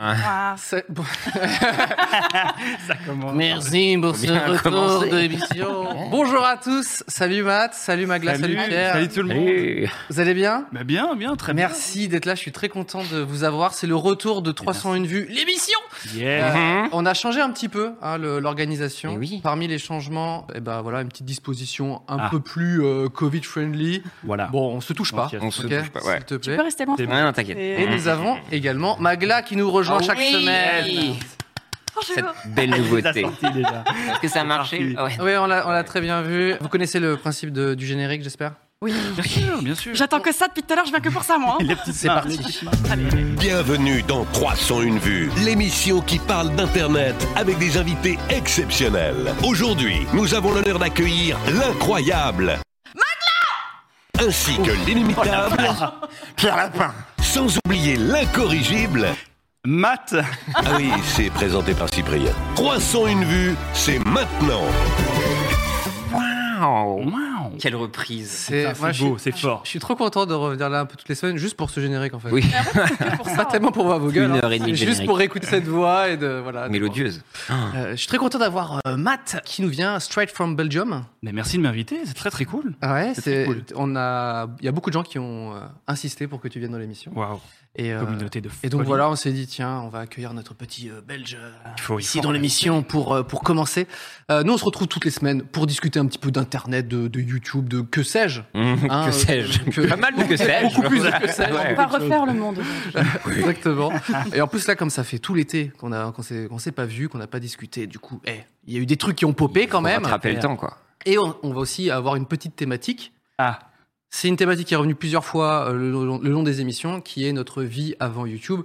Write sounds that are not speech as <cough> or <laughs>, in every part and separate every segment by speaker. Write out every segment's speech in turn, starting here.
Speaker 1: Ah,
Speaker 2: c'est- <laughs>
Speaker 1: Ça commence.
Speaker 2: Merci pour ce
Speaker 1: Bien
Speaker 2: retour
Speaker 1: commencé.
Speaker 2: de l'émission. <laughs> Bonjour à tous. Salut Matt, salut Magla, salut, Pierre.
Speaker 1: Salut tout le monde.
Speaker 2: Vous allez bien
Speaker 1: Bah bien, bien, très
Speaker 2: Merci d'être là, je suis très content de vous avoir. C'est le retour de 301 vues, l'émission
Speaker 1: bien.
Speaker 2: Euh, On a changé un petit peu hein, le- l'organisation.
Speaker 3: Mais oui.
Speaker 2: Parmi les changements, eh ben, voilà, une petite disposition un
Speaker 1: Ah.
Speaker 2: peu plus euh, Covid-friendly.
Speaker 1: Voilà.
Speaker 2: Bon, on se touche pas.
Speaker 1: Ok,
Speaker 3: on se
Speaker 2: ok,
Speaker 3: touche pas, ouais.
Speaker 2: S'il te
Speaker 4: Tu
Speaker 2: plaît.
Speaker 4: peux rester longtemps.
Speaker 1: C'est
Speaker 3: Ouais, non, t'inquiète.
Speaker 4: Et-
Speaker 2: Et nous avons également Magla qui nous rejoint
Speaker 3: Ah
Speaker 2: chaque
Speaker 3: oui.
Speaker 2: semaine.
Speaker 4: Bonjour.
Speaker 3: Cette <laughs> belle
Speaker 1: Je l'ai
Speaker 3: nouveauté.
Speaker 1: sorti
Speaker 2: <laughs>
Speaker 1: déjà.
Speaker 3: Est-ce que ça a marché
Speaker 1: Ah,
Speaker 3: Ouais.
Speaker 2: Oui, on l'a on l'a très bien vu. Vous connaissez le principe de- du générique, j'espère
Speaker 4: Oui.
Speaker 1: Bien sûr, bien sûr.
Speaker 4: J'attends que ça depuis tout à l'heure, je viens que pour ça, moi. hein.
Speaker 1: Les petites
Speaker 2: C'est
Speaker 1: mains,
Speaker 2: parti.
Speaker 1: les petites mains.
Speaker 5: Bienvenue dans 301 vues, l'émission qui parle d'Internet avec des invités exceptionnels. Aujourd'hui, nous avons l'honneur d'accueillir l'incroyable Magla ainsi que l'inimitable Oh, Pierre Lapin. Sans oublier l'incorrigible.
Speaker 1: Matt,
Speaker 5: Ah oui, c'est présenté par Cyprien. 301 vues, c'est maintenant.
Speaker 3: Waouh.
Speaker 1: wow.
Speaker 3: Quelle reprise.
Speaker 2: C'est
Speaker 1: Putain,
Speaker 2: moi,
Speaker 1: C'est
Speaker 2: je,
Speaker 1: beau,
Speaker 2: suis-
Speaker 1: c'est fort.
Speaker 2: je suis trop content de revenir là un peu toutes les semaines, juste pour ce générique en fait.
Speaker 3: Oui,
Speaker 4: Que pour
Speaker 2: Pas
Speaker 4: ça.
Speaker 2: tellement pour voir vos gueules,
Speaker 3: Une
Speaker 2: hein.
Speaker 3: heure et demie de
Speaker 2: juste
Speaker 3: générique.
Speaker 2: pour écouter cette voix et de voilà.
Speaker 3: Ah, mélodieuse.
Speaker 2: Euh, je suis très content d'avoir euh, Matt qui nous vient straight from Belgium.
Speaker 1: Mais merci de m'inviter, c'est très très cool.
Speaker 2: Ah ouais,
Speaker 1: C'est
Speaker 2: c'est
Speaker 1: très cool.
Speaker 2: on a il y a beaucoup de gens qui ont euh, insisté pour que tu viennes dans l'émission
Speaker 1: Waouh.
Speaker 2: et euh,
Speaker 1: Communauté de
Speaker 2: et donc
Speaker 1: folie.
Speaker 2: voilà, on s'est dit tiens, on va accueillir notre petit euh, belge euh,
Speaker 1: Il faut- il
Speaker 2: ici
Speaker 1: faut-
Speaker 2: dans l'émission pour euh, pour commencer. Euh, nous on se retrouve toutes les semaines pour discuter un petit peu d'internet, de, de YouTube, de que sais-je.
Speaker 3: Mmh,
Speaker 2: Hein,
Speaker 1: Ah,
Speaker 3: <laughs> que
Speaker 2: euh,
Speaker 3: sais-je
Speaker 2: que-
Speaker 3: Pas mal de que sais-je.
Speaker 2: <laughs> Beaucoup plus de que sais-je.
Speaker 4: On
Speaker 3: Ouais.
Speaker 4: va
Speaker 3: Ah
Speaker 4: refaire le monde.
Speaker 2: <laughs>
Speaker 4: aujourd'hui.
Speaker 2: Exactement. Et en plus, là, comme ça fait tout l'été qu'on a- qu'on s'est qu'on s'est pas vu, qu'on n'a pas discuté, du coup, eh, il y a eu des trucs qui ont popé quand même.
Speaker 3: Rattraper le temps, quoi.
Speaker 2: Et on, on va aussi avoir une petite thématique.
Speaker 1: Ah,
Speaker 2: C'est une thématique qui est revenue plusieurs fois euh, le, long- le long des émissions, qui est notre vie avant YouTube.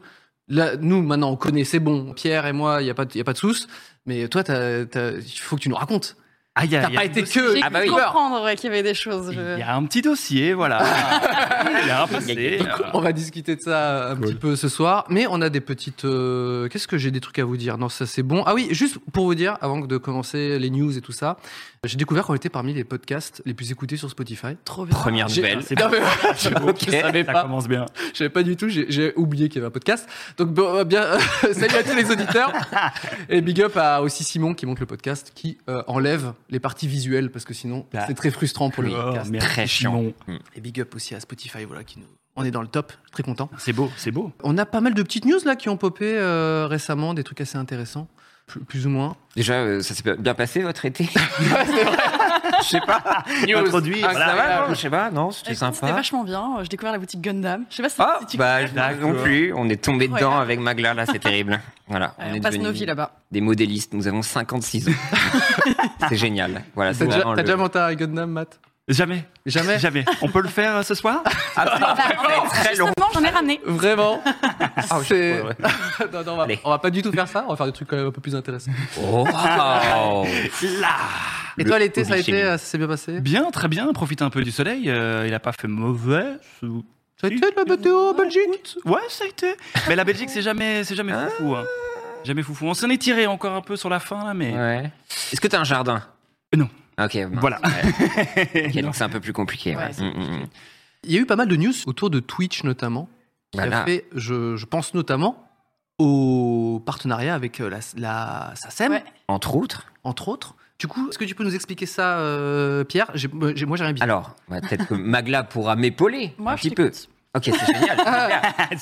Speaker 2: Là, nous, maintenant, on connaît, c'est bon. Pierre et moi, il n'y a, pas de- y a pas de souce. Mais toi, t'as- t'as- il faut que tu nous racontes.
Speaker 1: ah, il y a,
Speaker 2: T'as
Speaker 1: il y a
Speaker 2: pas
Speaker 1: un
Speaker 2: été
Speaker 1: dossier.
Speaker 2: que
Speaker 4: J'ai
Speaker 3: Ah bah
Speaker 4: cru
Speaker 3: oui.
Speaker 4: comprendre ouais, qu'il y avait des choses.
Speaker 1: Il
Speaker 4: je-
Speaker 1: y a un petit
Speaker 2: <laughs>
Speaker 1: dossier, voilà. Il y a un passé.
Speaker 2: On va discuter de ça un petit peu ce soir, mais on a des petites. euh, Qu'est-ce que j'ai des trucs à vous dire Non, ça c'est bon. Ah oui, juste pour vous dire, avant que de commencer les news et tout ça, j'ai découvert qu'on était parmi les podcasts les plus écoutés sur Spotify.
Speaker 4: Trop bien.
Speaker 3: Première
Speaker 2: J'ai-
Speaker 3: nouvelle.
Speaker 1: Ah, C'est
Speaker 2: Non, mais-
Speaker 1: beau.
Speaker 2: <laughs> je savais
Speaker 1: Ça
Speaker 2: pas.
Speaker 1: commence bien.
Speaker 2: Je savais pas du tout, j'ai- j'ai oublié qu'il y avait un podcast. Donc, bon, euh, bien, <laughs> salut à tous les auditeurs. Et big up à aussi Simon qui monte le podcast, qui euh, enlève les parties visuelles, parce que sinon,
Speaker 1: Ah.
Speaker 2: c'est très frustrant pour le
Speaker 1: Oh,
Speaker 2: podcast.
Speaker 1: merci,
Speaker 3: Très chiant.
Speaker 1: Simon.
Speaker 2: Et big up aussi à Spotify, voilà, qui nous. On est dans le top, très content.
Speaker 1: C'est beau, c'est beau.
Speaker 2: On a pas mal de petites news là qui ont popé euh, récemment, des trucs assez intéressants, plus, plus ou moins.
Speaker 3: Déjà, euh, ça s'est bien passé votre été Je sais pas.
Speaker 1: Introduit,
Speaker 3: Ah,
Speaker 1: voilà.
Speaker 3: ça va, non Je sais pas, non, c'était
Speaker 4: Écoute, C'était
Speaker 3: sympa.
Speaker 4: vachement bien. J'ai découvert la boutique Gundam. Je sais pas si,
Speaker 3: Ah,
Speaker 4: si tu
Speaker 3: bah je-
Speaker 1: D'accord.
Speaker 3: non plus, on est tombé
Speaker 4: Ouais.
Speaker 3: dedans avec
Speaker 4: <laughs>
Speaker 3: Magla, là c'est terrible. Voilà,
Speaker 4: Ouais, on,
Speaker 3: est
Speaker 4: passe
Speaker 3: devenus
Speaker 4: nos
Speaker 3: Ah,
Speaker 4: vies là-bas.
Speaker 3: Des modélistes, nous avons 56 ans.
Speaker 4: <laughs>
Speaker 3: c'est génial. Voilà,
Speaker 2: T'as
Speaker 3: c'est
Speaker 2: déjà,
Speaker 3: vraiment
Speaker 2: t'as
Speaker 3: le-
Speaker 2: déjà monté un Gundam, Matt
Speaker 1: Jamais.
Speaker 2: Jamais.
Speaker 1: Jamais. On peut le faire euh, ce soir
Speaker 3: Ah,
Speaker 4: Bah,
Speaker 3: c'est <laughs> très long.
Speaker 4: Justement, j'en ai ramené.
Speaker 3: <laughs>
Speaker 2: Vraiment
Speaker 3: Ah
Speaker 2: C'est. <laughs> non, non, on va,
Speaker 3: Allez.
Speaker 2: on va pas du tout faire ça. On va faire des trucs quand même un peu plus intéressants.
Speaker 3: Oh, Wow.
Speaker 2: Et
Speaker 3: Le
Speaker 2: toi, l'été, ça a
Speaker 3: hobby
Speaker 2: été,
Speaker 3: chez nous.
Speaker 2: euh, ça s'est bien passé
Speaker 1: Bien, très bien. Profite un peu du soleil. euh, il a pas fait mauvais. sous-
Speaker 2: Ça a été la météo en Belgique
Speaker 1: Ouais, ça a été. Mais la Belgique, c'est jamais, c'est
Speaker 2: Ah.
Speaker 1: jamais foufou. hein. Jamais foufou. On s'en est tiré encore un peu sur la fin là, mais
Speaker 3: Ouais. Est-ce que t'as un jardin
Speaker 1: Non.
Speaker 3: Ok, mince.
Speaker 1: Voilà.
Speaker 3: Ouais. Ok,
Speaker 1: Non.
Speaker 3: donc c'est un peu plus compliqué.
Speaker 4: Ouais,
Speaker 3: ouais.
Speaker 4: c'est
Speaker 3: Mm, mm, mm.
Speaker 2: Il y a eu pas mal de news autour de Twitch notamment. Qui a
Speaker 3: Voilà.
Speaker 2: fait, je, je pense notamment au partenariat avec euh, la, la SACEM.
Speaker 4: Ouais.
Speaker 3: Entre autres,
Speaker 2: entre autres. Du coup, est-ce que tu peux nous expliquer ça, euh, Pierre J'ai- moi, j'ai rien bien.
Speaker 3: alors, bah, peut-être que Magla pourra m'épauler
Speaker 4: Moi,
Speaker 3: un
Speaker 4: je
Speaker 3: petit peu. Ok, c'est
Speaker 4: <laughs>
Speaker 3: génial.
Speaker 2: Ah,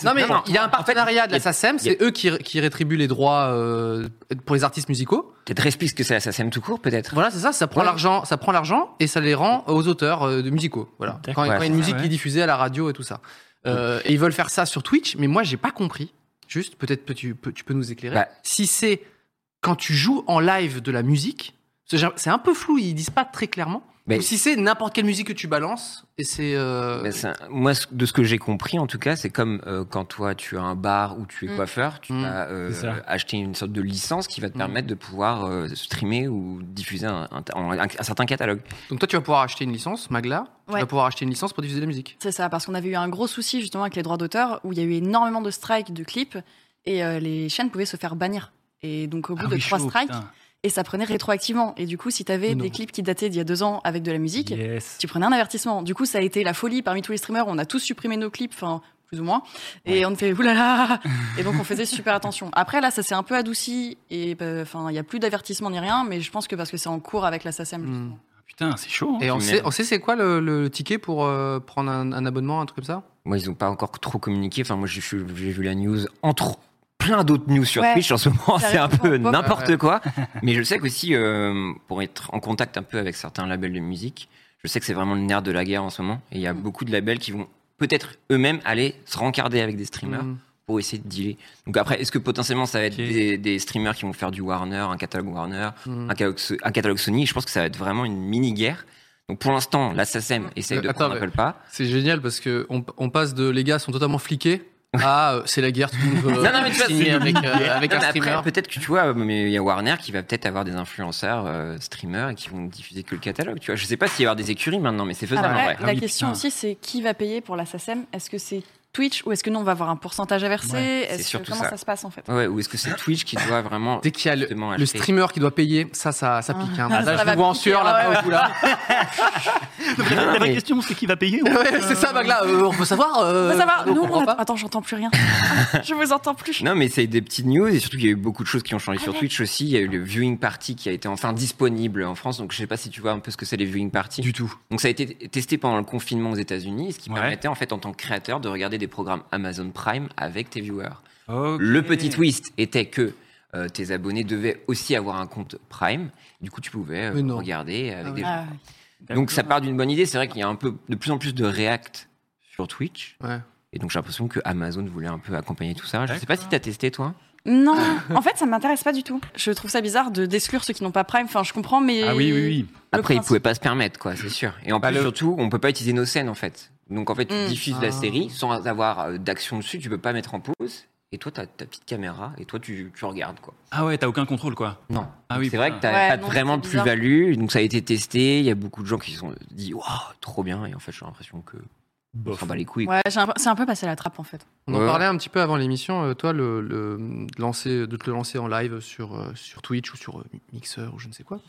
Speaker 2: Non mais
Speaker 3: Non, non.
Speaker 2: il y a un partenariat de la
Speaker 3: il y a-
Speaker 2: SACEM, c'est eux qui, qui rétribuent les droits euh, pour les artistes musicaux.
Speaker 3: Peut-être explique ce que c'est la SACEM tout court, peut-être.
Speaker 2: Voilà, c'est ça, ça prend
Speaker 3: Ouais.
Speaker 2: l'argent, ça prend l'argent et ça les rend aux auteurs euh, de musicaux. Voilà. Quand,
Speaker 1: D'accord.
Speaker 2: quand il y a une
Speaker 1: Ouais.
Speaker 2: musique qui
Speaker 1: Ouais.
Speaker 2: est diffusée à la radio et tout ça. Euh, et ils veulent faire ça sur Twitch, mais moi j'ai pas compris. Juste, peut-être peux- tu, peux- tu peux nous éclairer.
Speaker 3: Bah.
Speaker 2: Si c'est quand tu joues en live de la musique, parce que j'ai- c'est un peu flou, ils disent pas très clairement.
Speaker 3: Mais-
Speaker 2: Ou si c'est n'importe quelle musique que tu balances, et c'est. euh,
Speaker 3: Mais ça- moi, ce- de ce que j'ai compris, en tout cas, c'est comme euh, quand toi, tu as un bar ou tu es
Speaker 4: Mm.
Speaker 3: coiffeur, tu
Speaker 2: Mm.
Speaker 3: vas euh,
Speaker 6: C'est ça.
Speaker 3: acheter une sorte de licence qui va te
Speaker 2: Mm.
Speaker 3: permettre de pouvoir euh, streamer ou diffuser un, un- un- un certain catalogue.
Speaker 2: Donc toi, tu vas pouvoir acheter une licence, Magla. Tu
Speaker 4: Ouais.
Speaker 2: vas pouvoir acheter une licence pour diffuser de la musique.
Speaker 4: C'est ça, parce qu'on avait eu un gros souci justement avec les droits d'auteur, où il y a eu énormément de strikes de clips, et euh, les chaînes pouvaient se faire bannir. Et donc au bout
Speaker 1: Ah
Speaker 4: de
Speaker 1: oui,
Speaker 4: trois
Speaker 1: chaud,
Speaker 4: strikes,
Speaker 1: putain.
Speaker 4: et ça prenait rétroactivement. Et du coup, si t'avais
Speaker 6: Non.
Speaker 4: des clips qui dataient d'il y a deux ans avec de la musique,
Speaker 6: Yes.
Speaker 4: tu prenais un avertissement. Du coup, ça a été la folie parmi tous les streamers. On a tous supprimé nos clips, enfin plus ou moins, et on était oulala. Et donc on faisait super attention. Après là, ça s'est un peu adouci et bah, enfin il y a plus d'avertissement ni rien, mais je pense que parce que c'est en cours avec la SACEM.
Speaker 2: Mm.
Speaker 4: justement.
Speaker 3: Mmh.
Speaker 1: Putain, c'est chaud. hein.
Speaker 2: Hmm. Et on
Speaker 3: tu
Speaker 2: sait,
Speaker 3: m'énerves.
Speaker 2: on sait c'est quoi le, le ticket pour euh, prendre un, un abonnement, un truc comme ça
Speaker 3: Moi, ils n'ont pas encore trop communiqué. Enfin, moi, j'ai j'ai vu la news entre plein d'autres news sur
Speaker 4: Ouais.
Speaker 3: Twitch en ce moment.
Speaker 4: Ça
Speaker 3: C'est un
Speaker 4: répond
Speaker 3: peu
Speaker 4: pas.
Speaker 3: n'importe
Speaker 2: Ouais. <laughs>
Speaker 3: quoi. Mais je sais qu'aussi, euh, pour être en contact un peu avec certains labels de musique, je sais que c'est vraiment le nerf de la guerre en ce moment. Et il y a
Speaker 4: Mm.
Speaker 3: beaucoup de labels qui vont peut-être eux-mêmes aller se rencarder avec des streamers.
Speaker 2: Mm.
Speaker 3: pour essayer de dealer. Donc après, est-ce que potentiellement ça va être
Speaker 1: Ok.
Speaker 3: des, des streamers qui vont faire du Warner, un catalogue Warner,
Speaker 2: Mm.
Speaker 3: un, catalogue, So- un catalogue Sony Je pense que ça va être vraiment une mini-guerre. Donc pour l'instant, la
Speaker 4: Mm.
Speaker 3: SACEM essaye
Speaker 2: Euh,
Speaker 3: de
Speaker 2: attends,
Speaker 3: prendre
Speaker 2: mais-
Speaker 3: Apple pas.
Speaker 2: C'est génial parce que on, on passe de les gars sont totalement fliqués à euh, c'est la guerre, tout le monde veut
Speaker 3: <laughs> Non, non, mais tu vois,
Speaker 2: signer
Speaker 3: c'est-
Speaker 2: avec, euh, avec
Speaker 3: Non,
Speaker 2: un
Speaker 3: mais
Speaker 2: streamer.
Speaker 3: après, peut-être que tu vois, mais il y a Warner qui va peut-être avoir des influenceurs, euh, streamers, et qui vont diffuser que le catalogue. Tu vois, je sais pas s'il va y avoir des écuries maintenant, mais c'est faisable en
Speaker 4: Après,
Speaker 3: vrai.
Speaker 4: la
Speaker 1: Ah oui,
Speaker 4: question
Speaker 1: putain.
Speaker 4: aussi, c'est qui va payer pour la SACEM Est-ce que c'est Twitch ou est-ce que nous on va avoir un pourcentage à verser
Speaker 1: Ouais,
Speaker 3: c'est
Speaker 4: Est-ce que-
Speaker 3: surtout
Speaker 4: comment
Speaker 3: ça.
Speaker 4: ça. se passe en fait
Speaker 3: Ouais, ouais, ou est-ce que c'est Twitch qui doit vraiment
Speaker 2: Dès qu'il y a le,
Speaker 3: justement
Speaker 2: le
Speaker 3: acheter
Speaker 2: streamer qui doit payer, ça, ça, ça pique. hein.
Speaker 4: Ah,
Speaker 2: là,
Speaker 4: ça
Speaker 2: je
Speaker 4: va
Speaker 2: le vois en
Speaker 4: piquer,
Speaker 2: sueur
Speaker 4: ah
Speaker 2: là-bas
Speaker 4: ouais,
Speaker 2: au bout là.
Speaker 1: La vraie
Speaker 3: mais-
Speaker 1: question, c'est qui va
Speaker 2: <laughs>
Speaker 1: payer
Speaker 2: Ouais, c'est ça, Magla. euh, on peut savoir.
Speaker 4: On
Speaker 2: euh,
Speaker 4: va savoir,
Speaker 2: on
Speaker 4: nous,
Speaker 2: comprend
Speaker 4: on
Speaker 2: pas.
Speaker 4: Attends, j'entends plus rien. <laughs> Ah, je vous entends plus.
Speaker 3: Non, mais c'est des petites news et surtout qu'il y a eu beaucoup de choses qui ont changé sur
Speaker 4: Ouais.
Speaker 3: Twitch aussi. Il y a eu le viewing party qui a été enfin disponible en France. Donc je sais pas si tu vois un peu ce que c'est les viewing parties.
Speaker 1: Du tout.
Speaker 3: Donc ça a été testé pendant le confinement aux États-Unis, ce qui
Speaker 1: Ouais.
Speaker 3: permettait en fait en tant que créateur de regarder des programmes Amazon Prime avec tes viewers.
Speaker 1: Ok.
Speaker 3: Le petit twist était que euh, tes abonnés devaient aussi avoir un compte Prime. Du coup, tu pouvais euh,
Speaker 2: Mais non.
Speaker 3: regarder avec
Speaker 2: Ah
Speaker 3: des
Speaker 2: oui.
Speaker 3: gens.
Speaker 4: Ah,
Speaker 3: Donc ça part d'une bonne idée. C'est vrai qu'il y a un peu de plus en plus de React sur Twitch.
Speaker 2: Ouais.
Speaker 3: Et donc j'ai l'impression que Amazon voulait un peu accompagner tout ça. Je sais pas si
Speaker 1: D'accord.
Speaker 3: t'as testé toi.
Speaker 1: <laughs>
Speaker 4: Non, en fait, ça m'intéresse pas du tout. Je trouve ça bizarre de d'exclure ceux qui n'ont pas Prime. Enfin, je comprends, mais.
Speaker 1: Ah oui, oui, oui.
Speaker 4: Le
Speaker 3: Après, ils
Speaker 4: principe.
Speaker 3: pouvaient pas se permettre, quoi, c'est sûr. Et en
Speaker 2: Bah,
Speaker 3: plus,
Speaker 2: le-
Speaker 3: surtout, on peut pas utiliser nos scènes, en fait. Donc, en fait, tu
Speaker 4: Mm.
Speaker 3: diffuses
Speaker 2: Ah.
Speaker 3: la série sans avoir euh, d'action dessus, tu peux pas mettre en pause. Et toi, t'as ta petite caméra, et toi, tu, tu regardes, quoi.
Speaker 1: Ah ouais, t'as aucun contrôle, quoi.
Speaker 3: Non.
Speaker 1: Ah oui,
Speaker 3: c'est vrai
Speaker 1: putain.
Speaker 3: que t'as
Speaker 4: Ouais,
Speaker 3: pas
Speaker 4: non,
Speaker 3: vraiment de
Speaker 4: c'est bizarre.
Speaker 3: plus-value, donc ça a été testé. Il y a beaucoup de gens qui se sont dit, waouh, trop bien. Et en fait, j'ai l'impression que. On s'en bat les couilles.
Speaker 4: Ouais, j'ai un peu- c'est un peu passé à la trappe en fait.
Speaker 2: On en
Speaker 3: Ouais.
Speaker 2: parlait un petit peu avant l'émission, euh, toi, le, le- de, lancer, de te le lancer en live sur, euh, sur Twitch ou sur euh, Mi- Mixer ou je ne sais quoi.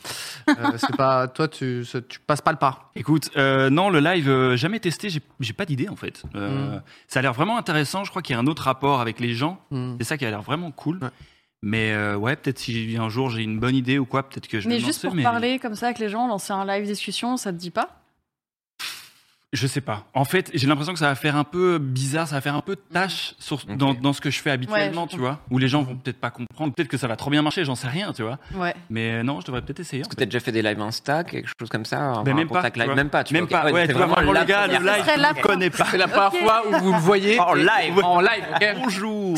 Speaker 2: Euh, c'est pas, toi, tu, ça- tu passes pas le pas.
Speaker 1: Écoute, euh, non, le live, euh, jamais testé, j'ai- j'ai pas d'idée en fait. Euh,
Speaker 2: Mm.
Speaker 1: Ça a l'air vraiment intéressant, je crois qu'il y a un autre rapport avec les gens,
Speaker 2: Hmm.
Speaker 1: c'est ça qui a l'air vraiment cool.
Speaker 2: Ouais.
Speaker 1: Mais euh, ouais, peut-être si un jour j'ai une bonne idée ou quoi, peut-être que je vais
Speaker 4: mais
Speaker 1: me
Speaker 4: juste
Speaker 1: lancer,
Speaker 4: pour parler comme ça avec les gens, lancer un live discussion, ça te dit pas
Speaker 1: Je sais pas. En fait, j'ai l'impression que ça va faire un peu bizarre, ça va faire un peu tâche sur,
Speaker 3: Ok.
Speaker 1: dans, dans ce que je fais habituellement,
Speaker 4: Mhm. Ouais, je
Speaker 1: tu vois, où les gens vont peut-être pas comprendre, peut-être que ça va trop bien marcher, j'en sais rien, tu vois.
Speaker 4: Ouais.
Speaker 1: Mais euh, non, je devrais peut-être essayer. en
Speaker 3: Est-ce que
Speaker 1: fait.
Speaker 3: t'as déjà fait des lives Insta, quelque chose comme ça avoir
Speaker 1: Mais
Speaker 3: un
Speaker 1: même pas,
Speaker 3: contact
Speaker 1: tu
Speaker 3: live
Speaker 1: vois.
Speaker 3: Même pas, tu
Speaker 1: Même
Speaker 3: vois,
Speaker 1: pas,
Speaker 3: ok.
Speaker 1: ouais,
Speaker 3: t'es
Speaker 1: tu vois, vraiment le
Speaker 3: là
Speaker 1: gars, le
Speaker 3: pour dire,
Speaker 1: live,
Speaker 4: serait la
Speaker 1: je le connais pas.
Speaker 2: C'est la première fois où vous le voyez.
Speaker 3: En
Speaker 2: et-
Speaker 3: live.
Speaker 2: En live, ok.
Speaker 1: Bonjour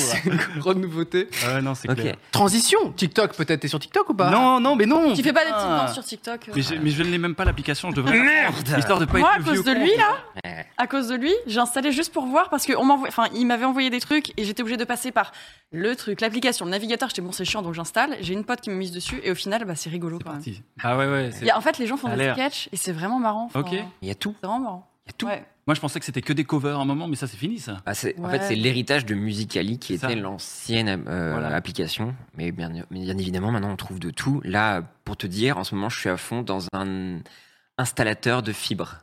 Speaker 2: Grande nouveauté.
Speaker 1: Ouais, Euh, non, c'est
Speaker 3: Ok.
Speaker 1: clair.
Speaker 2: Transition. TikTok, peut-être. T'es sur TikTok
Speaker 4: Bah.
Speaker 2: ou pas
Speaker 1: Non, non, mais non
Speaker 4: Tu fais pas des
Speaker 1: putain.
Speaker 4: petites danses sur TikTok euh.
Speaker 1: Ah. mais je, mais je ne l'ai même pas l'application, je devrais.
Speaker 3: Merde
Speaker 1: Histoire de pas
Speaker 4: Moi,
Speaker 1: être
Speaker 4: à
Speaker 1: le
Speaker 4: cause
Speaker 1: vieux
Speaker 4: de
Speaker 1: con.
Speaker 4: lui là,
Speaker 3: Ouais.
Speaker 4: à cause de lui, j'ai installé juste pour voir parce que on m'envoie- enfin, il m'avait envoyé des trucs et j'étais obligée de passer par le truc, l'application, le navigateur. J'étais bon, c'est chiant, donc j'installe. J'ai une pote qui me mise dessus et au final, bah, c'est rigolo
Speaker 1: C'est
Speaker 4: quand même.
Speaker 1: parti. Ah ouais, ouais. c'est-
Speaker 4: Il y a- en fait, les gens font
Speaker 1: Ça a
Speaker 4: des
Speaker 1: l'air.
Speaker 4: sketchs et c'est vraiment marrant. Enfin,
Speaker 1: Ok.
Speaker 4: C'est
Speaker 3: Il y a tout.
Speaker 4: vraiment marrant.
Speaker 3: Il y a tout.
Speaker 4: Ouais.
Speaker 1: Moi, je pensais que c'était que des covers à un moment, mais ça, c'est fini, ça.
Speaker 3: Ah, c'est- En
Speaker 4: Ouais.
Speaker 3: fait, c'est l'héritage de Musicali qui
Speaker 1: C'est ça.
Speaker 3: était l'ancienne euh,
Speaker 1: Voilà.
Speaker 3: application. Mais bien, bien évidemment, maintenant, on trouve de tout. Là, pour te dire, en ce moment, je suis à fond dans un installateur de fibres.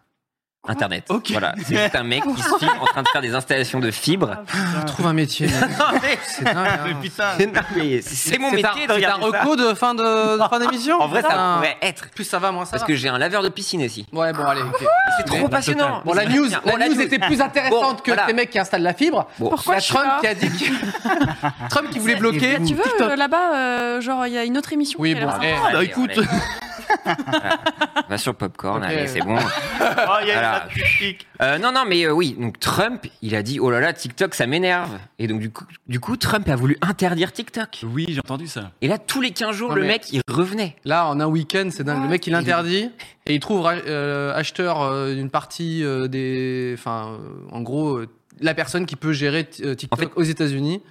Speaker 3: Internet.
Speaker 1: Ok.
Speaker 3: Voilà, c'est juste un mec qui se filme en train de faire des installations de fibres.
Speaker 2: Trouve un métier. mec. C'est dingue. hein.
Speaker 1: Mais putain
Speaker 3: Non, mais C'est mon
Speaker 2: C'est un-
Speaker 3: métier de
Speaker 2: C'est un
Speaker 3: regarder ça.
Speaker 2: reco de fin de de fin d'émission.
Speaker 3: En vrai, ça
Speaker 2: Putain.
Speaker 3: pourrait être.
Speaker 2: Plus ça va, moins ça
Speaker 3: Parce que j'ai un laveur de piscine ici.
Speaker 2: va. Ouais, bon, allez. ok.
Speaker 3: C'est trop passionnant.
Speaker 2: Bon, la news,
Speaker 3: Bon,
Speaker 2: la news était plus intéressante
Speaker 3: Bon,
Speaker 2: que
Speaker 3: voilà.
Speaker 2: les mecs qui installent la fibre.
Speaker 3: Bon.
Speaker 4: Pourquoi
Speaker 2: La
Speaker 4: je suis
Speaker 2: Trump
Speaker 4: là
Speaker 2: qui a dit <laughs> que-
Speaker 4: Bah,
Speaker 2: Trump qui voulait bloquer.
Speaker 4: Tu veux euh, là-bas, euh, genre il y a une autre émission.
Speaker 2: Oui,
Speaker 4: qui a
Speaker 2: bon,
Speaker 4: l'air
Speaker 2: eh,
Speaker 4: sympa.
Speaker 1: Bah Ah, écoute,
Speaker 3: On va sur le popcorn,
Speaker 2: Ok.
Speaker 3: allez, c'est bon.
Speaker 1: Oh, il y a
Speaker 3: Voilà.
Speaker 1: une statistique.
Speaker 3: Euh, non, non, mais euh, oui, donc Trump, il a dit oh là là, TikTok, ça m'énerve. Et donc, du coup, du coup, Trump a voulu interdire TikTok.
Speaker 1: Oui, j'ai entendu ça.
Speaker 3: Et là, tous les 15 jours,
Speaker 2: Non,
Speaker 3: le
Speaker 2: mais-
Speaker 3: mec, il revenait.
Speaker 2: Là, en un week-end, c'est dingue. Le mec, il
Speaker 3: Et-
Speaker 2: interdit et il trouve euh, acheteur euh, d'une partie euh, des. Enfin, euh, en gros, euh, la personne qui peut gérer t- euh, TikTok
Speaker 3: En fait-
Speaker 2: aux États-Unis.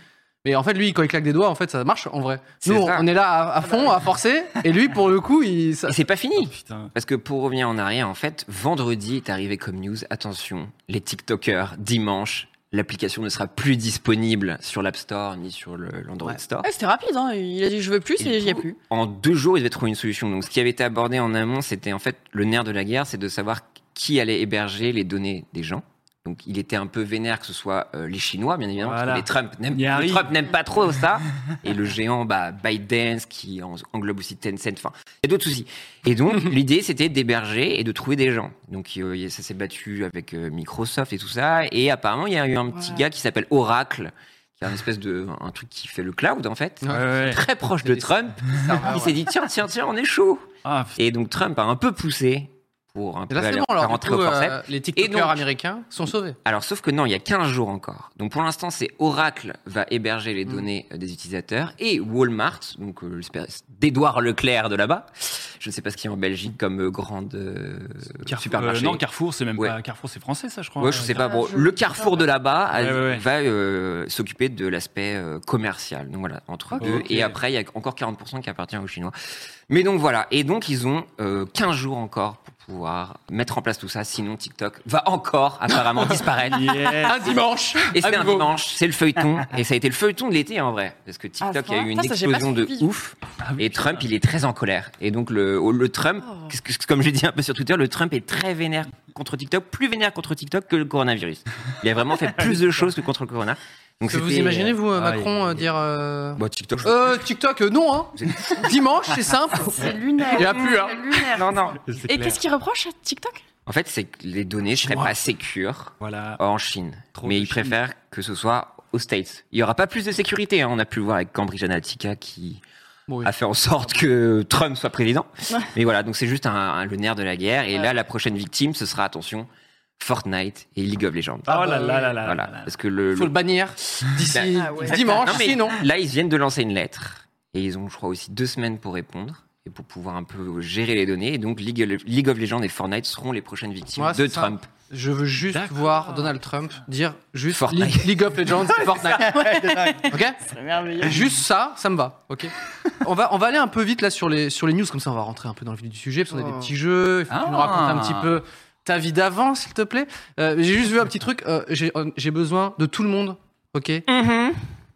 Speaker 2: Mais en fait, lui, quand il claque des doigts, en fait, ça marche en vrai.
Speaker 3: C'est
Speaker 2: Nous, on,
Speaker 3: ça. Ah bah
Speaker 2: on est là à, à fond, à forcer. Et lui, pour le coup, il. ça-
Speaker 3: Et c'est pas fini.
Speaker 1: Oh, Putain.
Speaker 3: Parce que pour revenir en arrière, en fait, vendredi est arrivé comme news. Attention, les TikTokers, dimanche, l'application ne sera plus disponible sur l'App Store ni sur le- l'Android
Speaker 2: Ouais.
Speaker 3: Store.
Speaker 4: Ouais, C'était rapide, hein. il a dit je veux plus et
Speaker 3: Et
Speaker 4: j'y ai
Speaker 3: tout-
Speaker 4: plus.
Speaker 3: En deux jours, ils devaient trouver une solution. Donc, ce qui avait été abordé en amont, c'était en fait le nerf de la guerre, c'est de savoir qui allait héberger les données des gens. Donc, il était un peu vénère que ce soit euh, les Chinois, bien évidemment,
Speaker 1: Voilà.
Speaker 3: parce que les Trump n'aiment-
Speaker 1: Il y
Speaker 3: les
Speaker 1: arrive.
Speaker 3: Trump n'aiment pas trop ça. <laughs> Et le géant bah, ByteDance qui en- englobe aussi Tencent. Enfin, il y a d'autres soucis.
Speaker 1: <laughs>
Speaker 3: Et donc, l'idée, c'était d'héberger et de trouver des gens. Donc, euh, il y a- ça s'est battu avec euh, Microsoft et tout ça. Et apparemment, il y a eu un petit
Speaker 4: Voilà.
Speaker 3: gars qui s'appelle Oracle, qui est un espèce de un truc qui fait le cloud en fait,
Speaker 2: Ouais.
Speaker 1: Ouais, ouais.
Speaker 3: très proche de Trump.
Speaker 2: ça-
Speaker 3: Il s'est dit tiens tiens tiens on est chaud.
Speaker 1: Ah, putain.
Speaker 3: Et donc Trump a un peu poussé pour un
Speaker 2: Et
Speaker 3: peu
Speaker 2: là, c'est
Speaker 3: aller-
Speaker 2: bon, alors.
Speaker 3: faire
Speaker 2: du
Speaker 3: rentrer
Speaker 2: coup,
Speaker 3: au
Speaker 2: euh,
Speaker 3: forceps.
Speaker 2: les
Speaker 3: Et
Speaker 2: TikTokers
Speaker 3: donc-
Speaker 2: américains sont sauvés.
Speaker 3: Alors sauf que non, il y a 15 jours encore. Donc pour l'instant, c'est Oracle va héberger les
Speaker 2: Mm.
Speaker 3: données euh, des utilisateurs et Walmart, donc euh, l'espèce d'Edouard Leclerc de là-bas. Je ne sais pas ce qu'il y a en Belgique comme euh, grande euh,
Speaker 1: Carrefour-
Speaker 3: supermarché.
Speaker 1: euh, non, Carrefour, c'est même
Speaker 3: Ouais.
Speaker 1: pas. Carrefour, c'est français, ça, je crois. hein,
Speaker 3: Ouais, je sais pas. Bon,
Speaker 4: je-
Speaker 3: le carrefour de là-bas a-
Speaker 1: Ouais, ouais, ouais.
Speaker 3: va euh, s'occuper de l'aspect euh, commercial. Donc voilà, entre
Speaker 4: Ok.
Speaker 3: deux.
Speaker 1: Ok.
Speaker 3: Et après, il y a encore 40% qui appartient aux Chinois. Mais donc voilà. Et donc, ils ont euh, 15 jours encore pour pouvoir mettre en place tout ça. Sinon, TikTok va encore apparemment disparaître.
Speaker 1: <laughs> Yeah.
Speaker 2: Un dimanche
Speaker 3: Et
Speaker 2: à
Speaker 3: c'est un
Speaker 2: nouveau.
Speaker 3: Ah, dimanche, c'est le feuilleton. Et ça a été le feuilleton de l'été en vrai. Parce que TikTok
Speaker 4: Ah,
Speaker 3: a eu une
Speaker 4: ça, ça, j'ai pas
Speaker 3: explosion de
Speaker 4: suivi.
Speaker 3: ouf.
Speaker 1: Ah oui,
Speaker 3: Et
Speaker 1: putain.
Speaker 3: Trump, il est très en colère. Et donc, le, le Trump,
Speaker 4: Oh.
Speaker 3: qu'est-ce que- comme j'ai dit un peu sur Twitter, le Trump est très vénère contre TikTok, plus vénère contre TikTok que le coronavirus. Il a vraiment fait plus de choses que contre le corona. Donc,
Speaker 2: Que vous
Speaker 3: c'était-
Speaker 2: imaginez, vous, euh,
Speaker 3: Ah,
Speaker 2: Macron,
Speaker 3: il-
Speaker 2: euh, dire. Euh,
Speaker 3: Bah, TikTok, je-
Speaker 2: euh, TikTok, euh, non,
Speaker 3: <laughs>
Speaker 2: hein. Dimanche, c'est simple.
Speaker 4: C'est lunaire.
Speaker 2: Il y a plus, hein.
Speaker 4: C'est lunaire.
Speaker 3: Non, non.
Speaker 1: C'est
Speaker 4: Et
Speaker 1: clair.
Speaker 4: qu'est-ce qu'il reproche à TikTok
Speaker 3: En fait, c'est que les données ne seraient
Speaker 1: Chinois.
Speaker 3: pas sécures
Speaker 1: Voilà.
Speaker 3: en Chine.
Speaker 1: Trop
Speaker 3: mais
Speaker 1: de
Speaker 3: il
Speaker 1: Chine.
Speaker 3: préfère que ce soit aux States. Il n'y aura pas plus de sécurité. hein. On a pu le voir avec Cambridge Analytica qui
Speaker 2: Bon, oui.
Speaker 3: a fait en sorte que Trump soit président.
Speaker 4: Ouais.
Speaker 3: Mais voilà, donc c'est juste un, un- le nerf de la guerre. Et
Speaker 4: Ouais.
Speaker 3: là, la prochaine victime, ce sera, attention, Fortnite et League of Legends.
Speaker 2: Ah,
Speaker 1: Oh là là là là.
Speaker 3: bah voilà,
Speaker 1: là là.
Speaker 3: parce que le,
Speaker 2: Faut le Bah, bannir d'ici
Speaker 4: Ah ouais.
Speaker 2: dimanche,
Speaker 3: Non, mais-
Speaker 2: sinon.
Speaker 3: le- là, ils viennent de lancer une lettre. Et ils ont, je crois, aussi deux semaines pour répondre et pour pouvoir un peu gérer les données. Et donc, League, League of Legends et Fortnite seront les prochaines victimes
Speaker 2: Ouais,
Speaker 3: de
Speaker 2: c'est ça.
Speaker 3: Trump.
Speaker 2: Je veux juste
Speaker 1: D'accord.
Speaker 2: voir Donald Trump dire juste
Speaker 3: Fortnite.
Speaker 2: League, League of
Speaker 4: <laughs>
Speaker 2: Legends, Fortnite. ok
Speaker 4: C'est merveilleux.
Speaker 2: Juste ça, ça me va. Ok. On va on va aller un peu vite là sur les sur les news comme ça on va rentrer un peu dans le vif du sujet parce qu'on a
Speaker 4: Oh.
Speaker 2: des petits jeux. Il faut que tu nous
Speaker 1: Ah.
Speaker 2: racontes un petit peu ta vie d'avant s'il te plaît. Euh, j'ai juste vu un petit truc. euh, j'ai euh, j'ai besoin de tout le monde. Ok.
Speaker 4: Mm-hmm.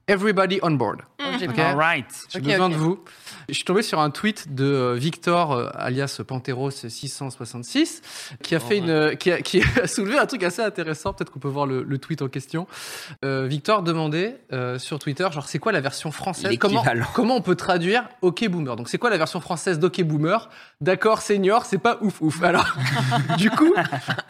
Speaker 2: Everybody on board.
Speaker 1: Mm.
Speaker 4: Oh, J'ai
Speaker 2: Ok.
Speaker 4: peur.
Speaker 1: All right.
Speaker 2: J'ai
Speaker 4: Ok,
Speaker 2: besoin
Speaker 4: ok.
Speaker 2: de vous. Je suis tombé sur un tweet de euh, Victor, euh, alias Panteros666, qui a
Speaker 4: Oh,
Speaker 2: fait une, euh, qui a, qui <laughs> a soulevé un truc assez intéressant. Peut-être qu'on peut voir le, le tweet en question. Euh, Victor demandait euh, sur Twitter, genre, c'est quoi la version française Comment
Speaker 3: L'équivalent.
Speaker 2: comment on peut traduire OK Boomer Donc, c'est quoi la version française d'OK Boomer D'accord, senior, c'est pas ouf ouf. Alors, <laughs> du coup,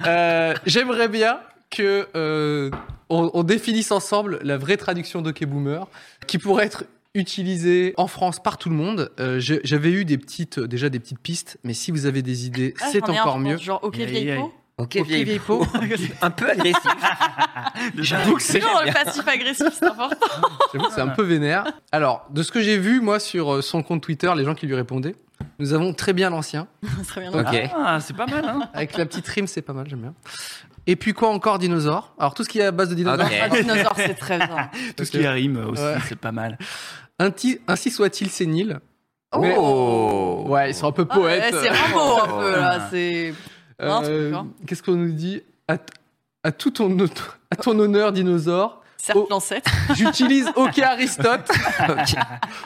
Speaker 2: euh, j'aimerais bien que euh, on, on définisse ensemble la vraie traduction d'OK Boomer qui pourrait être utilisée en France par tout le monde. Euh, je- J'avais eu des petites, euh, déjà des petites pistes, mais si vous avez des idées,
Speaker 4: Ah,
Speaker 2: c'est
Speaker 4: j'en ai un,
Speaker 2: encore
Speaker 4: je
Speaker 2: mieux.
Speaker 4: pense, Genre, ok,
Speaker 1: Aïe,
Speaker 4: vieille
Speaker 1: aïe,
Speaker 4: peau.
Speaker 3: Ok,
Speaker 2: Ok,
Speaker 3: vieille
Speaker 2: vieille
Speaker 3: peau. <laughs> un peu agressif. J'avoue que
Speaker 4: C'est
Speaker 3: c'est
Speaker 4: genre le passif agressif, c'est important.
Speaker 2: <laughs> J'avoue que c'est un peu vénère. Alors, de ce que j'ai vu moi sur euh, son compte Twitter, les gens qui lui répondaient, nous avons très bien l'ancien.
Speaker 4: C'est très bien.
Speaker 3: Ok.
Speaker 1: Ah, c'est pas mal, hein.
Speaker 2: Avec la petite rime, c'est pas mal, j'aime bien. Et puis quoi encore, dinosaure Alors tout ce qui est à base de dinosaure.
Speaker 4: Un dinosaure, c'est très bien.
Speaker 1: Tout ce qui rime aussi,
Speaker 2: Ouais.
Speaker 1: c'est pas mal.
Speaker 2: Ainsi, ainsi soit-il sénile. Mais-
Speaker 3: Oh
Speaker 2: Ouais, ils sont un peu
Speaker 4: Ah, <laughs> ouais,
Speaker 2: poètes.
Speaker 4: c'est vraiment beau un peu
Speaker 2: Oh,
Speaker 4: là. C'est.
Speaker 2: Euh,
Speaker 4: un truc, hein.
Speaker 2: Qu'est-ce qu'on nous dit à, t- à tout ton, auto- à ton honneur, dinosaure,
Speaker 4: Certes,
Speaker 2: Oh.
Speaker 4: l'ancêtre.
Speaker 2: j'utilise <laughs> OK Aristote, <laughs>
Speaker 3: Ok.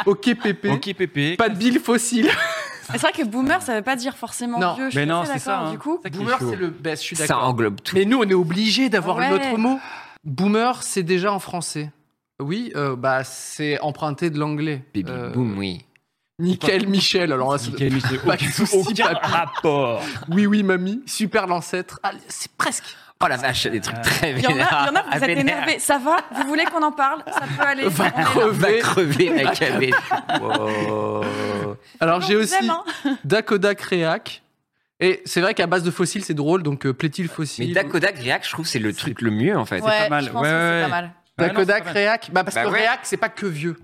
Speaker 2: OK Pépé,
Speaker 1: Ok, Pépé.
Speaker 2: pas de bile fossile.
Speaker 4: C'est vrai que boomer, ça veut pas dire forcément
Speaker 2: Non.
Speaker 4: vieux. je suis
Speaker 1: Mais non,
Speaker 4: assez
Speaker 1: c'est ça,
Speaker 4: d'accord,
Speaker 1: hein.
Speaker 4: Du coup,
Speaker 1: C'est ça qui est
Speaker 2: Boomer,
Speaker 1: chaud.
Speaker 2: c'est le best, je suis
Speaker 3: Ça
Speaker 2: d'accord.
Speaker 3: englobe tout.
Speaker 2: Mais nous, on est obligé d'avoir
Speaker 4: Ouais.
Speaker 2: l'autre mot. Boomer, c'est déjà en français. Oui, euh, bah c'est emprunté de l'anglais.
Speaker 3: Baby
Speaker 2: Euh,
Speaker 3: boom, oui.
Speaker 2: Nickel Michel, alors là, c'est-
Speaker 1: Nickel, Michel.
Speaker 2: pas de
Speaker 1: Aucun-
Speaker 2: souci,
Speaker 1: aucun
Speaker 2: papy.
Speaker 1: rapport.
Speaker 2: Oui, oui, mamie, super l'ancêtre. Ah, c'est presque.
Speaker 3: Oh la vache, des trucs très
Speaker 4: Il y en a, il y
Speaker 3: vénères.
Speaker 4: en
Speaker 1: <laughs>
Speaker 4: a, vous
Speaker 3: Ah,
Speaker 4: êtes
Speaker 3: vénère.
Speaker 4: énervés. Ça va Vous voulez qu'on en parle Ça peut aller. on
Speaker 2: <laughs>
Speaker 4: est
Speaker 3: Va
Speaker 4: là.
Speaker 3: crever, va crever Macabé. Wow.
Speaker 2: Alors
Speaker 4: On
Speaker 2: j'ai
Speaker 4: vous
Speaker 2: aussi
Speaker 4: aime, hein.
Speaker 2: Dakoda Créac. Et c'est vrai qu'à base de fossiles, c'est drôle, donc euh, plaît-il
Speaker 3: Mais
Speaker 2: fossile
Speaker 3: Dakoda Griac, je trouve que c'est le truc le mieux en fait.
Speaker 4: Ouais,
Speaker 1: mal.
Speaker 4: je pense
Speaker 1: Ouais,
Speaker 4: que
Speaker 1: ouais,
Speaker 4: c'est
Speaker 1: ouais.
Speaker 4: pas mal.
Speaker 2: Dakoda
Speaker 1: Ouais, non, c'est pas mal.
Speaker 2: Créac Bah parce
Speaker 3: Bah
Speaker 2: que
Speaker 3: ouais.
Speaker 2: Réac, c'est pas que vieux.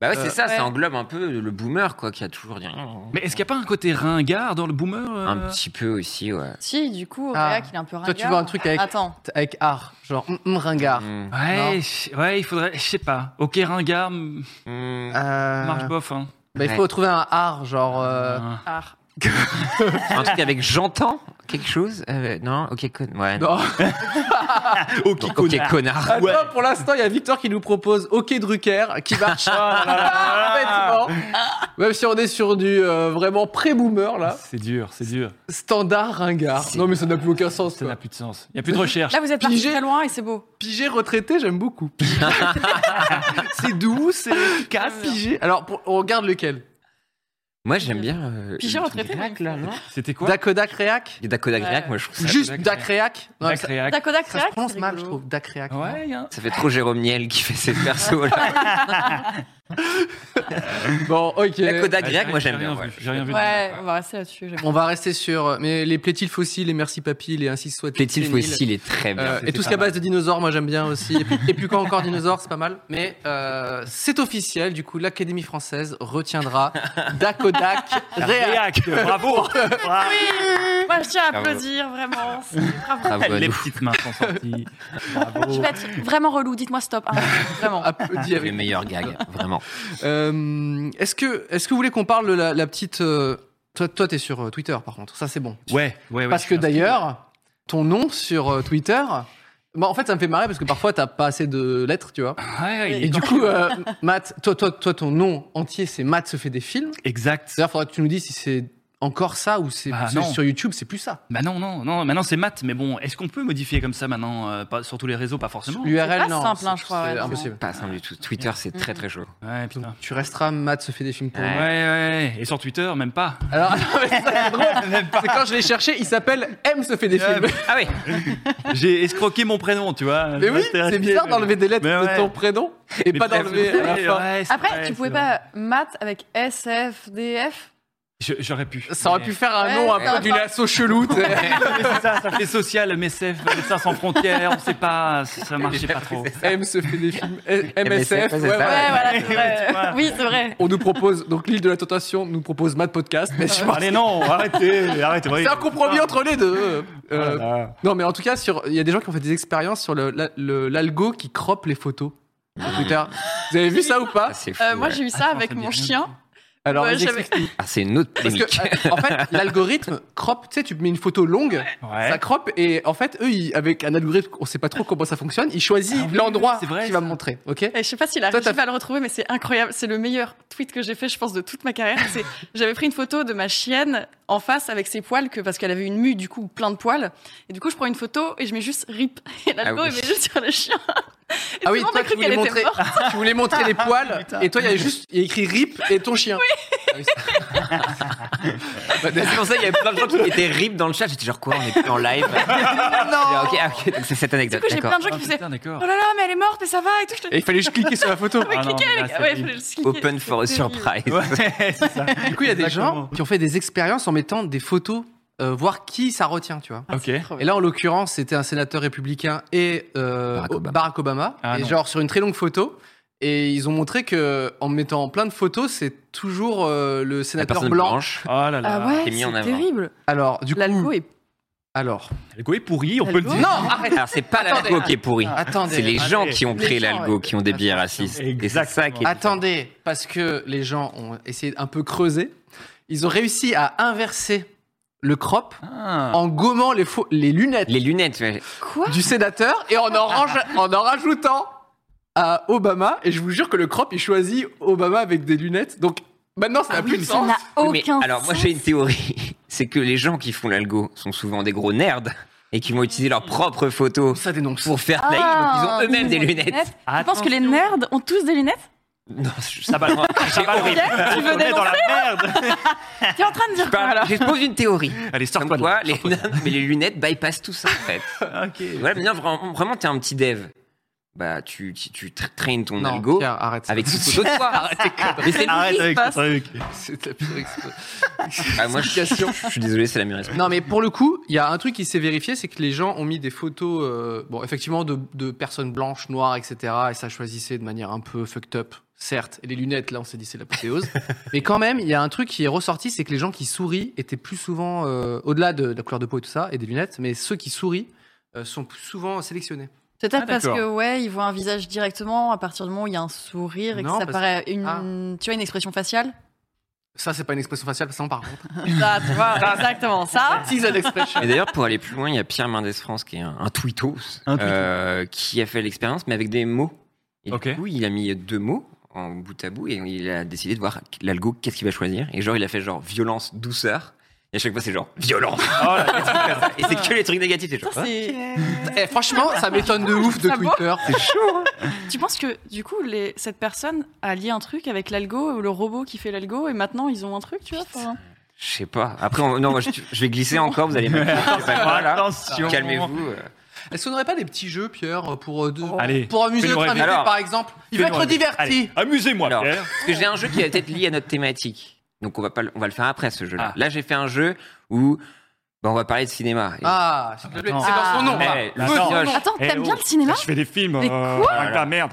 Speaker 3: Bah ouais, c'est
Speaker 2: Euh,
Speaker 3: ça,
Speaker 4: ouais.
Speaker 3: ça englobe un peu le boomer quoi, qui a toujours dit.
Speaker 1: Mais est-ce qu'il n'y a pas un côté ringard dans le boomer euh,
Speaker 3: Un petit peu aussi, ouais.
Speaker 4: Si, du coup,
Speaker 2: Ah.
Speaker 4: Réac, il est un peu
Speaker 2: Toi,
Speaker 4: ringard.
Speaker 2: tu veux un truc avec-
Speaker 4: Attends.
Speaker 2: Avec art, genre hum, hum, ringard.
Speaker 3: Mm.
Speaker 1: Ouais, je- ouais, il faudrait. Je sais pas. Ok, ringard, m-
Speaker 3: Mm.
Speaker 2: Euh,
Speaker 1: marche bof. Hein.
Speaker 2: bah, il faut
Speaker 3: Ouais.
Speaker 2: retrouver un art, genre. euh,
Speaker 1: Ah.
Speaker 4: Ah.
Speaker 3: Un truc avec j'entends quelque chose Euh, Non, ok, con... ouais.
Speaker 2: Non.
Speaker 3: Ok, ok, connard.
Speaker 2: <laughs> Attends, pour l'instant, il y a Victor qui nous propose OK Drucker, qui marche
Speaker 3: <laughs>
Speaker 2: parfaitement. Même si on est sur du euh, vraiment pré-boomer, là.
Speaker 1: C'est dur, c'est dur.
Speaker 2: Standard ringard.
Speaker 3: C'est-
Speaker 2: Non, mais ça n'a plus aucun sens.
Speaker 1: Ça
Speaker 2: quoi.
Speaker 1: n'a plus de sens. Il n'y a plus de recherche.
Speaker 4: Là, vous êtes parti
Speaker 2: Pigé.
Speaker 4: très loin et c'est beau.
Speaker 2: Pigé retraité, j'aime
Speaker 1: <laughs>
Speaker 2: beaucoup. c'est doux, c'est efficace. Pigé. Alors, pour- on regarde lequel
Speaker 3: Moi j'aime bien. euh,
Speaker 4: Pigeon
Speaker 3: le
Speaker 4: retraité,
Speaker 3: Griac,
Speaker 4: ouais.
Speaker 3: là, non
Speaker 1: C'était quoi
Speaker 2: Dakoda Créac
Speaker 3: Et Dakoda Griac,
Speaker 4: Ouais.
Speaker 3: moi je trouve ça.
Speaker 2: Juste
Speaker 1: Dakoda
Speaker 2: Dacréac Non, mais ça,
Speaker 1: Dac-réac.
Speaker 4: Dakoda
Speaker 2: ça se
Speaker 4: Créac.
Speaker 2: prononce
Speaker 4: c'est
Speaker 2: mal, je
Speaker 4: rigolo.
Speaker 2: trouve. Dacréac.
Speaker 1: Ouais, il y a un-
Speaker 3: Ça fait trop Jérôme Niel qui fait cette perso là.
Speaker 2: Bon, ok.
Speaker 3: Dakoda
Speaker 1: Ah,
Speaker 3: Griac, moi
Speaker 1: j'ai
Speaker 3: j'aime
Speaker 1: rien
Speaker 3: bien.
Speaker 1: vu,
Speaker 3: ouais.
Speaker 1: J'ai rien vu. de
Speaker 4: Ouais,
Speaker 1: mal,
Speaker 4: on
Speaker 1: ouais.
Speaker 4: va rester là-dessus. j'aime.
Speaker 2: On va rester sur. Mais les plaît-il fossiles, les merci papy, les ainsi soit.
Speaker 3: Plaît-il
Speaker 2: Ténil.
Speaker 3: fossile est très bien.
Speaker 2: Euh, et tout ce
Speaker 1: pas
Speaker 2: qu'à
Speaker 1: mal.
Speaker 2: base de dinosaures, moi j'aime bien aussi. Et puis, et puis quand encore dinosaures, c'est pas mal. Mais euh, c'est officiel, du coup, l'Académie française
Speaker 1: <laughs>
Speaker 2: retiendra Dakodak Réac.
Speaker 1: Réac, bravo. Bravo.
Speaker 4: Moi, je tiens à
Speaker 3: Bravo.
Speaker 4: applaudir, vraiment. c'est- Bravo.
Speaker 3: Bravo
Speaker 1: <laughs>
Speaker 3: à
Speaker 1: Les
Speaker 3: nous.
Speaker 1: petites mains sont sorties.
Speaker 4: Je
Speaker 1: Bravo.
Speaker 4: vais être vraiment relou. Dites-moi stop. hein, Vraiment.
Speaker 2: Applaudis
Speaker 3: Les
Speaker 2: avec.
Speaker 3: meilleurs gags, vraiment.
Speaker 2: Euh, est-ce que, est-ce que vous voulez qu'on parle de la, la petite. euh, Toi, toi, t'es sur euh, Twitter, par contre. Ça, c'est bon.
Speaker 1: Ouais, ouais, ouais.
Speaker 2: parce
Speaker 1: je
Speaker 2: que
Speaker 1: suis inspiré.
Speaker 2: d'ailleurs, ton nom sur euh, Twitter. Bah, en fait, ça me fait marrer parce que parfois t'as pas assez de lettres, tu vois.
Speaker 1: Ouais, Ah, il
Speaker 2: Et
Speaker 1: est
Speaker 2: du coup, euh, Matt, toi, toi, toi, ton nom entier, c'est Matt se fait des films.
Speaker 1: Exact.
Speaker 2: C'est-à-dire, faudra que tu nous dises si c'est encore ça ou c'est
Speaker 1: Bah,
Speaker 2: parce que
Speaker 1: non.
Speaker 2: sur YouTube, c'est plus ça.
Speaker 1: Bah non, non, non, maintenant c'est maths, mais bon, est-ce qu'on peut modifier comme ça maintenant euh, pas, Sur tous les réseaux, pas forcément.
Speaker 2: L'URL,
Speaker 4: pas
Speaker 2: non.
Speaker 4: simple, hein,
Speaker 2: c'est-
Speaker 4: je crois, ouais,
Speaker 2: C'est
Speaker 4: non.
Speaker 2: impossible.
Speaker 3: Pas simple du tout. Twitter c'est très très chaud.
Speaker 1: Ouais, putain.
Speaker 2: Donc, tu resteras Matt se fait des films pour
Speaker 1: Ouais,
Speaker 2: moi.
Speaker 1: ouais, et sur Twitter, même pas.
Speaker 2: <laughs>
Speaker 1: <laughs>
Speaker 2: Alors, non, mais c'est drôle. C'est quand je l'ai cherché, il s'appelle M se fait des
Speaker 1: Euh,
Speaker 2: films.
Speaker 3: Ah oui
Speaker 2: <laughs>
Speaker 1: J'ai escroqué mon prénom, tu vois.
Speaker 2: Mais oui,
Speaker 1: intéressé,
Speaker 2: c'est bizarre
Speaker 1: mais-
Speaker 2: d'enlever des lettres
Speaker 1: Mais ouais.
Speaker 2: de ton prénom et
Speaker 1: Mais
Speaker 2: pas
Speaker 1: bref,
Speaker 2: d'enlever à la fin.
Speaker 1: ouais, c'est
Speaker 4: <laughs> Après,
Speaker 1: vrai,
Speaker 4: tu
Speaker 1: c'est
Speaker 4: pouvais
Speaker 1: vrai.
Speaker 4: pas maths avec SFDF
Speaker 1: Je- J'aurais pu.
Speaker 2: Ça aurait
Speaker 1: Mais-
Speaker 2: pu faire un
Speaker 4: Ouais,
Speaker 2: nom
Speaker 4: ça
Speaker 2: un peu
Speaker 4: aurait
Speaker 2: d'une asso chelou. tu sais.
Speaker 1: Mais c'est ça, ça fait social, MSF, Médecins sans frontières, on sait pas, ça marchait pas trop.
Speaker 2: M se fait des films. M- MSF.
Speaker 3: MSF,
Speaker 2: ouais,
Speaker 3: ouais, c'est
Speaker 2: ouais.
Speaker 4: Ouais,
Speaker 3: ça.
Speaker 4: voilà, c'est
Speaker 1: Ouais, tu vois.
Speaker 4: vrai. Oui, c'est vrai.
Speaker 2: On nous propose, donc l'île de la tentation nous propose Matt Podcast. Mais je pense-
Speaker 1: Allez, non, arrêtez, arrêtez. Ah.
Speaker 2: c'est un compromis entre les deux. Euh,
Speaker 1: Voilà.
Speaker 2: Non, mais en tout cas, sur- il y a des gens qui ont fait des expériences sur le- la- le- l'algo qui croppe les photos. sur Twitter. Vous avez vu ça ou pas
Speaker 3: Ah, c'est fou.
Speaker 4: Euh, Moi,
Speaker 3: ouais.
Speaker 4: j'ai eu ça
Speaker 1: Attends,
Speaker 4: avec
Speaker 1: ça me
Speaker 4: mon
Speaker 1: dit rien.
Speaker 4: chien.
Speaker 2: Alors,
Speaker 4: Ouais,
Speaker 2: vas-y,
Speaker 4: j'avais-
Speaker 2: explique.
Speaker 3: Ah, c'est une autre
Speaker 2: Parce
Speaker 3: polémique. <laughs>
Speaker 2: que, euh, en fait, l'algorithme crop, tu sais, tu mets une photo longue,
Speaker 1: Ouais.
Speaker 2: ça
Speaker 4: Ah,
Speaker 2: crop, et en fait, eux, ils- avec un algorithme, on sait pas trop comment ça fonctionne, ils choisissent
Speaker 1: Ah oui,
Speaker 2: l'endroit
Speaker 1: c'est vrai,
Speaker 2: qu'ils va
Speaker 1: ça.
Speaker 2: me montrer, ok
Speaker 4: Et je sais pas si la
Speaker 2: Toi,
Speaker 4: régie
Speaker 2: t'as-
Speaker 4: va le retrouver, mais c'est incroyable. C'est le meilleur tweet que j'ai fait, je pense, de toute ma carrière. C'est- J'avais pris une photo de ma chienne en face avec ses poils, que, parce qu'elle avait une mue, du coup, plein de poils. Et du coup, je prends une photo et je mets juste RIP. Et l'algo,
Speaker 3: Ah oui.
Speaker 4: il met juste sur le chien. Et
Speaker 2: Ah
Speaker 4: tout
Speaker 2: oui,
Speaker 4: le monde
Speaker 2: toi,
Speaker 4: a
Speaker 2: tu
Speaker 4: cru qu'elle
Speaker 2: voulais,
Speaker 4: était
Speaker 2: montrer,
Speaker 4: morte.
Speaker 2: <laughs> tu voulais montrer les poils, et toi, il y avait juste, il y a écrit RIP et ton chien. Ah oui, c'est- Bah,
Speaker 3: euh, C'est pour ça qu'il y avait plein de gens qui étaient rip dans le chat. J'étais genre quoi, on est plus en live. <laughs> non. Ok, ah, ok, donc c'est cette
Speaker 4: Du
Speaker 3: anecdote.
Speaker 4: coup, j'ai
Speaker 3: D'accord.
Speaker 4: plein de gens
Speaker 1: Ah,
Speaker 4: qui faisaient
Speaker 1: putain, d'accord.
Speaker 4: Oh là là, mais elle est morte, mais ça va et tout. Je te
Speaker 2: Et il fallait juste cliquer sur la
Speaker 4: Oh,
Speaker 2: photo.
Speaker 1: Ah non, mais là, c'est
Speaker 4: Ouais,
Speaker 1: horrible.
Speaker 4: fallait juste cliquer.
Speaker 3: Open for a
Speaker 4: C'est
Speaker 3: surprise. <laughs>
Speaker 1: Ouais, c'est ça.
Speaker 2: Du coup, il y a des gens
Speaker 1: Exactement.
Speaker 2: qui ont fait des expériences en mettant des photos, euh, voir qui ça retient, tu vois.
Speaker 1: Ok.
Speaker 2: Et là, en l'occurrence, c'était un sénateur républicain et euh,
Speaker 3: Barack Obama.
Speaker 2: Barack Obama.
Speaker 1: Ah,
Speaker 2: et
Speaker 1: non.
Speaker 2: genre sur une très longue photo. Et ils ont montré que en mettant plein de photos, c'est toujours euh, le
Speaker 3: La
Speaker 2: sénateur
Speaker 3: personne
Speaker 2: blanc.
Speaker 3: blanche.
Speaker 1: Oh là
Speaker 4: Ah
Speaker 1: là.
Speaker 4: ouais,
Speaker 3: t'es mis en
Speaker 4: c'est
Speaker 3: avant.
Speaker 4: terrible.
Speaker 2: Alors, du coup,
Speaker 4: L'algo est
Speaker 2: alors,
Speaker 1: L'algo est pourri, on peut le
Speaker 4: L'algo
Speaker 1: dire.
Speaker 2: non, arrête,
Speaker 3: Alors, c'est pas l'algo qui est pourri.
Speaker 2: attendez,
Speaker 3: C'est les gens
Speaker 1: Allez.
Speaker 3: qui ont
Speaker 4: Les
Speaker 3: créé
Speaker 4: gens,
Speaker 3: l'algo,
Speaker 4: ouais.
Speaker 3: qui ont des biais racistes. Et c'est ça qui est.
Speaker 2: attendez, parce que les gens ont essayé un peu creuser. Ils ont réussi à inverser le crop
Speaker 1: Ah.
Speaker 2: en gommant les, faux- les lunettes
Speaker 3: Les lunettes, ouais.
Speaker 4: quoi
Speaker 2: du sénateur et en en,
Speaker 3: <laughs>
Speaker 2: range- en en rajoutant à Obama. Et je vous jure que le crop, il choisit Obama avec des lunettes. Donc maintenant,
Speaker 3: Ah
Speaker 2: ça n'a plus de
Speaker 4: Ça
Speaker 2: sens.
Speaker 4: n'a
Speaker 3: Mais
Speaker 4: aucun
Speaker 3: alors, moi,
Speaker 4: sens.
Speaker 3: j'ai une théorie. <laughs> C'est que les gens qui font l'algo sont souvent des gros nerds et qui vont utiliser leurs propres photos
Speaker 2: Ça dénonce.
Speaker 4: Ah,
Speaker 3: pour faire de la I, donc ils ont eux-mêmes des lunettes.
Speaker 4: Je pense que les nerds ont tous des lunettes
Speaker 3: Non, je-
Speaker 1: Ça
Speaker 4: <laughs>
Speaker 1: va loin. Ça va loin.
Speaker 4: Ok, tu veux
Speaker 1: On est dans la merde.
Speaker 4: T'es en train de dire
Speaker 3: je
Speaker 4: quoi
Speaker 3: parle-
Speaker 4: là
Speaker 3: je pose une théorie.
Speaker 1: Allez,
Speaker 3: Comme
Speaker 1: sors-toi de
Speaker 3: quoi,
Speaker 1: là.
Speaker 3: les, non, mais les lunettes bypassent tout ça en
Speaker 1: <laughs>
Speaker 3: fait.
Speaker 1: Ok.
Speaker 3: Voilà, mais non, vraiment, vraiment, t'es un petit dev. Bah, tu, tu, tu tra- traînes ton
Speaker 2: Non,
Speaker 3: algo
Speaker 2: Pierre, arrête. ça.
Speaker 3: avec
Speaker 2: <laughs>
Speaker 3: une photo de toi. <laughs> mais c'est
Speaker 1: Arrête
Speaker 4: qui
Speaker 1: avec
Speaker 4: se
Speaker 1: ce
Speaker 4: passe
Speaker 1: truc.
Speaker 2: C'est la pire expo-
Speaker 1: <laughs>
Speaker 3: Ah, moi, je, je suis désolé, c'est la mienne.
Speaker 2: Non, mais pour le coup, il y a un truc qui s'est vérifié, c'est que les gens ont mis des photos, euh, bon, effectivement, de, de personnes blanches, noires, etc. Et ça choisissait de manière un peu fucked up, certes. Et les lunettes, là, on s'est dit, c'est l'apothéose. mais quand même, il y a un truc qui est ressorti, c'est que les gens qui sourient étaient plus souvent, euh, au-delà de, de la couleur de peau et tout ça, et des lunettes, mais ceux qui sourient euh, sont plus souvent sélectionnés.
Speaker 4: Peut-être
Speaker 1: Ah,
Speaker 4: parce
Speaker 1: d'accord.
Speaker 4: que ouais, ils voient un visage directement à partir du moment où il y a un sourire et que
Speaker 2: Non,
Speaker 4: ça
Speaker 2: parce-
Speaker 4: paraît une,
Speaker 3: Ah.
Speaker 4: tu vois, une expression faciale.
Speaker 2: Ça, c'est pas une expression faciale, ça, par contre.
Speaker 4: Ça, tu vois, exactement ça.
Speaker 2: Teaser expression.
Speaker 3: Et d'ailleurs, pour aller plus loin, il y a Pierre Mendès France, qui est un, un tweetos,
Speaker 1: Un tweetos.
Speaker 3: euh, qui a fait l'expérience, mais avec des mots. Et
Speaker 1: Ok.
Speaker 3: du coup, il a mis deux mots en bout à bout et il a décidé de voir l'algo, qu'est-ce qu'il va choisir. Et genre, il a fait genre violence, douceur. Et à chaque fois, c'est genre
Speaker 1: <laughs>
Speaker 3: violence.
Speaker 1: Oh là là.
Speaker 3: et c'est que les trucs négatifs. C'est genre,
Speaker 4: Ça, c'est-
Speaker 2: Eh, franchement, ça m'étonne de ouf de
Speaker 4: Ah bon
Speaker 2: Twitter.
Speaker 4: Tu penses que du coup, les... cette personne a lié un truc avec l'algo ou le robot qui fait l'algo et maintenant ils ont un truc, tu vois enfin,
Speaker 3: Je sais pas. Après, on- non, moi, je, je vais glisser encore,
Speaker 1: <laughs>
Speaker 3: vous allez me Voilà.
Speaker 1: Attention.
Speaker 3: Calmez-vous. euh.
Speaker 2: Est-ce qu'on n'aurait pas des petits jeux, Pierre, pour, euh, de-
Speaker 1: Allez,
Speaker 2: pour amuser
Speaker 1: fais-nous
Speaker 2: notre
Speaker 1: rêver.
Speaker 2: invité,
Speaker 3: Alors,
Speaker 2: par exemple Il va
Speaker 1: Fais-nous
Speaker 2: être
Speaker 1: rêver.
Speaker 2: diverti.
Speaker 1: Allez, Amusez-moi,
Speaker 3: Alors,
Speaker 1: Pierre.
Speaker 3: Parce que j'ai un jeu qui va peut-être lié à notre thématique. Donc on va, pas, le- on va le faire après ce jeu-là.
Speaker 1: Ah.
Speaker 3: Là, j'ai fait un jeu où bah, on va parler de cinéma. Et-
Speaker 2: Ah, s'il te plaît,
Speaker 1: Attends.
Speaker 2: c'est dans son nom.
Speaker 3: Eh,
Speaker 2: là.
Speaker 3: la
Speaker 2: Feu
Speaker 1: attends.
Speaker 2: son nom.
Speaker 4: Attends,
Speaker 1: Eh,
Speaker 4: t'aimes
Speaker 1: oh,
Speaker 4: bien le cinéma
Speaker 1: Je fais des films.
Speaker 4: Mais
Speaker 1: euh,
Speaker 4: quoi
Speaker 1: avec la merde.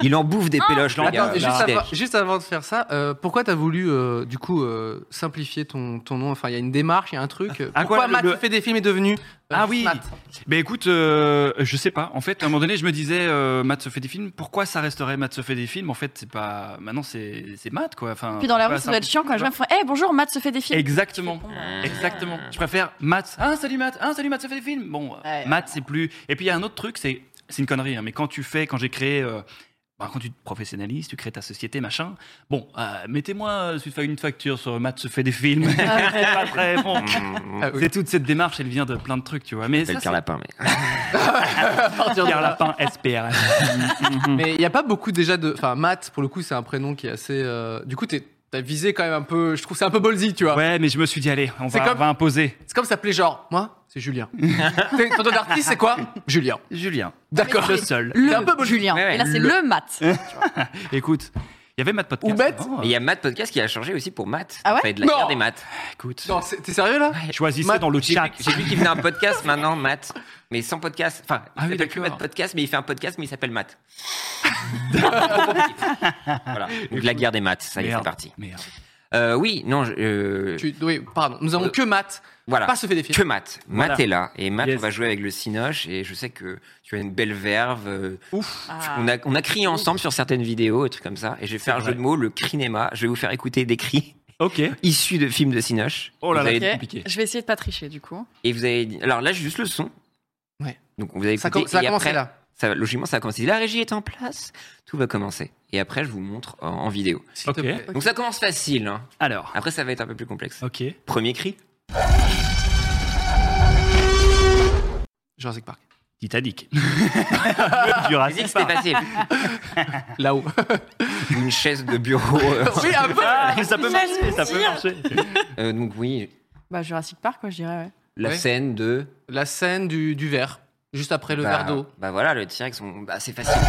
Speaker 3: Il en bouffe des péloches, là.
Speaker 1: Attends,
Speaker 3: il y a-
Speaker 2: Attends,
Speaker 1: Euh,
Speaker 2: juste,
Speaker 1: la-
Speaker 3: Deck.
Speaker 2: avant, juste avant de faire ça, euh, pourquoi t'as voulu euh, du coup euh, simplifier ton, ton nom Enfin, il y a une démarche, il y a un truc. Euh,
Speaker 1: Ah,
Speaker 2: Pourquoi
Speaker 1: quoi, le-
Speaker 2: Matt
Speaker 1: le-
Speaker 2: qui fait des films est devenu euh,
Speaker 1: Ah oui.
Speaker 2: Matt
Speaker 1: Ben écoute, euh, je sais pas. En fait, à un moment donné, je me disais, euh, Matt se fait des films. Pourquoi ça resterait Matt se fait des films En fait, c'est pas. Maintenant, c'est c'est Matt, quoi. Enfin.
Speaker 4: Puis dans la
Speaker 1: voilà,
Speaker 4: rue, ça
Speaker 1: c'est un
Speaker 4: doit être
Speaker 1: peu-
Speaker 4: chiant quand les gens font Eh bonjour, Matt se fait des films.
Speaker 1: Exactement.
Speaker 4: Bon, bah,
Speaker 1: Exactement. Je préfère Matt. Ah, salut Matt. Ah, salut Matt, ça fait des films. Bon, euh,
Speaker 4: Ouais.
Speaker 1: Matt, c'est plus. Et puis il y a un autre truc, c'est c'est une connerie, hein, mais quand tu fais, quand j'ai créé. euh, bah, quand tu te professionnalises, tu crées ta société, machin. Bon, euh, mettez-moi euh, une fa- une facture sur Matt se fait des films. <laughs> c'est
Speaker 4: Ah
Speaker 1: pas très bon.
Speaker 3: Mmh,
Speaker 2: Ah oui.
Speaker 1: C'est toute cette démarche, elle vient de plein de trucs, tu vois. Mais ça,
Speaker 3: c'est le
Speaker 1: c'est
Speaker 3: Pierre Lapin, mais.
Speaker 2: Partir de
Speaker 1: Pierre
Speaker 2: là.
Speaker 1: Lapin, SPR.
Speaker 2: Mais il n'y a pas beaucoup déjà de. Enfin, Matt, pour le coup, c'est un prénom qui est assez. euh, Du coup, t'es- t'as visé quand même un peu. Je trouve que c'est un peu ballsy, tu vois.
Speaker 1: Ouais, mais je me suis dit, allez, on
Speaker 2: C'est
Speaker 1: va,
Speaker 2: comme-
Speaker 1: on va imposer.
Speaker 2: C'est comme ça s'appelait genre. Moi, c'est Julien. T'es- ton nom d'artiste, c'est quoi Julien.
Speaker 1: Julien,
Speaker 2: D'accord.
Speaker 1: le seul.
Speaker 2: C'est un peu
Speaker 4: Le
Speaker 2: Bolduc.
Speaker 4: Julien.
Speaker 3: Ouais, ouais,
Speaker 4: Et là, c'est le Matt.
Speaker 1: Écoute, il y avait Matt Podcast. Oh,
Speaker 2: Ou bête.
Speaker 1: avant.
Speaker 3: Et il y a Matt Podcast qui a changé aussi pour Matt.
Speaker 4: Ah ouais
Speaker 3: Ça va être la
Speaker 2: Non.
Speaker 3: guerre des maths.
Speaker 1: Écoute,
Speaker 2: Non, c'est- t'es sérieux là
Speaker 1: choisissez
Speaker 2: Matt,
Speaker 1: dans le
Speaker 3: J'ai
Speaker 1: chat.
Speaker 3: vu, j'ai vu qu'il venait un podcast maintenant, Matt. Mais sans podcast. Enfin,
Speaker 1: Ah
Speaker 3: il
Speaker 1: oui,
Speaker 3: s'appelle plus
Speaker 1: d'accord.
Speaker 3: Matt Podcast, mais il fait un podcast, mais il
Speaker 1: <laughs>
Speaker 3: s'appelle Matt. voilà. Donc la guerre des maths, ça y est, c'est
Speaker 1: Merde,
Speaker 3: parti.
Speaker 1: Merde.
Speaker 3: Euh, oui, non, je- euh,
Speaker 2: Tu- Oui, pardon. Nous avons
Speaker 3: Euh,
Speaker 2: que Matt.
Speaker 3: voilà.
Speaker 2: Pas se fait des films.
Speaker 3: que Matt. Matt
Speaker 1: Voilà.
Speaker 3: est là et Matt
Speaker 1: Yes.
Speaker 3: on va jouer avec le Cinoche et je sais que tu as une belle verve. euh,
Speaker 1: Ouf.
Speaker 3: tu- On, a, on a crié ensemble sur certaines vidéos et trucs comme ça et je vais faire un
Speaker 1: vrai.
Speaker 3: jeu de mots, le crinéma. Je vais vous faire écouter des cris <laughs>
Speaker 1: Ok.
Speaker 3: issus de films de Cinoche.
Speaker 1: Oh là
Speaker 3: Vous
Speaker 1: là.
Speaker 3: avez-
Speaker 4: Ok.
Speaker 1: compliqué.
Speaker 4: Je vais essayer de pas tricher du coup.
Speaker 3: Et vous avez alors là j'ai juste le son.
Speaker 2: Ouais.
Speaker 3: Donc vous avez
Speaker 2: Ça,
Speaker 3: écouté
Speaker 2: com- ça a
Speaker 3: et
Speaker 2: commencé
Speaker 3: après,
Speaker 2: là.
Speaker 3: ça va- logiquement ça a commencé. La régie est en place, tout va commencer et après je vous montre en, en vidéo.
Speaker 2: s'il te
Speaker 1: Ok.
Speaker 2: plaît.
Speaker 3: Donc ça commence facile. hein.
Speaker 1: Alors.
Speaker 3: Après ça va être un peu plus complexe.
Speaker 1: Ok.
Speaker 3: Premier cri.
Speaker 2: Jurassic Park.
Speaker 1: Titanic.
Speaker 3: La musique
Speaker 1: Jurassic
Speaker 3: c'était
Speaker 1: Park.
Speaker 3: facile.
Speaker 2: Là-haut.
Speaker 3: <laughs> Une chaise de bureau. euh,
Speaker 4: <laughs>
Speaker 2: oui, un peu.
Speaker 1: Ah, ça peut
Speaker 4: J'allais
Speaker 1: marcher, ça peut
Speaker 4: dire.
Speaker 1: marcher.
Speaker 3: <laughs> euh, donc oui,
Speaker 4: Bah Jurassic Park, quoi, je dirais. Ouais.
Speaker 3: la
Speaker 2: Ouais.
Speaker 3: scène de
Speaker 2: La scène du, du verre, juste après le
Speaker 3: bah,
Speaker 2: verre d'eau.
Speaker 3: Bah voilà, le T-Rex, on- bah, c'est facile.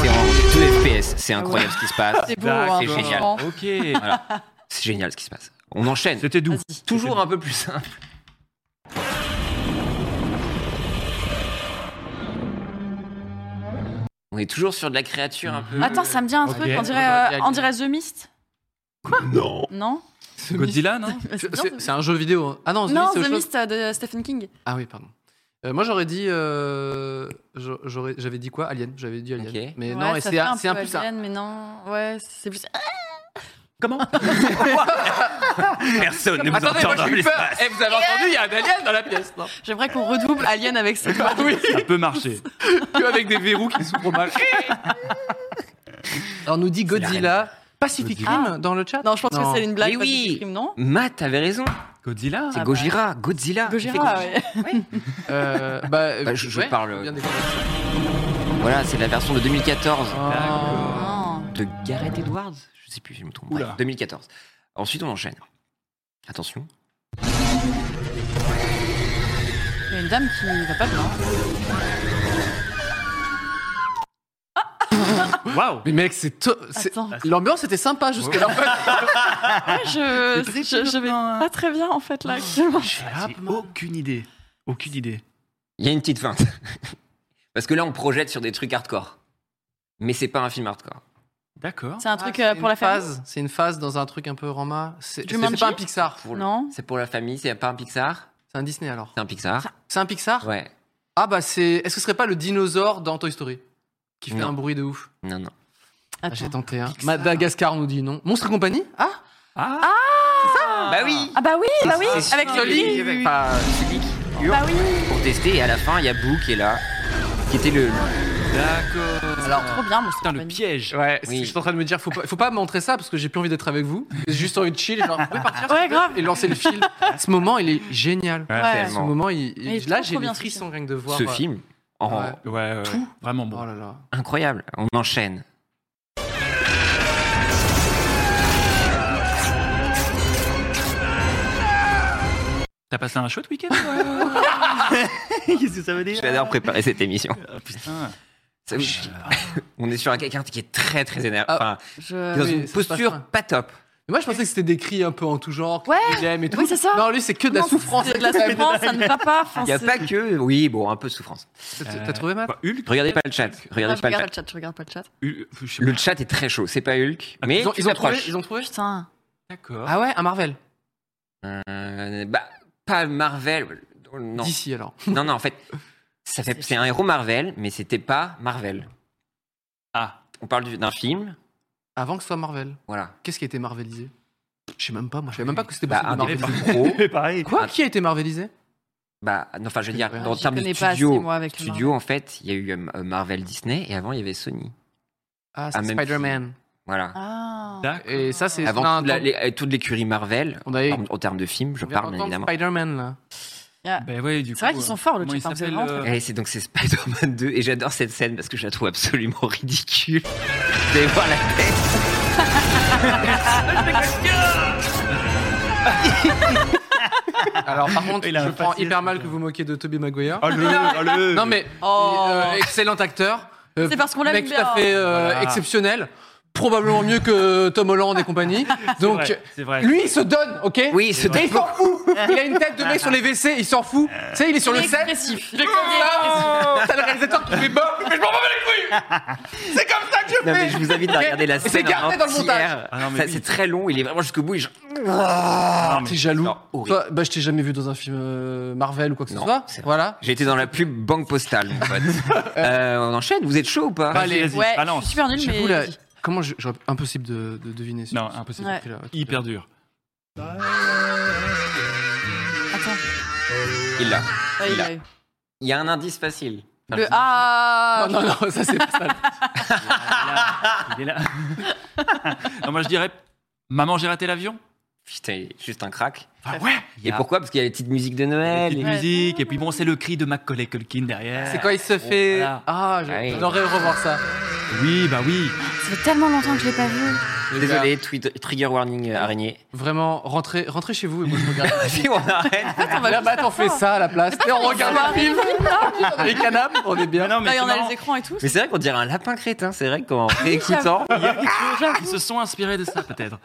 Speaker 3: C'est en 2 FPS, c'est incroyable ce qui se
Speaker 1: Ah,
Speaker 3: passe.
Speaker 4: C'est beau, hein,
Speaker 1: bah,
Speaker 3: c'est génial.
Speaker 4: franchement.
Speaker 1: Ok.
Speaker 3: C'est génial ce qui se passe. On enchaîne.
Speaker 1: C'était doux.
Speaker 4: Vas-y.
Speaker 3: Toujours un peu plus simple. On est toujours sur de la créature un peu.
Speaker 4: Attends, ça me dit un
Speaker 1: Ok.
Speaker 4: truc. On dirait,
Speaker 2: Bah,
Speaker 4: euh,
Speaker 2: il y a-
Speaker 4: on dirait The Mist.
Speaker 5: Non.
Speaker 4: Non
Speaker 1: Godzilla, non
Speaker 4: Bah, c'est bien,
Speaker 2: C'est
Speaker 4: The-
Speaker 2: c'est un jeu vidéo. hein. Ah non, The
Speaker 4: Non,
Speaker 2: Mist, c'est
Speaker 4: The
Speaker 2: autre chose.
Speaker 4: Mist euh, de Stephen King.
Speaker 2: Ah oui, pardon. Euh, moi j'aurais dit, euh, j'a- j'aurais- j'avais dit quoi Alien, j'avais dit Alien.
Speaker 3: Ok.
Speaker 2: Mais
Speaker 4: Ouais,
Speaker 2: non, et
Speaker 4: ça
Speaker 2: c'est
Speaker 4: fait
Speaker 2: un, c'est un peu
Speaker 4: alien,
Speaker 2: ça.
Speaker 4: Mais non, ouais, c'est plus.
Speaker 1: Comment
Speaker 3: Personne ne vous
Speaker 2: Attendez, moi
Speaker 3: entend dans
Speaker 2: j'ai eu
Speaker 3: l'espace.
Speaker 2: peur. Eh, vous avez entendu, il y a un alien dans la pièce. Non
Speaker 4: J'aimerais qu'on redouble Alien avec cette voix.
Speaker 2: <laughs> oui,
Speaker 1: Ça peut marcher.
Speaker 2: que avec des verrous qui s'ouvrent mal. On nous dit Godzilla, Pacific
Speaker 4: Godzilla.
Speaker 2: Rim dans le chat.
Speaker 4: <laughs> Non, je pense
Speaker 2: Non.
Speaker 4: que c'est une blague.
Speaker 3: Mais
Speaker 4: parce que
Speaker 3: oui.
Speaker 4: c'est crime, non
Speaker 3: Matt avait raison.
Speaker 1: Godzilla
Speaker 3: C'est
Speaker 4: bah.
Speaker 3: Gojira,
Speaker 2: Ah,
Speaker 3: Godzilla.
Speaker 4: Gojira, ouais.
Speaker 2: Euh, <laughs> bah,
Speaker 3: Bah, je- je
Speaker 2: ouais,
Speaker 3: parle-
Speaker 2: bien découvert.
Speaker 3: Voilà, c'est la version de 2014
Speaker 2: Oh.
Speaker 1: D'accord.
Speaker 4: Ah.
Speaker 3: de Gareth Edwards. Je sais plus si je me trompe. Bref,
Speaker 1: Oula.
Speaker 3: 2014. Ensuite, on enchaîne. Attention.
Speaker 4: Il y a une dame qui va pas bien.
Speaker 1: Waouh
Speaker 2: Mais mec, c'est. to- c'est- Ah,
Speaker 4: Attends.
Speaker 2: L'ambiance était sympa jusqu'à là.
Speaker 4: Ouais, je,
Speaker 1: C'est très
Speaker 4: je, je vais
Speaker 1: maintenant, hein.
Speaker 4: pas très bien en fait là actuellement.
Speaker 1: Ah, j'ai aucune idée. Aucune idée.
Speaker 3: Il y a une petite feinte. <laughs> Parce que là, on projette sur des trucs hardcore. Mais c'est pas un film hardcore.
Speaker 1: D'accord.
Speaker 4: C'est un truc
Speaker 2: Ah,
Speaker 4: euh,
Speaker 2: c'est
Speaker 4: pour la
Speaker 2: une
Speaker 4: famille.
Speaker 2: phase. C'est une phase dans un truc un peu Rama. C'est
Speaker 4: Du
Speaker 2: c'est
Speaker 4: Manchi
Speaker 2: pas un Pixar.
Speaker 3: Pour-
Speaker 4: Non.
Speaker 3: C'est pour la famille, c'est pas un Pixar.
Speaker 2: C'est un Disney alors.
Speaker 3: C'est un Pixar.
Speaker 2: C'est un Pixar
Speaker 3: Ouais.
Speaker 2: Ah bah c'est. Est-ce que ce serait pas le dinosaure dans Toy Story qui fait
Speaker 3: Non.
Speaker 2: un bruit de ouf
Speaker 3: Non, non.
Speaker 2: Ah, J'ai
Speaker 4: Attends.
Speaker 2: tenté. Hein.
Speaker 1: Pixar.
Speaker 2: Madagascar on nous dit non. Monstre et compagnie Ah
Speaker 1: Ah,
Speaker 3: Bah oui
Speaker 4: Ah bah oui, bah oui,
Speaker 3: C'est
Speaker 4: avec le
Speaker 3: celui-
Speaker 4: lit. oui,
Speaker 3: avec-
Speaker 4: oui.
Speaker 3: Enfin, celui qui hurle
Speaker 4: Bah oui,
Speaker 3: pour tester. Et à la fin, il y a Boo qui est là. Qui était le.
Speaker 1: d'accord.
Speaker 2: Alors,
Speaker 4: trop bien, mon
Speaker 1: Putain, le piège.
Speaker 2: Ouais,
Speaker 3: Oui.
Speaker 2: je suis en train de me dire, faut pas, faut pas montrer ça parce que j'ai plus envie d'être avec vous. J'ai juste envie de chill, genre, vous pouvez partir
Speaker 4: Ouais, grave.
Speaker 2: et lancer le fil. Ce moment, il est génial.
Speaker 4: Ouais.
Speaker 2: Ce
Speaker 3: Tellement.
Speaker 2: moment, il, il-
Speaker 4: Mais il est
Speaker 2: là,
Speaker 4: trop,
Speaker 2: j'ai
Speaker 4: trop
Speaker 2: les
Speaker 4: bien, ce
Speaker 2: frissons
Speaker 4: film.
Speaker 2: rien que de voir.
Speaker 3: Ce
Speaker 2: ouais.
Speaker 3: film. oh, en-
Speaker 2: Ouais.
Speaker 1: Ouais, ouais, ouais.
Speaker 2: Tout.
Speaker 1: Vraiment bon.
Speaker 2: Oh là là.
Speaker 3: Incroyable. On enchaîne.
Speaker 1: T'as passé un chouette week-end toi <laughs> Qu'est-ce que ça veut dire
Speaker 3: J'adore préparer cette émission.
Speaker 1: Ah, putain.
Speaker 3: Ça vous-
Speaker 2: <laughs>
Speaker 3: On est sur quelqu'un qui est très très énervé.
Speaker 2: Ah.
Speaker 3: Enfin,
Speaker 4: Je...
Speaker 3: dans
Speaker 2: oui,
Speaker 3: une
Speaker 2: ça se passe
Speaker 3: posture
Speaker 2: pas.
Speaker 3: pas top.
Speaker 2: Mais moi, je pensais que c'était des cris un peu en tout genre, que
Speaker 4: Ouais.
Speaker 2: il aime et tout.
Speaker 4: Oui, c'est ça.
Speaker 2: Non, lui, c'est que de la
Speaker 4: Non,
Speaker 2: souffrance.
Speaker 4: c'est de la souffrance, ça ne va pas.
Speaker 3: Il n'y a pas que. Oui, bon, un peu de souffrance.
Speaker 2: T'as t'as trouvé mal
Speaker 1: Bah, Hulk,
Speaker 3: Regardez pas le chat. Regardez
Speaker 4: je
Speaker 3: pas le
Speaker 4: Ah, regarde
Speaker 3: chat.
Speaker 4: le chat, je regarde pas le chat.
Speaker 1: Hulk, je sais pas.
Speaker 3: Le chat est très chaud. C'est pas Hulk. Mais
Speaker 2: Ah, ils ont,
Speaker 3: tu
Speaker 2: ils ont trouvé,
Speaker 3: t'approches.
Speaker 2: ils ont trouvé
Speaker 4: Putain.
Speaker 1: D'accord.
Speaker 2: Ah ouais, un Marvel.
Speaker 3: Euh, bah, pas Marvel. Non.
Speaker 2: D'ici alors.
Speaker 3: non, non, en fait, ça fait- c'est un héros Marvel, mais c'était pas Marvel.
Speaker 1: Ah.
Speaker 3: On parle du- d'un film.
Speaker 2: Avant que ce soit Marvel.
Speaker 3: Voilà.
Speaker 2: Qu'est-ce qui a été marvelisé Je sais même pas, moi. Je savais même pas que c'était
Speaker 3: Bah,
Speaker 2: possible
Speaker 3: un
Speaker 2: de
Speaker 3: des
Speaker 2: marveliser.
Speaker 3: plus gros.
Speaker 1: <laughs> pareil.
Speaker 2: Quoi Qui a été marvelisé
Speaker 3: Bah, non, enfin, je veux dire,
Speaker 2: Ouais.
Speaker 3: en
Speaker 4: Je
Speaker 3: termes de
Speaker 4: connais pas assez,
Speaker 3: studio,
Speaker 4: moi, avec le
Speaker 3: studio en fait, il y a eu euh, Marvel Disney et avant, il y avait Sony.
Speaker 2: Ah, c'est
Speaker 3: Ah, même
Speaker 2: Spider-Man.
Speaker 3: Voilà.
Speaker 4: Ah.
Speaker 1: D'accord.
Speaker 2: Et ça, c'est.
Speaker 3: Avant
Speaker 2: non,
Speaker 3: toute la-
Speaker 2: attends,
Speaker 3: les- euh, toute l'écurie Marvel,
Speaker 2: On avait-
Speaker 3: en, en termes de films, je
Speaker 2: on vient
Speaker 3: parle bien
Speaker 2: d'entendre
Speaker 3: évidemment.
Speaker 2: Spider-Man, là.
Speaker 1: Ben ouais, du
Speaker 4: C'est vrai
Speaker 1: coup,
Speaker 4: qu'ils
Speaker 1: euh,
Speaker 4: sont forts, le
Speaker 1: comment il
Speaker 4: chat, hein, c'est
Speaker 1: s'appelle,
Speaker 4: vraiment
Speaker 1: euh,
Speaker 3: Et c'est donc c'est Spider-Man 2 et j'adore cette scène parce que je la trouve absolument ridicule. Vous allez voir la tête.
Speaker 2: Alors
Speaker 1: <laughs>
Speaker 2: par contre,
Speaker 1: Il a
Speaker 2: je
Speaker 1: un
Speaker 2: prends
Speaker 1: faciès,
Speaker 2: hyper mal
Speaker 1: putain.
Speaker 2: que vous moquez de Tobey Maguire.
Speaker 1: <laughs> Allez,
Speaker 4: Ah,
Speaker 1: allez.
Speaker 2: Non mais
Speaker 4: Oh.
Speaker 2: euh, excellent acteur. Euh,
Speaker 4: C'est parce qu'on l'aime
Speaker 2: Mec tout
Speaker 4: bien.
Speaker 2: à fait euh,
Speaker 1: Voilà.
Speaker 2: exceptionnel, probablement mieux que Tom Holland et
Speaker 4: <laughs>
Speaker 2: compagnie. Donc
Speaker 1: vrai, c'est vrai.
Speaker 2: lui il se donne, ok
Speaker 3: Oui, ce
Speaker 2: Et il s'en fout. Il a une tête de mec sur les WC, il s'en fout. Tu sais, il est sur
Speaker 4: Euh. Il
Speaker 2: le
Speaker 4: est
Speaker 2: set. Oh
Speaker 4: expressif.
Speaker 2: Il est comme ça. T'as le réalisateur qui fait bah, mais je m'en bats les couilles. C'est comme ça que je
Speaker 3: Non,
Speaker 2: fais.
Speaker 3: mais je vous invite à
Speaker 2: Ok
Speaker 3: regarder la
Speaker 2: Et
Speaker 3: scène.
Speaker 2: C'est
Speaker 3: en
Speaker 2: gardé dans le montage.
Speaker 3: entière.
Speaker 1: Ah non, mais
Speaker 3: Ça,
Speaker 1: oui.
Speaker 3: C'est très long, il est vraiment jusqu'au bout. et je-
Speaker 1: Ah, mais-
Speaker 2: T'es jaloux.
Speaker 3: Non, horrible.
Speaker 2: Toi, bah je t'ai jamais vu dans un film euh, Marvel ou quoi que ce
Speaker 3: Non,
Speaker 2: soit.
Speaker 3: c'est vrai.
Speaker 2: Voilà.
Speaker 3: J'ai été dans la pub Banque Postale, mon pote. Euh, on enchaîne, vous êtes chaud ou pas
Speaker 1: Allez, vas-y,
Speaker 4: Ouais, je
Speaker 1: balance.
Speaker 4: suis super nul, mais.
Speaker 2: J'avoue, là, comment je- j'aurais impossible de, de deviner. sur-
Speaker 1: Non, impossible.
Speaker 4: Ouais.
Speaker 2: sur- sur-
Speaker 1: Hyper dur.
Speaker 4: Attends,
Speaker 3: Il l'a.
Speaker 4: ouais, il
Speaker 3: Il a-
Speaker 4: a eu.
Speaker 3: Il y a un indice facile.
Speaker 4: Le Ah.
Speaker 2: Non, non, non, ça c'est pas ça.
Speaker 1: Il est là. <laughs> non, moi je dirais Maman, j'ai raté l'avion.
Speaker 3: Putain, juste un crack.
Speaker 1: Enfin, ouais. Il y
Speaker 3: Et
Speaker 1: a
Speaker 3: pourquoi Parce qu'il y a les petites musiques de Noël.
Speaker 1: petite
Speaker 3: et-
Speaker 4: Ouais.
Speaker 1: musique. Et puis bon, c'est le cri de Macaulay Culkin derrière.
Speaker 2: C'est quand il se fait.
Speaker 1: Oh, Voilà.
Speaker 2: Ah, je-
Speaker 3: Ah oui.
Speaker 2: j'adorerais revoir ça.
Speaker 1: Oui, bah oui.
Speaker 4: Ça fait tellement longtemps que je l'ai pas vu.
Speaker 3: Ah, Désolé, twi- trigger warning euh, <laughs> araignée.
Speaker 2: Vraiment, rentrez, rentrez chez vous et moi je
Speaker 3: <laughs>
Speaker 2: regarde.
Speaker 3: Si on arrête.
Speaker 4: On va
Speaker 2: Là,
Speaker 4: juste
Speaker 2: bah,
Speaker 4: faire
Speaker 2: t'en fais ça à la place. Et on regarde un film. Dans Les canapes, on est bien.
Speaker 1: Mais Ah non, mais
Speaker 4: Là, il y
Speaker 1: c'est
Speaker 4: en Bah, a
Speaker 1: marrant.
Speaker 4: les écrans et tout.
Speaker 3: Mais c'est vrai qu'on dirait un lapin crétin, c'est vrai qu'en réécoutant.
Speaker 1: Il y a quelque chose là, qui se sont inspirés de ça, peut-être.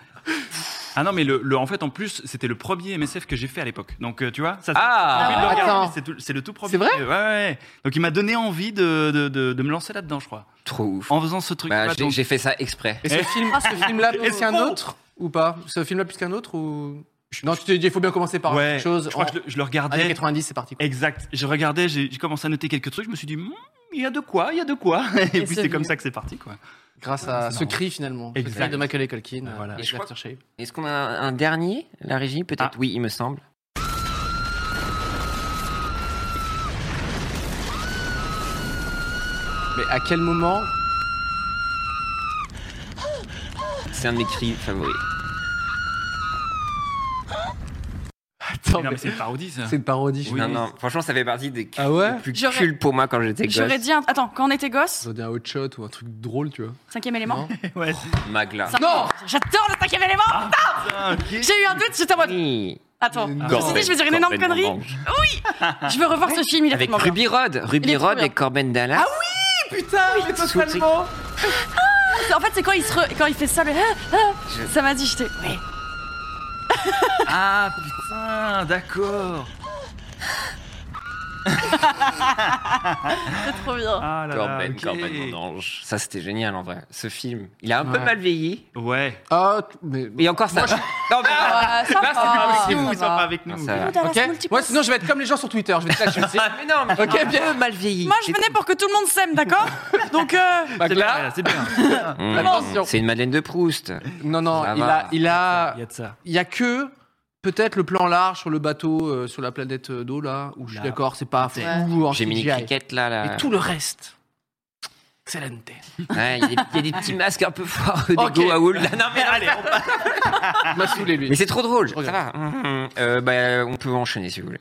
Speaker 1: Ah non, mais le, le- en fait, en plus, c'était le premier MSF que j'ai fait à l'époque. Donc, euh, tu vois, ça,
Speaker 3: Ah,
Speaker 1: Oui, le
Speaker 2: ouais.
Speaker 1: premier,
Speaker 2: Attends.
Speaker 1: c'est tout- c'est le tout premier.
Speaker 2: C'est vrai
Speaker 1: ouais, ouais. Donc, il m'a donné envie de, de, de, de me lancer là-dedans, je crois.
Speaker 3: Trop ouf.
Speaker 1: En faisant ce truc.
Speaker 3: Bah,
Speaker 1: là,
Speaker 3: j'ai-
Speaker 1: donc-
Speaker 3: J'ai fait ça exprès.
Speaker 2: Et ce film, ce film-là plus
Speaker 1: Est-ce
Speaker 2: qu'un
Speaker 1: bon
Speaker 2: autre ou pas Ce film-là plus qu'un autre ou Non, tu te dis, il faut bien commencer par
Speaker 1: ouais.
Speaker 2: quelque chose.
Speaker 1: Je crois
Speaker 2: en-
Speaker 1: que je le, je le
Speaker 2: Années
Speaker 1: regardais.
Speaker 2: 90, c'est parti. quoi.
Speaker 1: Exact. Je regardais, j'ai j'ai commencé à noter quelques trucs. Je me suis dit, Hum, il y a de quoi, il y a de quoi. <laughs> Et,
Speaker 4: Et
Speaker 1: puis,
Speaker 4: c'est
Speaker 1: c'est comme
Speaker 4: venu.
Speaker 1: ça que c'est parti, quoi.
Speaker 2: Grâce
Speaker 1: Ouais,
Speaker 2: à
Speaker 1: c'est
Speaker 2: ce
Speaker 1: marrant.
Speaker 2: cri finalement, ce
Speaker 1: Exact.
Speaker 2: cri de Macaulay Culkin, euh,
Speaker 1: Voilà.
Speaker 2: avec
Speaker 3: Et je crois-
Speaker 2: l'aftershave.
Speaker 3: Est-ce qu'on a un dernier, la régie Peut-être
Speaker 1: Ah.
Speaker 3: oui, il me semble.
Speaker 2: Mais à quel moment <laughs>
Speaker 3: C'est un de mes cris favoris.
Speaker 2: Non,
Speaker 1: Non,
Speaker 2: mais
Speaker 1: mais c'est une parodie, ça.
Speaker 2: C'est une parodie. je
Speaker 1: Oui.
Speaker 3: Non,
Speaker 2: pense.
Speaker 3: non, franchement, ça fait partie des, cul-
Speaker 2: Ah ouais
Speaker 3: des plus
Speaker 4: J'aurais-
Speaker 3: cultes pour moi quand j'étais
Speaker 4: J'aurais
Speaker 3: gosse.
Speaker 4: dit. un- Attends, quand on était
Speaker 2: Ils
Speaker 4: gosse,
Speaker 2: ont dit un hot shot ou un truc drôle, tu vois.
Speaker 4: cinquième élément.
Speaker 2: Non.
Speaker 1: <laughs> Ouais.
Speaker 3: Magla.
Speaker 4: Ça- J'adore le cinquième élément J'ai eu un doute, j'étais en mode.
Speaker 3: Oui.
Speaker 4: Attends, je me suis
Speaker 3: Corben,
Speaker 4: dit, Ah, je vais dire une énorme
Speaker 3: Corben
Speaker 4: connerie.
Speaker 3: Orange.
Speaker 4: Je veux revoir ce film, il est
Speaker 3: Avec
Speaker 4: tellement bien.
Speaker 3: Ruby Rod.
Speaker 4: Il est
Speaker 3: Ruby
Speaker 4: trop
Speaker 3: Rod
Speaker 4: bien.
Speaker 3: et Corben Dallas. Ah oui, putain, mais totalement.
Speaker 4: En fait, c'est quand il, se re- quand il fait ça, le... ah, ah, ça m'a dit, j'étais. Ouais.
Speaker 1: Ah putain, d'accord.
Speaker 4: C'est trop bien.
Speaker 1: Ah là là.
Speaker 3: Corben,
Speaker 1: ok.
Speaker 3: Corben Orange. Ça, c'était génial en vrai. Ce film, il a un peu
Speaker 2: Ouais.
Speaker 3: mal vieilli.
Speaker 1: Ouais.
Speaker 2: Ah, t- mais.
Speaker 3: Et encore ça. Non, mais-
Speaker 4: Ah, ça
Speaker 3: Là, c'est
Speaker 4: va.
Speaker 3: pas
Speaker 4: Ça
Speaker 1: Nous,
Speaker 4: va.
Speaker 1: ils sont pas avec nous.
Speaker 3: Non, Ah, ça va.
Speaker 4: Dallas
Speaker 2: Ah, Ok
Speaker 4: Multiples.
Speaker 2: Ouais, sinon je vais être comme les gens sur Twitter. Je vais te lâcher aussi.
Speaker 3: ah, Mais non, mais
Speaker 2: Ok, bien.
Speaker 3: bien mal vieilli.
Speaker 4: Moi, je venais pour que tout le monde s'aime, d'accord Donc, euh,
Speaker 3: Ah,
Speaker 1: C'est bien, c'est bien.
Speaker 3: Mm.
Speaker 2: Attention.
Speaker 3: C'est une Madeleine de Proust.
Speaker 2: Non, non,
Speaker 3: Ça
Speaker 2: il
Speaker 3: va.
Speaker 2: a, il a,
Speaker 1: Il y a de ça.
Speaker 2: il y a que peut-être le plan large sur le bateau, euh, sur la planète euh, d'eau là, où je suis
Speaker 1: Là.
Speaker 2: d'accord, c'est pas fou
Speaker 4: Ouais.
Speaker 2: en
Speaker 3: J'ai mis euh. les
Speaker 2: CGI.
Speaker 3: criquettes là. là.
Speaker 2: Et tout le reste. Excellente.
Speaker 3: Ouais, il y, a des- il y a des petits masques un peu forts. Des
Speaker 2: Ok.
Speaker 3: go à wool, là. Non, mais
Speaker 1: Allez, on passe.
Speaker 2: Il M'a saoulé lui.
Speaker 3: Ah. Mais c'est trop drôle, ça
Speaker 2: regarde.
Speaker 3: va. Mhm. Euh, bah, on peut enchaîner si vous voulez.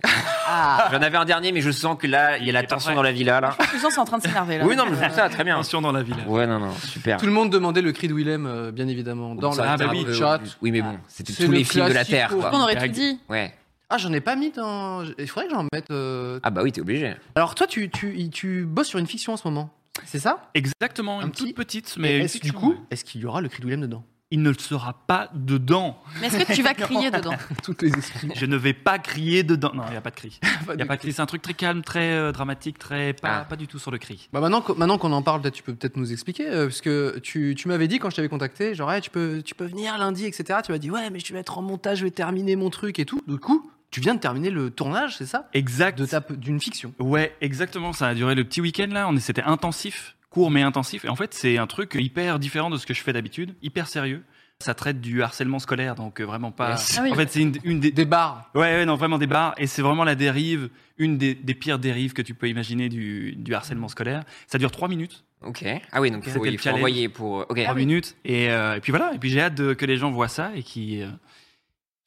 Speaker 3: J'en avais un dernier, mais je sens que là, il y a la
Speaker 1: est pas
Speaker 3: tension
Speaker 1: prêt.
Speaker 3: dans la villa. Là.
Speaker 4: les gens sont en train de s'énerver là. Euh,
Speaker 3: Oui, non, mais je ça, très bien.
Speaker 1: Attention dans la ville.
Speaker 3: Ouais, non, non, super.
Speaker 2: Tout le monde demandait le cri de Willem, euh, bien évidemment, dans
Speaker 3: Ça,
Speaker 2: la
Speaker 3: un
Speaker 1: bah
Speaker 2: dans
Speaker 1: oui.
Speaker 3: peu-
Speaker 2: le chat.
Speaker 3: Oui, mais bon, c'était
Speaker 2: C'est
Speaker 3: tous
Speaker 2: le
Speaker 3: les films de la
Speaker 2: classico.
Speaker 3: Terre,
Speaker 4: On
Speaker 3: quoi.
Speaker 4: aurait tout dit.
Speaker 3: Ouais.
Speaker 2: Ah, j'en ai pas mis dans. Il faudrait que j'en mette. euh,
Speaker 3: Ah, bah oui, t'es obligé.
Speaker 2: Alors toi, tu, tu, tu bosses sur une fiction en ce moment, c'est ça
Speaker 1: Exactement,
Speaker 2: Un
Speaker 1: une
Speaker 2: petit-
Speaker 1: toute petite, mais une
Speaker 2: est-ce, du
Speaker 1: fiction,
Speaker 2: coup,
Speaker 1: ouais.
Speaker 2: est-ce qu'il y aura le cri de Willem dedans
Speaker 1: il ne le sera pas dedans.
Speaker 4: Mais est-ce que tu vas crier dedans
Speaker 2: Toutes les <laughs> esprits.
Speaker 1: Je ne vais pas crier dedans. Non, il n'y a pas de cri. Il n'y a pas de cri. C'est un truc très calme, très euh, dramatique, très pas,
Speaker 3: Ah.
Speaker 1: pas du tout sur le cri.
Speaker 2: Bah maintenant, qu'on- maintenant qu'on en parle, peut-être tu peux peut-être nous expliquer, euh, parce que tu, tu m'avais dit quand je t'avais contacté, genre, Hey, tu, peux, tu peux venir lundi, etc. Tu m'as dit, ouais, mais je vais être en montage, je vais terminer mon truc et tout. Du coup, tu viens de terminer le tournage, c'est ça
Speaker 1: Exact.
Speaker 2: de ta, p- D'une fiction.
Speaker 1: Ouais, exactement. Ça a duré le petit week-end là. On est- c'était intensif, court mais intensif. Et en fait, c'est un truc hyper différent de ce que je fais d'habitude, hyper sérieux. Ça traite du harcèlement scolaire, donc euh, vraiment pas.
Speaker 3: Yes.
Speaker 4: Ah oui.
Speaker 1: En fait, c'est une, une des.
Speaker 2: Des bars.
Speaker 1: Ouais, ouais, non, vraiment des barres. Et c'est vraiment la dérive, une des, des pires dérives que tu peux imaginer du, du
Speaker 2: Mm.
Speaker 1: harcèlement scolaire. Ça dure trois minutes.
Speaker 3: Ok. Ah, oui, donc
Speaker 1: C'était
Speaker 3: faut-
Speaker 1: le Ah
Speaker 3: il faut
Speaker 1: challenge.
Speaker 3: envoyer pour. Ok.
Speaker 1: Trois minutes. Et, euh, et puis voilà. Et puis j'ai hâte de- que les gens voient ça et qui euh,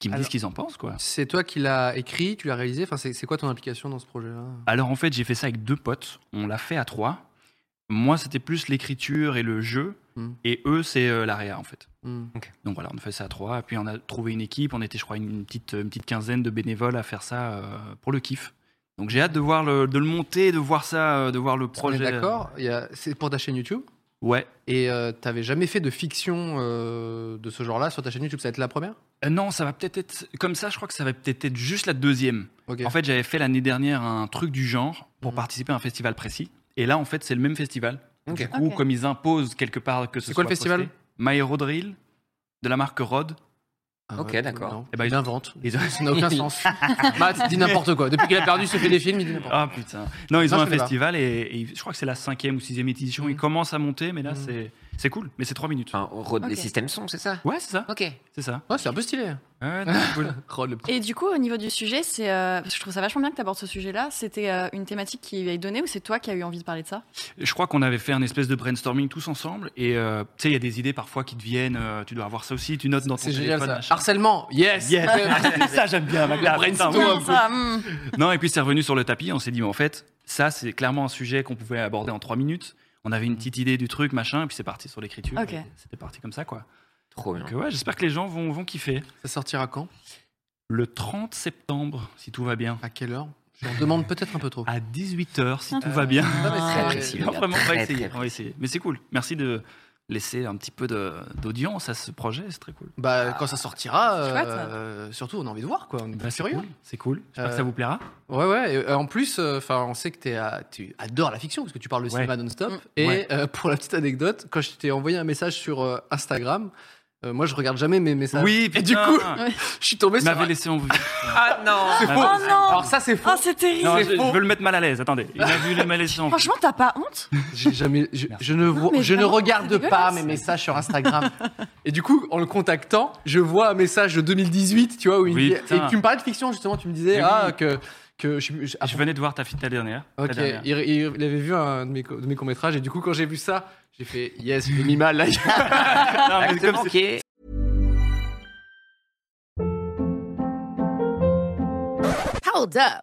Speaker 1: qui me disent
Speaker 2: Alors-
Speaker 1: ce qu'ils en pensent, quoi.
Speaker 2: C'est toi qui l'as écrit, tu l'as réalisé. Enfin, c'est, c'est quoi ton implication dans ce projet-là
Speaker 1: Alors en fait, j'ai fait ça avec deux potes. On l'a fait à trois. Moi, c'était plus l'écriture et le jeu.
Speaker 2: Mm.
Speaker 1: Et eux, c'est euh, l'AREA, en fait.
Speaker 2: Hmm.
Speaker 1: Donc voilà, on a fait ça à trois. Et puis on a trouvé une équipe. On était, je crois, une petite, une petite quinzaine de bénévoles à faire ça euh, pour le kiff. Donc j'ai hâte de, voir le, de le monter, de voir ça, euh, de voir le
Speaker 2: On est
Speaker 1: projet.
Speaker 2: d'accord, il y a- c'est pour ta chaîne YouTube.
Speaker 1: Ouais.
Speaker 2: Et euh, t'avais jamais fait de fiction euh, de ce genre-là sur ta chaîne YouTube, ça va être la première
Speaker 1: Euh, non, ça va peut-être être... Comme ça, je crois que ça va peut-être être juste la deuxième.
Speaker 2: Ok.
Speaker 1: En fait, j'avais fait l'année dernière un truc du genre pour
Speaker 2: Mm.
Speaker 1: participer à un festival précis. Et là, en fait, c'est le même festival.
Speaker 3: Ok.
Speaker 1: Du coup,
Speaker 4: Ok.
Speaker 1: comme ils imposent quelque part que ce
Speaker 2: C'est quoi le
Speaker 1: soit
Speaker 2: festival
Speaker 1: posté, My Hero Drill de la marque Rod.
Speaker 2: Ah
Speaker 3: Ok, d'accord.
Speaker 2: non.
Speaker 1: Eh ben,
Speaker 2: il
Speaker 1: ils-
Speaker 2: invente. <laughs>
Speaker 1: Ils ont-
Speaker 2: Ça n'a aucun sens. Matt dit n'importe quoi. Depuis qu'il a perdu, il se fait des films, il dit n'importe quoi.
Speaker 1: Ah putain. Non,
Speaker 2: Non,
Speaker 1: ils ont
Speaker 2: je
Speaker 1: un
Speaker 2: connais pas.
Speaker 1: festival et, et je crois que c'est la cinquième ou sixième édition.
Speaker 2: Mhm.
Speaker 1: Ils commencent à monter, mais là
Speaker 2: Mhm.
Speaker 1: c'est c'est cool. Mais c'est trois minutes.
Speaker 3: Enfin, on rôde
Speaker 4: Ok.
Speaker 3: des systèmes sons, c'est ça
Speaker 1: Ouais, c'est ça.
Speaker 3: Ok.
Speaker 1: C'est ça.
Speaker 2: Ouais, c'est un peu stylé.
Speaker 1: Ouais, c'est <laughs> cool.
Speaker 2: Rod, Oh, le petit.
Speaker 4: Et du coup, au niveau du sujet, c'est. euh, parce que je trouve ça vachement bien que tu abordes ce sujet-là. C'était euh, une thématique qui est donnée ou c'est toi qui as eu envie de parler de ça
Speaker 1: Je crois qu'on avait fait un espèce de brainstorming tous ensemble. Et euh, tu sais, il y a des idées parfois qui te viennent. euh, tu dois avoir ça aussi. Tu notes dans ton
Speaker 2: C'est génial
Speaker 1: téléphone.
Speaker 2: ça.
Speaker 1: machin.
Speaker 2: Harcèlement, yes.
Speaker 1: <laughs> Yes. ça j'aime bien. ma classe.
Speaker 2: brainstorm.
Speaker 1: Putain, ouais.
Speaker 2: un peu.
Speaker 4: ça, hmm.
Speaker 1: Non, et puis c'est revenu sur le tapis. On s'est dit, mais en fait, ça, c'est clairement un sujet qu'on pouvait aborder en trois minutes. On avait une petite idée du truc, machin, et puis c'est parti sur l'écriture.
Speaker 4: Ok.
Speaker 1: et C'était parti comme ça, quoi.
Speaker 3: Trop bien.
Speaker 1: Donc, ouais, j'espère que les gens vont, vont kiffer.
Speaker 2: Ça sortira quand
Speaker 1: Le 30 septembre, si tout va bien.
Speaker 2: À quelle heure J'en demande peut-être un peu trop.
Speaker 1: À 18h, si Ah, tout
Speaker 4: Euh,
Speaker 1: va bien.
Speaker 2: Non, mais
Speaker 3: Très
Speaker 2: Euh,
Speaker 3: précis. le
Speaker 1: Non,
Speaker 3: gars,
Speaker 1: vraiment, on va
Speaker 3: très,
Speaker 1: essayer.
Speaker 3: très
Speaker 1: on va essayer. Mais c'est cool. Merci de laisser un petit peu de- d'audience à ce projet. C'est très cool.
Speaker 2: Bah, quand ça sortira,
Speaker 4: C'est chouette, ça.
Speaker 2: euh, surtout, on a envie de voir quoi. On est
Speaker 1: Bah,
Speaker 2: pas
Speaker 1: c'est
Speaker 2: curieux.
Speaker 1: cool, C'est cool. J'espère
Speaker 2: Euh,
Speaker 1: que ça vous plaira.
Speaker 2: Ouais, ouais. et, euh, en plus, enfin, on sait que t'es à- tu adores la fiction parce que tu parles de
Speaker 1: Ouais.
Speaker 2: cinéma non-stop.
Speaker 4: Mm.
Speaker 2: Et
Speaker 1: Ouais.
Speaker 2: euh, pour la petite anecdote, quand je t'ai envoyé un message sur euh, Instagram, euh, moi, je regarde jamais mes messages.
Speaker 1: Oui,
Speaker 2: Et du
Speaker 1: putain,
Speaker 2: coup,
Speaker 1: Ah,
Speaker 2: <laughs>
Speaker 1: il
Speaker 2: je suis tombé sur.
Speaker 1: m'avait
Speaker 2: un-
Speaker 1: laissé <laughs> en vue.
Speaker 3: Ah non
Speaker 2: C'est
Speaker 1: Ah,
Speaker 2: faux.
Speaker 4: Oh non
Speaker 2: Alors ça, c'est faux.
Speaker 4: Oh, c'est terrible
Speaker 1: Non,
Speaker 2: C'est
Speaker 1: je, je
Speaker 2: faux.
Speaker 1: veux le mettre mal à l'aise. Attendez, il m'a vu il m'a laissé en vue.
Speaker 4: Franchement, t'as pas honte
Speaker 2: J'ai jamais, je, je ne vois,
Speaker 4: mais
Speaker 2: je ne
Speaker 4: vraiment,
Speaker 2: regarde
Speaker 4: c'est
Speaker 2: pas
Speaker 4: dégueulasse.
Speaker 2: mes messages sur Instagram. et du coup, en le contactant, je vois un message de 2018, tu vois, où il
Speaker 1: Oui,
Speaker 2: dit-
Speaker 1: putain.
Speaker 2: et tu me parlais de fiction justement, tu me disais
Speaker 1: Mais
Speaker 2: ah
Speaker 1: oui.
Speaker 2: que que je, je- ah,
Speaker 1: Je venais de voir ta fille ta dernière. ta
Speaker 2: ok,
Speaker 1: dernière.
Speaker 2: il, il- il avait vu un de mes, co- de mes courts métrages et du coup quand j'ai vu ça, j'ai fait
Speaker 1: <laughs>
Speaker 2: yes, j'ai mis mal là.
Speaker 1: Non, mais
Speaker 3: Exactement,
Speaker 1: comme
Speaker 3: ok.
Speaker 6: Hold up.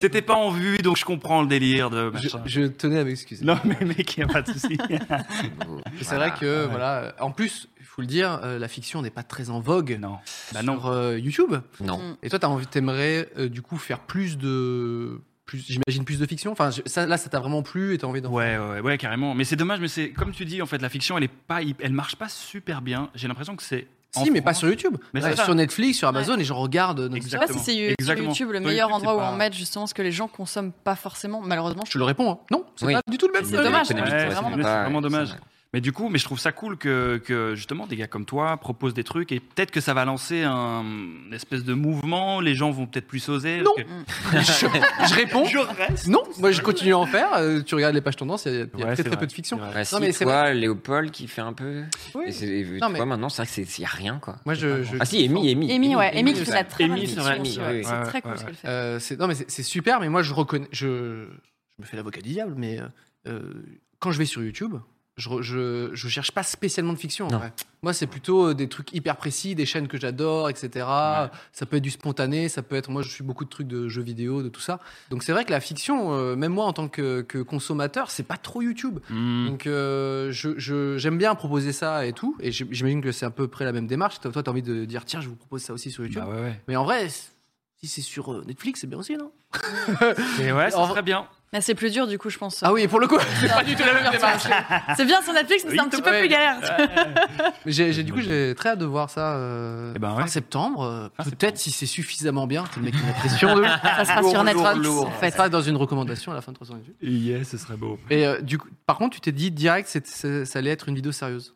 Speaker 1: T'étais pas en vue, donc je comprends le délire de
Speaker 2: <laughs> Je,
Speaker 1: machin.
Speaker 2: je tenais à m'excuser.
Speaker 1: Non, mais mec, y a pas de <laughs> souci.
Speaker 2: C'est vrai que, voilà, en plus, il faut le dire, euh, la fiction n'est pas très en vogue
Speaker 1: non. Bah non.
Speaker 2: sur euh, YouTube.
Speaker 3: Non.
Speaker 2: Et toi, t'as envie, t'aimerais euh, du coup faire plus de, plus, j'imagine plus de fiction. Enfin, je- ça, là, ça t'a vraiment plu et t'as envie d'en.
Speaker 1: Ouais, ouais, ouais, carrément. Mais c'est dommage, mais c'est comme tu dis, en fait, la fiction, elle est pas, hyp- elle marche pas super bien. J'ai l'impression que c'est.
Speaker 2: Si,
Speaker 1: en
Speaker 2: mais pas
Speaker 1: France.
Speaker 2: sur YouTube.
Speaker 1: Mais
Speaker 2: Ouais,
Speaker 1: c'est ça.
Speaker 2: sur Netflix, sur Amazon, et les gens regardent. notre-
Speaker 4: Je sais pas
Speaker 1: Exactement.
Speaker 4: si c'est you- sur
Speaker 1: Exactement.
Speaker 4: YouTube le
Speaker 1: Sur
Speaker 4: meilleur
Speaker 1: YouTube,
Speaker 4: endroit
Speaker 1: c'est
Speaker 4: où
Speaker 1: pas-
Speaker 4: en mettre justement ce que les gens consomment pas forcément, malheureusement.
Speaker 2: Je te le réponds. hein. Non, c'est
Speaker 3: Oui.
Speaker 2: pas du tout le même.
Speaker 4: C'est
Speaker 2: euh,
Speaker 4: dommage.
Speaker 3: économique,
Speaker 1: Ouais,
Speaker 3: ouais,
Speaker 4: c'est vraiment
Speaker 3: pas-
Speaker 1: dommage, c'est vraiment dommage.
Speaker 3: ouais.
Speaker 1: Mais du coup, mais je trouve ça cool que, que, justement des gars comme toi proposent des trucs et peut-être que ça va lancer un une espèce de mouvement. Les gens vont peut-être plus oser.
Speaker 2: Non.
Speaker 1: parce que-
Speaker 2: je, je réponds.
Speaker 1: Je reste.
Speaker 2: Non, moi je continue à en faire. Euh, tu regardes les pages tendances, il y a, il y a
Speaker 1: Ouais,
Speaker 2: très
Speaker 1: c'est
Speaker 2: très
Speaker 1: vrai,
Speaker 2: peu de fiction.
Speaker 1: c'est vrai.
Speaker 3: Bah, si,
Speaker 2: mais c'est
Speaker 3: toi, Léopold qui fait un peu. Et c'est- et
Speaker 2: Non,
Speaker 3: tu
Speaker 2: mais-
Speaker 3: vois, maintenant, c'est vrai que c'est- il n'y a rien, quoi.
Speaker 2: Moi
Speaker 1: hein.
Speaker 2: je. je-
Speaker 3: Ah si, Amy, Amy.
Speaker 4: Amy, ouais, Amy qui
Speaker 3: aussi.
Speaker 4: fait de la très
Speaker 1: Amy,
Speaker 4: bonne
Speaker 1: c'est
Speaker 4: fiction
Speaker 1: vrai,
Speaker 4: aussi,
Speaker 3: Amy,
Speaker 4: ouais.
Speaker 3: oui,
Speaker 4: C'est
Speaker 1: oui.
Speaker 4: très
Speaker 1: Ouais,
Speaker 4: cool ce
Speaker 1: ouais,
Speaker 4: qu'elle fait.
Speaker 2: Euh, c'est- non, mais c'est c'est super, mais moi je reconnais. Je, je me fais l'avocat du diable, mais euh, euh, quand je vais sur YouTube, je, re- je, je cherche pas spécialement de fiction. En
Speaker 3: Non.
Speaker 2: vrai. Moi, c'est plutôt euh, des trucs hyper précis, des chaînes que j'adore, etc. Ça peut être du spontané, ça peut être. Moi, je suis beaucoup de trucs de jeux vidéo, de tout ça. Donc c'est vrai que la fiction, euh, même moi en tant que, que consommateur, c'est pas trop YouTube.
Speaker 1: Hmm.
Speaker 2: Donc euh, je- je- j'aime bien proposer ça et tout. Et j'im- j'imagine que c'est à peu près la même démarche. Toi, tu as envie de dire tiens, je vous propose ça aussi sur YouTube.
Speaker 1: Bah ouais, ouais.
Speaker 2: Mais en vrai, c- si c'est sur euh, Netflix, c'est bien aussi, non
Speaker 1: Et ouais,
Speaker 2: En
Speaker 1: c'est
Speaker 2: vrai-
Speaker 1: très bien.
Speaker 4: Mais c'est plus dur du coup, je pense. euh,
Speaker 2: Ah oui, pour le <laughs> coup.
Speaker 4: c'est pas du tout la même démarche. C'est bien sur Netflix, mais c'est un
Speaker 1: Oui,
Speaker 4: petit peu
Speaker 2: ouais.
Speaker 4: plus galère.
Speaker 2: j'ai, j'ai- du coup, j'ai très hâte de voir ça euh,
Speaker 1: Eh ben
Speaker 2: fin
Speaker 1: ouais.
Speaker 2: septembre. euh,
Speaker 1: Fin
Speaker 2: Peut-être si c'est suffisamment bien. C'est le mec qui a la <laughs> pression. De...
Speaker 4: Ça sera
Speaker 1: Lourd,
Speaker 4: sur
Speaker 1: lourd,
Speaker 4: Netflix
Speaker 1: lourd.
Speaker 4: en
Speaker 2: Ça
Speaker 4: fait.
Speaker 2: sera dans une recommandation à la fin de 318.
Speaker 1: Yes, ce serait beau.
Speaker 2: Et euh, du coup, par contre, tu t'es dit direct, c'est, c'est- ça allait être une vidéo sérieuse.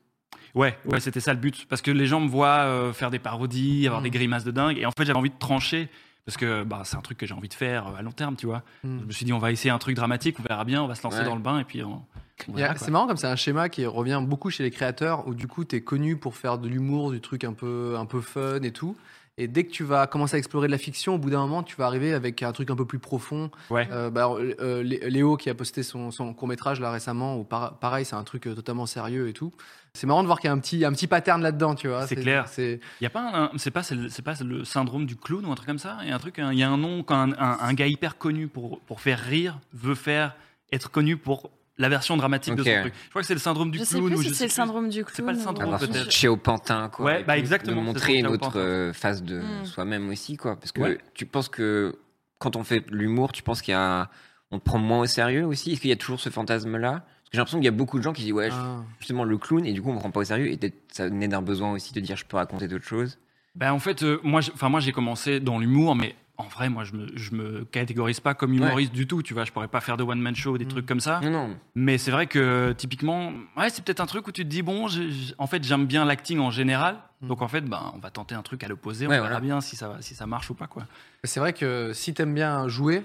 Speaker 1: Ouais, ouais, c'était ça le but. Parce que les gens me voient euh, faire des parodies, avoir
Speaker 2: Mm.
Speaker 1: des grimaces de dingue. Et en fait, j'avais envie de trancher. Parce que bah, c'est un truc que j'ai envie de faire euh, à long terme, tu vois.
Speaker 2: Mm.
Speaker 1: Je me suis dit, on va essayer un truc dramatique, on verra bien, on va se lancer
Speaker 3: Ouais.
Speaker 1: dans le bain et puis on. on
Speaker 2: Il y a-
Speaker 1: verra, quoi.
Speaker 2: c'est marrant comme c'est un schéma qui revient beaucoup chez les créateurs où du coup t'es connu pour faire de l'humour, du truc un peu un peu fun et tout. Et dès que tu vas commencer à explorer de la fiction, au bout d'un moment, tu vas arriver avec un truc un peu plus profond.
Speaker 1: Ouais.
Speaker 2: Euh, bah, euh, Lé- Léo qui a posté son, court métrage là récemment, où par- pareil, c'est un truc euh, totalement sérieux et tout. C'est marrant de voir qu'il y a un petit, un petit pattern là-dedans, tu vois.
Speaker 1: C'est clair.
Speaker 2: C'est
Speaker 1: Y a pas un, un- c'est pas c'est le- c'est pas le syndrome du clown ou un truc comme ça. Il y a un truc, il y a un nom quand un, un- un gars hyper connu pour pour faire rire veut faire être connu pour la version dramatique
Speaker 3: Ok.
Speaker 1: de son truc. Je crois que c'est le syndrome du
Speaker 4: Je sais
Speaker 1: clown.
Speaker 4: plus
Speaker 1: ou
Speaker 4: si c'est le
Speaker 1: plus.
Speaker 4: syndrome du clown. euh,
Speaker 1: C'est pas le
Speaker 4: ou-
Speaker 1: syndrome,
Speaker 3: Avoir son
Speaker 1: peut-être.
Speaker 3: chez au pantin, quoi.
Speaker 1: Ouais,
Speaker 3: et
Speaker 1: bah,
Speaker 3: puis
Speaker 1: exactement,
Speaker 3: De
Speaker 1: c'est
Speaker 3: montrer
Speaker 1: son
Speaker 3: une
Speaker 1: chez au
Speaker 3: autre
Speaker 1: pantin.
Speaker 3: euh, face de
Speaker 4: Mm.
Speaker 3: soi-même aussi, quoi. Parce que
Speaker 1: Ouais.
Speaker 3: tu penses que quand on fait de l'humour, tu penses qu'il y a. On te prend moins au sérieux aussi Est-ce qu'il y a toujours ce fantasme-là Parce que j'ai l'impression qu'il y a beaucoup de gens qui disent, ouais, je-
Speaker 1: Ah.
Speaker 2: un-
Speaker 3: justement, le clown, et du coup, on me prend pas au sérieux. Et peut-être ça naît d'un besoin aussi de dire, je peux raconter d'autres choses.
Speaker 1: Ben, en fait, euh, moi, j'ai- enfin moi j'ai commencé dans l'humour, mais en vrai, moi je me je me catégorise pas comme humoriste du tout. Tu vois, je pourrais pas faire de one man show, des
Speaker 2: Mm.
Speaker 1: trucs comme ça.
Speaker 3: Non, non.
Speaker 1: Mais c'est vrai que typiquement, ouais, c'est peut-être un truc où tu te dis bon, j'ai- j'ai- en fait, j'aime bien l'acting en général.
Speaker 2: Mm.
Speaker 1: Donc en fait, ben, on va tenter un truc à l'opposé, on
Speaker 3: Ouais,
Speaker 1: verra
Speaker 3: voilà.
Speaker 1: bien si ça va- si ça marche ou pas quoi.
Speaker 2: C'est vrai que si t'aimes bien jouer,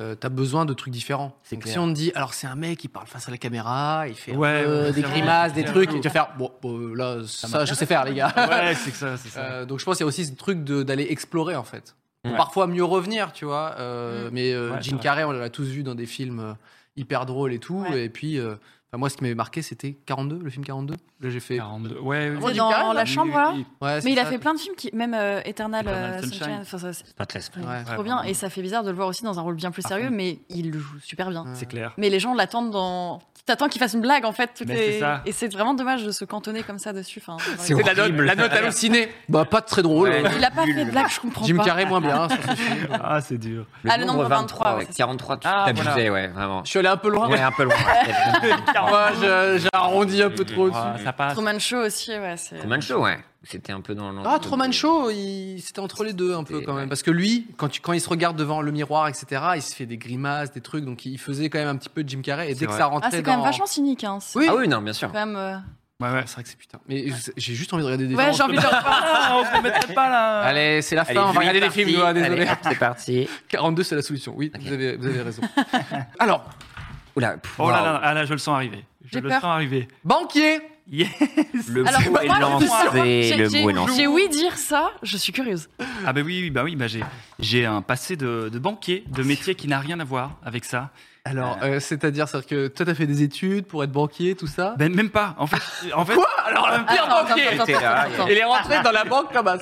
Speaker 2: euh, t'as besoin de trucs différents.
Speaker 1: C'est
Speaker 2: Donc
Speaker 1: clair.
Speaker 2: Si on te dit, alors c'est un mec qui parle face à la caméra, il fait un
Speaker 1: Ouais,
Speaker 2: peu
Speaker 1: ouais,
Speaker 2: des
Speaker 1: c'est
Speaker 2: grimaces,
Speaker 1: vrai.
Speaker 2: des trucs, et tu vas faire, bon, bon, là, ça, je sais faire, les gars.
Speaker 1: Ouais, c'est que ça, c'est ça.
Speaker 2: Euh, donc je pense qu'il y a aussi ce truc de- d'aller explorer, en fait.
Speaker 3: Ouais.
Speaker 2: Parfois mieux revenir, tu vois.
Speaker 4: Mm.
Speaker 2: euh, Mais euh,
Speaker 1: Ouais, c'est
Speaker 2: Jim
Speaker 1: vrai.
Speaker 2: Carrey, on l'a tous vu dans des films euh, hyper drôles et tout.
Speaker 4: Ouais.
Speaker 2: Et puis, euh, enfin, moi, ce qui m'avait marqué, c'était 42, le film 42. Là, j'ai fait.
Speaker 1: 42. Ouais,
Speaker 2: Moi,
Speaker 4: C'est
Speaker 2: j'ai
Speaker 4: dans
Speaker 1: hein,
Speaker 2: carrément
Speaker 4: la
Speaker 2: vu-
Speaker 4: chambre là
Speaker 2: Ouais, c'est
Speaker 4: Mais il a
Speaker 2: ça.
Speaker 4: fait plein de films qui, même euh, Eternal,
Speaker 1: Eternal
Speaker 4: euh,
Speaker 1: Sunshine.
Speaker 4: Sunshine, enfin, ça, c'est
Speaker 3: Pas de la semaine.
Speaker 2: Ouais.
Speaker 4: trop bien. Et ça fait bizarre de le voir aussi dans un rôle bien plus
Speaker 1: Par
Speaker 4: sérieux,
Speaker 1: contre.
Speaker 4: mais il le joue super bien.
Speaker 1: c'est clair.
Speaker 4: Mais les gens l'attendent dans. T'attends qu'il fasse une blague en fait. toutes
Speaker 1: Mais
Speaker 4: les-
Speaker 1: c'est ça.
Speaker 4: Et c'est vraiment dommage de se cantonner comme ça dessus. Enfin,
Speaker 3: C'est
Speaker 4: vraiment-
Speaker 2: La note,
Speaker 3: horrible.
Speaker 2: la note hallucinée. Bah, pas de très drôle.
Speaker 3: Ouais.
Speaker 4: Il a pas fait de blague, je comprends
Speaker 2: Jim
Speaker 4: pas.
Speaker 2: Carrey, moins bien. hein, sur ce film.
Speaker 1: Ah, c'est dur.
Speaker 4: Ah, le nombre 23,
Speaker 3: ouais,
Speaker 4: ouais,
Speaker 3: 43, tu
Speaker 1: Ah,
Speaker 3: t'abusais,
Speaker 1: voilà.
Speaker 3: ouais, vraiment.
Speaker 2: Je suis allé un peu loin.
Speaker 3: Ouais, un peu loin.
Speaker 1: <laughs>
Speaker 2: Moi, je- j'ai arrondi un peu trop au-dessus.
Speaker 1: Ah, ça passe.
Speaker 4: Truman Show aussi, ouais. c'est-
Speaker 3: Truman Show, ouais. C'était un peu dans le.
Speaker 2: Ah, Truman Show, il... c'était entre les deux un peu
Speaker 3: C'était-
Speaker 2: quand même.
Speaker 3: ouais.
Speaker 2: Parce que lui, quand, tu- quand il se regarde devant le miroir, etc., il se fait des grimaces, des trucs. Donc il faisait quand même un petit peu de Jim Carrey. Et dès que
Speaker 1: vrai.
Speaker 2: ça rentrait
Speaker 4: Ah, c'est quand
Speaker 2: dans.
Speaker 4: même vachement cynique. Hein. c'est
Speaker 2: Oui,
Speaker 3: Ah oui, non, bien sûr.
Speaker 4: Quand même, euh,
Speaker 1: Ouais, ouais.
Speaker 2: C'est vrai que c'est putain. Mais je- j'ai juste envie de regarder des
Speaker 4: Ouais, euh, j'ai envie de le revoir.
Speaker 1: Ah, on se le mettrait pas là.
Speaker 2: Allez, c'est la fin,
Speaker 3: Allez,
Speaker 2: on va
Speaker 3: Julie,
Speaker 2: regarder des
Speaker 3: parti.
Speaker 2: films, Noah, désolé.
Speaker 3: Allez, hop,
Speaker 2: <laughs>
Speaker 3: c'est parti.
Speaker 2: 42, c'est la solution. Oui, vous, avez, vous avez raison. <laughs> Alors,
Speaker 3: Oula, pff,
Speaker 1: Oh là
Speaker 3: waouh.
Speaker 1: là, ah là, je le sens arriver. Je
Speaker 4: J'ai
Speaker 1: le
Speaker 4: peur.
Speaker 1: sens arriver.
Speaker 2: banquier
Speaker 1: Yeah.
Speaker 3: Le
Speaker 4: Alors,
Speaker 3: mot est
Speaker 4: moi,
Speaker 3: lancé,
Speaker 4: j'ai-
Speaker 3: le
Speaker 4: j'ai-
Speaker 3: mot est lancé.
Speaker 4: J'ai oui dire ça, je suis curieuse.
Speaker 1: Ah bah oui, oui, bah oui, bah j'ai, j'ai un passé de, de banquier, de métier qui n'a rien à voir avec ça.
Speaker 2: Alors, euh, c'est-à-dire, c'est-à-dire que toi, t'as fait des études pour être banquier, tout ça
Speaker 1: Ben même pas. En fait, en fait, alors euh, le pire
Speaker 4: Attends,
Speaker 1: banquier.
Speaker 4: attends, attends,
Speaker 3: T'es là,
Speaker 4: attends, attends.
Speaker 2: Il est rentré dans la banque comme ça.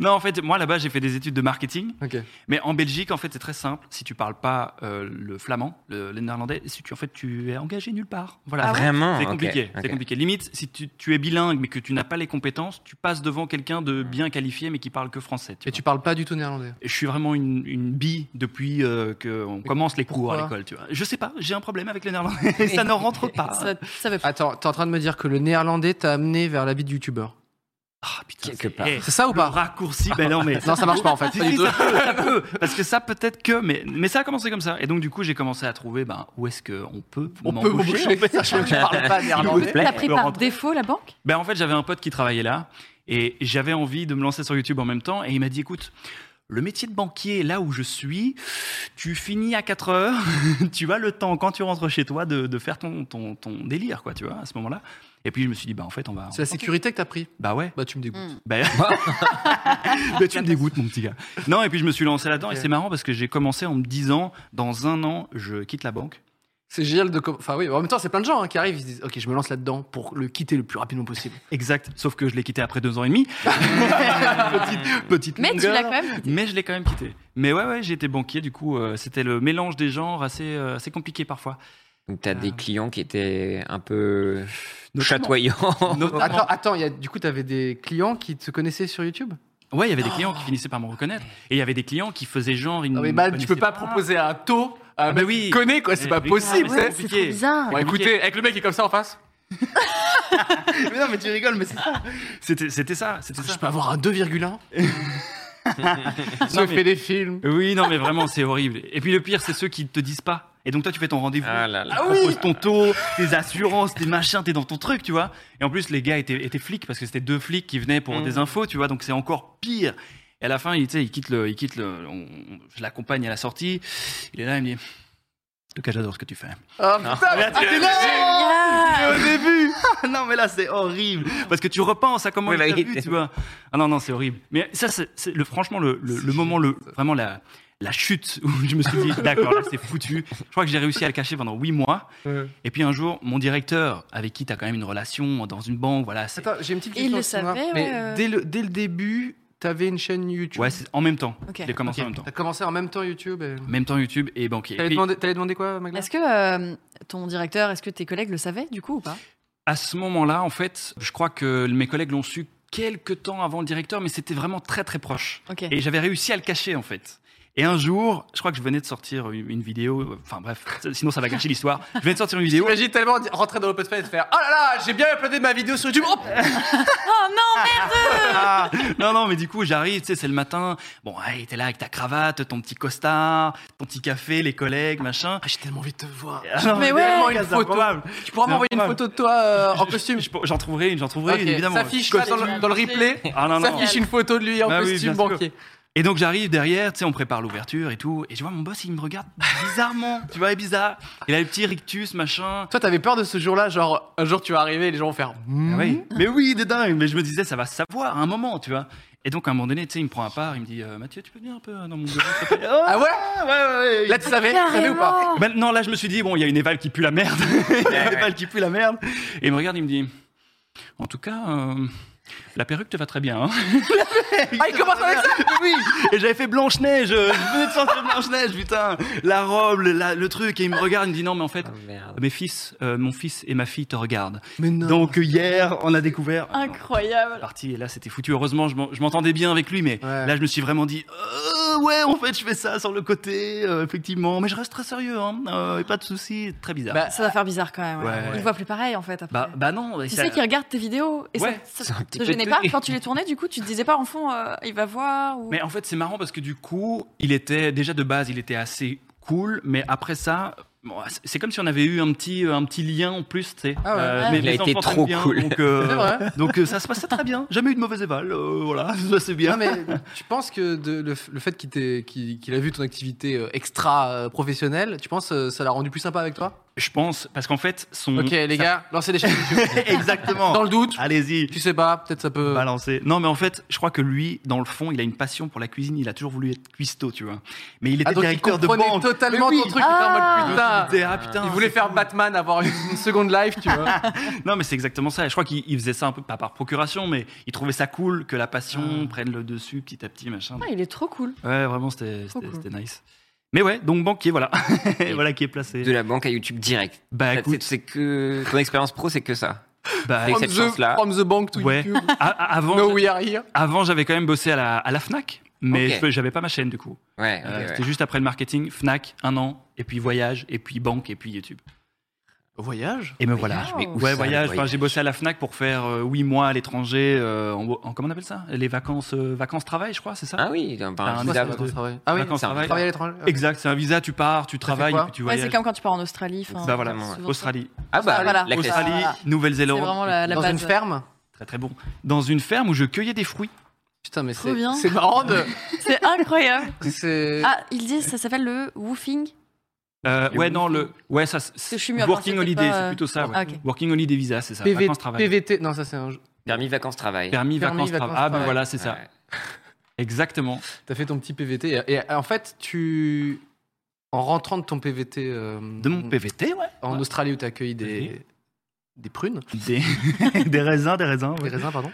Speaker 1: Non, en fait, moi là-bas, j'ai fait des études de marketing.
Speaker 2: Ok.
Speaker 1: Mais en Belgique, en fait, c'est très simple. Si tu parles pas euh, le flamand, le, le néerlandais, si tu en fait tu es engagé nulle part. Voilà.
Speaker 4: Ah ouais
Speaker 3: Vraiment
Speaker 1: C'est
Speaker 3: Ok,
Speaker 1: compliqué,
Speaker 3: ok.
Speaker 1: c'est compliqué. Limite, si tu, tu es bilingue mais que tu n'as pas les compétences, tu passes devant quelqu'un de bien qualifié mais qui parle que français. tu
Speaker 2: Et
Speaker 1: vois.
Speaker 2: tu parles pas du tout néerlandais.
Speaker 1: Je suis vraiment une, une bille depuis qu'on commence les cours à
Speaker 2: pourquoi
Speaker 1: l'école, tu vois. Je sais pas, j'ai un problème avec le
Speaker 2: <laughs>
Speaker 1: néerlandais, ça ne rentre pas.
Speaker 4: Ça, ça va pas.
Speaker 2: Attends, t'es en train de me dire que le néerlandais t'a amené vers la vie de youtubeur.
Speaker 1: Ah putain,
Speaker 3: Quelque
Speaker 1: c'est-
Speaker 3: part.
Speaker 1: eh,
Speaker 2: C'est ça ou
Speaker 1: le
Speaker 2: pas
Speaker 1: raccourci, ben non mais...
Speaker 2: <laughs> Non, ça marche pas en fait.
Speaker 1: Si,
Speaker 2: pas du
Speaker 1: si,
Speaker 2: tout.
Speaker 1: ça peut, ça peut, parce que ça peut-être que, mais, mais ça a commencé comme ça. Et donc du coup, j'ai commencé à trouver ben, où est-ce qu'on peut
Speaker 2: On peut
Speaker 1: m'embaucher.
Speaker 2: boucher. Sachant que tu parles
Speaker 3: <laughs>
Speaker 2: pas néerlandais.
Speaker 3: plaît.
Speaker 4: T'as pris
Speaker 1: Le
Speaker 4: par
Speaker 1: rentrer.
Speaker 4: défaut la banque
Speaker 1: Ben, en fait, j'avais un pote qui travaillait là et j'avais envie de me lancer sur YouTube en même temps. Et il m'a dit écoute, le métier de banquier, là où je suis, tu finis à 4 heures, <laughs> tu as le temps quand tu rentres chez toi de, de faire ton, ton, ton délire, quoi, tu vois, à ce moment-là. Et puis je me suis dit bah en fait, on va.
Speaker 2: C'est la sécurité que t'as pris.
Speaker 1: Bah ouais.
Speaker 2: Bah, tu me dégoûtes. <laughs>
Speaker 1: Bah, <laughs> Bah, tu me dégoûtes, mon petit gars. Non, et puis je me suis lancé là-dedans. Et
Speaker 2: Ok.
Speaker 1: c'est marrant parce que j'ai commencé en me disant dans un an, je quitte la banque.
Speaker 2: C'est génial de. com- Enfin, oui, en même temps, c'est plein de gens hein, qui arrivent, ils se disent Ok, je me lance là-dedans pour le quitter le plus rapidement possible.
Speaker 1: Exact. Sauf que je l'ai quitté après deux ans
Speaker 2: <laughs>
Speaker 1: et demi. petite, <laughs> petite
Speaker 4: Mais tu
Speaker 1: longueur.
Speaker 4: l'as quand même.
Speaker 1: Mais je l'ai quand même quitté. Mais ouais, ouais, j'ai été banquier, du coup, euh, c'était le mélange des genres assez, euh, assez compliqué parfois.
Speaker 3: Donc, t'as
Speaker 1: Euh,
Speaker 3: des clients qui étaient un peu
Speaker 1: Notamment. <laughs>
Speaker 3: chatoyants.
Speaker 1: Notamment-
Speaker 2: Oh, Attends, attends, il y a- du coup, t'avais des clients qui te connaissaient sur YouTube
Speaker 1: Ouais, il y avait des clients qui finissaient par me reconnaître. Et il y avait des clients qui faisaient genre. Ils
Speaker 2: Oh. Non, mais
Speaker 1: me
Speaker 2: mal, tu peux
Speaker 1: connaissaient
Speaker 2: pas proposer un taux à un
Speaker 1: Mm, Ah, bah
Speaker 2: mec
Speaker 1: oui.
Speaker 2: qui te connaît, quoi, c'est
Speaker 1: Eh,
Speaker 2: pas
Speaker 1: oui.
Speaker 2: possible,
Speaker 1: Ah, ouais,
Speaker 2: c'est-
Speaker 1: c'est compliqué.
Speaker 4: bizarre.
Speaker 2: Bon,
Speaker 1: compliqué.
Speaker 2: écoutez, avec le mec qui est comme ça en
Speaker 1: <laughs>
Speaker 2: face. mais non, mais tu rigoles, mais c'est ça.
Speaker 1: C'était c'était ça, c'était ça.
Speaker 2: Je peux avoir un <laughs> 2,1 Ça
Speaker 1: Non,
Speaker 2: fait
Speaker 1: mais-
Speaker 2: des films.
Speaker 1: Oui, non, mais vraiment, c'est horrible. Et puis le pire, c'est ceux qui te disent pas. Et donc toi, tu fais ton rendez-vous.
Speaker 3: Ah là là.
Speaker 1: tu proposes ton taux, tes assurances, tes machins, t'es dans ton truc, tu vois. Et en plus, les gars étaient, étaient flics parce que c'était deux flics qui venaient pour
Speaker 3: Mm.
Speaker 1: des infos, tu vois. Donc c'est encore pire. Et à la fin, il, tu sais, il quitte le, il quitte le. on- on- je l'accompagne à la sortie. Il est là, il me dit. En tout cas, j'adore ce que tu fais.
Speaker 2: Ah putain, mais t'es là
Speaker 4: Ah,
Speaker 1: Au <laughs> début Non, mais là, c'est horrible Parce que tu repenses à comment
Speaker 3: Oui,
Speaker 1: il
Speaker 3: bah
Speaker 1: t'a
Speaker 3: oui.
Speaker 1: vu, tu vois. Ah non, non, c'est horrible. Mais ça, c'est c'est le, franchement, le, le- le moment, le, vraiment la, la chute où je me suis dit, d'accord, là, c'est foutu. Je crois que j'ai réussi à le cacher pendant huit mois.
Speaker 2: Ouais.
Speaker 1: Et puis un jour, mon directeur, avec qui t'as quand même une relation dans une banque, voilà. c'est-
Speaker 2: Attends, j'ai une petite
Speaker 4: Il
Speaker 2: question.
Speaker 4: le
Speaker 2: Sylvain.
Speaker 4: savait,
Speaker 2: mais
Speaker 4: ouais, euh.
Speaker 2: dès, le, dès le début, t'avais une chaîne YouTube.
Speaker 1: Ouais, c'est en même temps.
Speaker 4: ok.
Speaker 1: J'ai commencé
Speaker 2: Ok,
Speaker 1: en même temps.
Speaker 2: T'as commencé en même temps YouTube. Et...
Speaker 1: Même temps YouTube et banquier. Et
Speaker 2: T'allais
Speaker 1: puis,
Speaker 2: demander, t'allais demander quoi, Magla
Speaker 4: Est-ce que euh, ton directeur, est-ce que tes collègues le savaient du coup ou pas
Speaker 1: à ce moment-là, en fait, je crois que mes collègues l'ont su quelques temps avant le directeur, mais c'était vraiment très très proche.
Speaker 4: Ok.
Speaker 1: Et j'avais réussi à le cacher en fait. Et un jour, je crois que je venais de sortir une une vidéo, euh, enfin bref, sinon ça va gâcher l'histoire. Je venais de sortir une vidéo.
Speaker 2: J'imagine tellement di- rentrer dans l'open space et faire Oh là là, j'ai bien uploadé ma vidéo sur YouTube. Oh
Speaker 4: Oh non, merde
Speaker 1: Ah, non, non, mais du coup, j'arrive, tu sais, c'est le matin. Bon, hey, t'es là avec ta cravate, ton petit costard, ton petit café, les collègues, machin.
Speaker 2: J'ai tellement envie de te
Speaker 1: <laughs>
Speaker 2: voir.
Speaker 1: Ah, non,
Speaker 4: Mais ouais,
Speaker 2: Tellement une
Speaker 1: c'est
Speaker 2: photo.
Speaker 1: improbable.
Speaker 2: Tu pourras m'envoyer une
Speaker 1: Improbable.
Speaker 2: photo de toi euh, en
Speaker 1: Je-
Speaker 2: costume.
Speaker 1: je- J'en trouverai une, j'en trouverai
Speaker 2: Ok,
Speaker 1: une, évidemment.
Speaker 2: S'affiche là, dans, le, dans le replay.
Speaker 1: Ah, non, non.
Speaker 2: S'affiche une photo de lui en
Speaker 1: Ah oui,
Speaker 2: costume
Speaker 1: bien sûr.
Speaker 2: banquier.
Speaker 1: Et donc j'arrive derrière, tu sais, on prépare l'ouverture et tout, et je vois mon boss, il me regarde bizarrement, tu vois, il est bizarre. Il a le petit rictus, machin.
Speaker 2: Toi, t'avais peur de ce jour-là, genre un jour tu vas arriver et les gens vont faire.
Speaker 1: Ah oui. Mais oui, des dingues. Mais je me disais, ça va se savoir à un moment, tu vois. Et donc à un moment donné, tu sais, il me prend à part, il me dit, euh, Mathieu, tu peux venir un peu euh, dans mon bureau s'il te plaît Oh
Speaker 2: Ah ouais
Speaker 1: ouais, ouais, ouais.
Speaker 2: Là, tu savais, tu savais ou pas
Speaker 4: Carrément.
Speaker 1: Maintenant, là, je me suis dit, bon, il y a une éval qui pue la merde. <laughs> Il y a une éval qui pue la merde. Et il me regarde, il me dit, en tout cas, euh, la perruque te va très bien. hein.
Speaker 2: <laughs> Ah, il commence avec ça
Speaker 1: oui Et j'avais fait Blanche-Neige, euh, je venais de sortir de Blanche-Neige, putain. La robe, le, la- le truc. Et il me regarde, il me dit, non, mais en fait,
Speaker 3: Oh, merde.
Speaker 1: mes fils, euh, mon fils et ma fille te regardent.
Speaker 2: Mais non.
Speaker 1: Donc hier, on a découvert.
Speaker 4: Incroyable.
Speaker 1: parti et là c'était foutu. Heureusement, je m'en- je m'entendais bien avec lui, mais
Speaker 2: Ouais.
Speaker 1: là je me suis vraiment dit Euh, ouais, en fait, je fais ça sur le côté, euh, effectivement, mais je reste très sérieux, hein, euh, et pas de soucis, très bizarre.
Speaker 2: Bah,
Speaker 4: Ça va faire bizarre quand même. ouais.
Speaker 1: Ouais, ouais.
Speaker 4: Il voit plus pareil en fait après.
Speaker 1: bah, bah non,
Speaker 4: tu
Speaker 1: ça-
Speaker 4: sais qu'il regarde tes vidéos et ça-
Speaker 1: Ouais,
Speaker 4: ça,
Speaker 3: c'est un
Speaker 4: te
Speaker 3: petit peu
Speaker 4: gênait
Speaker 3: de-
Speaker 4: pas quand tu les tournais. Du coup, tu te disais pas en fond, euh, il va voir ou.
Speaker 1: mais en fait c'est marrant parce que du coup, il était déjà de base, il était assez cool, mais après ça, Bon, c'est- c'est comme si on avait eu un petit, euh, un petit lien en plus, tu sais.
Speaker 2: Ah ouais.
Speaker 1: Euh,
Speaker 4: Ouais.
Speaker 1: mes-
Speaker 3: Il
Speaker 1: mes
Speaker 3: a été
Speaker 1: enfants
Speaker 3: trop
Speaker 1: s'aiment bien,
Speaker 3: cool.
Speaker 1: Donc, euh,
Speaker 2: C'est vrai.
Speaker 1: donc euh, ça se passait très bien. Jamais eu de mauvaise éval. euh, voilà, <laughs> ça c'est bien.
Speaker 2: Non, mais tu penses que de- le, f- le fait qu'il t'ait- qu'il qu'il a vu ton activité euh, extra euh, professionnelle, tu penses euh, ça l'a rendu plus sympa avec toi
Speaker 1: Je pense, parce qu'en fait, son.
Speaker 2: Ok, les gars, lancez les chaînes YouTube.
Speaker 1: <laughs> Exactement.
Speaker 2: Dans le doute,
Speaker 1: Allez-y.
Speaker 2: tu sais pas, peut-être ça peut.
Speaker 1: balancer. Non, mais en fait, je crois que lui, dans le fond, il a une passion pour la cuisine. Il a toujours voulu être cuistot, tu vois. Mais il était
Speaker 2: Ah, donc il
Speaker 1: directeur de
Speaker 2: comprenait
Speaker 1: banque.
Speaker 2: totalement
Speaker 1: Mais oui.
Speaker 2: ton truc. il
Speaker 4: Ah.
Speaker 2: était en mode,
Speaker 1: Il
Speaker 2: putain.
Speaker 1: disait, ah, putain,
Speaker 2: Il voulait faire Batman, avoir une, une seconde life, tu vois.
Speaker 1: Non, mais c'est exactement ça. Je crois qu'il il faisait ça un peu, pas par procuration, mais il trouvait ça cool que la
Speaker 2: Ah.
Speaker 1: passion prenne le dessus petit à petit, machin.
Speaker 4: Ah, il est trop cool.
Speaker 1: Ouais, vraiment, c'était c'était-
Speaker 4: cool.
Speaker 1: c'était nice. Mais ouais, donc banquier, voilà. <laughs> voilà qui est placé.
Speaker 3: De la banque à YouTube direct.
Speaker 1: Bah
Speaker 3: Ça,
Speaker 1: écoute,
Speaker 3: c'est- C'est que ton expérience pro, c'est que ça.
Speaker 1: bah,
Speaker 3: Avec
Speaker 2: From
Speaker 3: cette
Speaker 2: the,
Speaker 3: chance-là.
Speaker 2: from the bank to
Speaker 1: ouais.
Speaker 2: YouTube.
Speaker 1: A- a- avant,
Speaker 2: <laughs> No, we are here.
Speaker 1: avant j'avais quand même bossé à la, à la Fnac, mais
Speaker 3: Ok.
Speaker 1: je fais- j'avais pas ma chaîne du coup.
Speaker 3: Ouais.
Speaker 1: Euh,
Speaker 3: ouais, ouais.
Speaker 1: C'était juste après le marketing, Fnac, un an, et puis voyage, et puis banque, et puis YouTube.
Speaker 2: Voyage
Speaker 1: Et me voilà.
Speaker 3: Ah, mais où ça,
Speaker 1: Ouais,
Speaker 3: le
Speaker 1: voyage. Enfin, j'ai bossé à la Fnac pour faire 8 mois à l'étranger, euh, en, en- comment on appelle ça Les vacances, euh, vacances travail, je crois, c'est ça
Speaker 3: Ah oui, un,
Speaker 1: Ah,
Speaker 3: un
Speaker 1: moi,
Speaker 3: visa.
Speaker 1: ça va.
Speaker 2: Ah oui,
Speaker 1: Vacances
Speaker 3: c'est un
Speaker 1: travail.
Speaker 2: travailler à l'étranger. ok.
Speaker 1: Exact, c'est un visa, tu pars, tu travailles, et
Speaker 2: quoi
Speaker 1: puis tu
Speaker 4: Ouais,
Speaker 1: voyages.
Speaker 4: c'est comme quand tu pars en Australie. enfin,
Speaker 1: Bah voilà,
Speaker 4: c'est
Speaker 3: ouais.
Speaker 4: souvent
Speaker 1: Australie,
Speaker 3: Ah bah,
Speaker 4: Ah, voilà.
Speaker 3: la classe.
Speaker 4: Ah,
Speaker 1: Australie,
Speaker 4: voilà. C'est
Speaker 1: Nouvelle-Zélande,
Speaker 4: vraiment la, la
Speaker 2: Dans une
Speaker 4: base.
Speaker 2: ferme
Speaker 1: très très bon. Dans une ferme où je cueillais des fruits.
Speaker 2: Putain, mais
Speaker 4: Trop
Speaker 2: c'est
Speaker 4: bien.
Speaker 2: c'est marrant de.
Speaker 4: C'est
Speaker 1: <laughs>
Speaker 4: incroyable.
Speaker 2: C'est.
Speaker 4: Ah, ils disent ça s'appelle le woofing.
Speaker 1: Euh,
Speaker 3: Et
Speaker 1: ouais,
Speaker 3: où
Speaker 1: non, le, ouais, ça, c'est
Speaker 4: je suis mieux à penser,
Speaker 1: Working
Speaker 4: c'est
Speaker 1: Holiday,
Speaker 4: pas,
Speaker 1: c'est
Speaker 4: euh,
Speaker 1: plutôt ça. ouais.
Speaker 4: ah, ok.
Speaker 1: Working Holiday Visa, c'est ça.
Speaker 2: PV
Speaker 1: vacances travail.
Speaker 2: PVT. Non, ça c'est un. jeu.
Speaker 3: Permis vacances-travail.
Speaker 1: Permis,
Speaker 2: Permis,
Speaker 1: vacances,
Speaker 2: vacances,
Speaker 1: travail. Ah, ben
Speaker 2: travail.
Speaker 1: voilà, c'est ça.
Speaker 3: Ouais.
Speaker 1: Exactement.
Speaker 2: T'as fait ton petit PVT. Et, et en fait, tu. En rentrant de ton PVT. euh,
Speaker 1: De mon PVT, ouais.
Speaker 2: En
Speaker 1: Ouais.
Speaker 2: Australie où t'accueilles des. Des prunes,
Speaker 1: Des, <laughs> des raisins, des raisins.
Speaker 2: des
Speaker 1: ouais.
Speaker 2: raisins, pardon.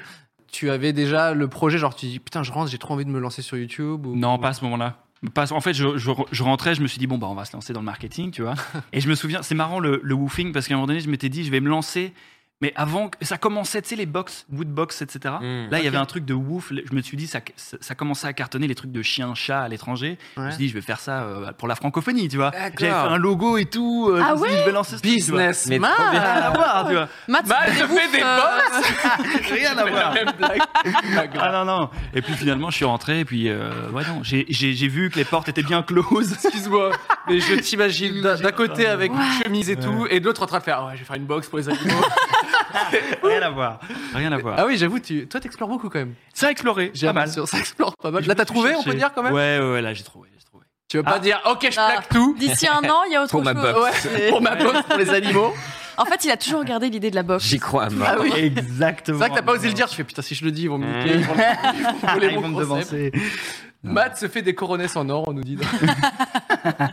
Speaker 2: Tu avais déjà le projet, genre tu dis putain, je rentre, j'ai trop envie de me lancer sur YouTube ou...
Speaker 1: Non, pas à ce moment-là. Pas- en fait, je, je- je rentrais, je me suis dit, bon, bah, on va se lancer dans le marketing,
Speaker 2: <laughs>
Speaker 1: tu vois. Et je me souviens, c'est marrant le, le woofing, parce qu'à un moment donné, je m'étais dit, je vais me lancer. Mais avant, que- ça commençait, tu sais, les box, woodbox, etc. Là,
Speaker 2: Mmh.
Speaker 3: Mm.
Speaker 1: il y avait un truc de ouf. Je me suis dit, ça, ça, ça commençait à cartonner les trucs de chien, chat à l'étranger. Je me
Speaker 2: Ouais.
Speaker 1: suis dit, je vais faire ça euh, pour la francophonie, tu vois.
Speaker 3: D'accord.
Speaker 1: J'avais fait un logo et tout. euh,
Speaker 4: Ah
Speaker 1: je me suis dit, je vais lancer ce truc, tu vois.
Speaker 2: Business, Ah,
Speaker 3: Mais
Speaker 2: man.
Speaker 3: trop
Speaker 2: <laughs>
Speaker 1: Rien à voir, tu vois.
Speaker 4: Matt,
Speaker 2: Matt,
Speaker 4: c'est
Speaker 2: je
Speaker 4: des
Speaker 2: fais
Speaker 4: ouf,
Speaker 2: des
Speaker 4: euh,
Speaker 1: Rien à
Speaker 2: <laughs>
Speaker 1: voir.
Speaker 2: Même blague. Pas grave.
Speaker 1: Ah non, non. Et puis finalement, je suis rentré. Et puis, euh, ouais, non. J'ai- J'ai j'ai vu que les portes étaient bien closes. <laughs>
Speaker 2: Excuse-moi, mais je t'imagine d'un d'un côté avec une chemise et tout, et de l'autre en train de faire Ouais, je vais faire une box pour les animaux.
Speaker 1: Rien à voir. Rien à voir.
Speaker 2: ah oui, j'avoue, tu... toi t'explores beaucoup quand même.
Speaker 1: Ça a exploré,
Speaker 2: J'ai
Speaker 1: pas mal.
Speaker 2: l'impression, Ça explore pas mal.
Speaker 1: Je
Speaker 2: Là,
Speaker 1: me
Speaker 2: t'as
Speaker 1: suis
Speaker 2: trouvé, on
Speaker 1: cherché.
Speaker 2: peut dire quand même
Speaker 1: Ouais, ouais, ouais, là, j'ai trouvé. j'ai trouvé.
Speaker 2: Tu veux pas
Speaker 1: Ah.
Speaker 2: dire Ok, je
Speaker 4: Ah.
Speaker 2: plaque tout
Speaker 4: D'ici un an, il y a autre
Speaker 3: Pour
Speaker 4: chose.
Speaker 3: ma box.
Speaker 4: C'est-
Speaker 2: pour ma box pour les animaux
Speaker 4: En fait, il a toujours regardé l'idée de la box.
Speaker 3: J'y crois, à mort.
Speaker 2: Ah oui.
Speaker 1: Exactement.
Speaker 2: C'est vrai que t'as pas osé le dire, tu fais Putain, si je le dis, ils vont me niquer,
Speaker 1: <laughs>
Speaker 2: ils vont ils vont voler
Speaker 1: Mmh. Ils vont
Speaker 2: mon
Speaker 1: me
Speaker 2: concept.
Speaker 1: devancer.
Speaker 2: Matt se fait des coronesses en or, on
Speaker 4: <laughs>
Speaker 2: nous dit.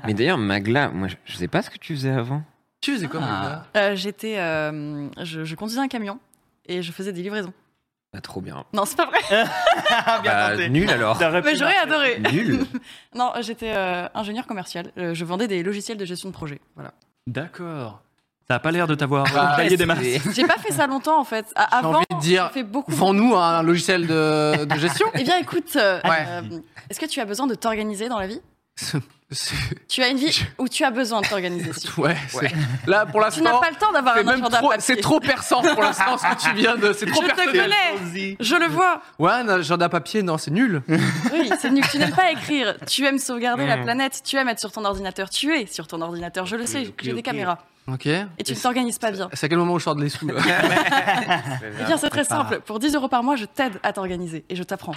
Speaker 3: Mais d'ailleurs, Magla, moi, je- je sais pas ce que tu faisais avant.
Speaker 2: tu faisais quoi,
Speaker 1: Ah.
Speaker 2: Magda
Speaker 4: Euh, J'étais, euh, je, je conduisais un camion et je faisais des livraisons.
Speaker 3: Pas Ah, trop bien.
Speaker 4: Non, c'est pas vrai.
Speaker 1: Ah, bien
Speaker 3: Bah,
Speaker 1: tenté.
Speaker 3: nul
Speaker 1: <laughs>
Speaker 3: alors.
Speaker 2: Ah,
Speaker 1: T'aurais pu
Speaker 4: Mais j'aurais
Speaker 1: marquer.
Speaker 4: adoré.
Speaker 3: Nul.
Speaker 4: Non, j'étais euh, ingénieur commercial. Euh, je vendais des logiciels de gestion de projet. Voilà.
Speaker 1: D'accord. Ah, Ça a pas l'air de t'avoir
Speaker 2: Bah,
Speaker 1: taillé des masses.
Speaker 3: C'est-
Speaker 4: J'ai pas fait ça longtemps en fait. A-
Speaker 2: J'ai
Speaker 4: Avant,
Speaker 2: envie de dire,
Speaker 4: j'ai fait beaucoup.
Speaker 2: Vends-nous un logiciel de, de
Speaker 4: <laughs>
Speaker 2: gestion
Speaker 4: Eh bien, écoute, euh,
Speaker 2: Ouais.
Speaker 4: euh, est-ce que tu as besoin de t'organiser dans la vie
Speaker 2: C'est-
Speaker 4: Tu as une vie où tu as besoin de
Speaker 2: <laughs>
Speaker 4: t'organiser. si.
Speaker 2: Ouais, c'est- là pour
Speaker 4: Tu n'as
Speaker 2: l'instant,
Speaker 4: pas le temps d'avoir
Speaker 2: c'est
Speaker 4: un
Speaker 2: même
Speaker 4: agenda
Speaker 2: trop-
Speaker 4: papier.
Speaker 2: c'est trop perçant pour l'instant ce que tu viens de. C'est
Speaker 4: Je
Speaker 2: trop
Speaker 4: te
Speaker 2: personnel.
Speaker 4: connais. Je le vois.
Speaker 2: Ouais, un agenda papier, non, c'est nul.
Speaker 4: Oui, c'est nul. Tu n'aimes pas écrire. Tu aimes sauvegarder la planète. Tu aimes être sur ton ordinateur. Tu es sur ton ordinateur. Je le sais.
Speaker 1: ok,
Speaker 4: J'ai des
Speaker 1: ok.
Speaker 4: caméras.
Speaker 2: Ok.
Speaker 4: Et tu ne t'organises pas bien.
Speaker 2: C'est à quel moment où je sors de euh, les sous là
Speaker 4: Eh bien, c'est très simple. Pour 10 euros par mois, je t'aide à t'organiser et je t'apprends.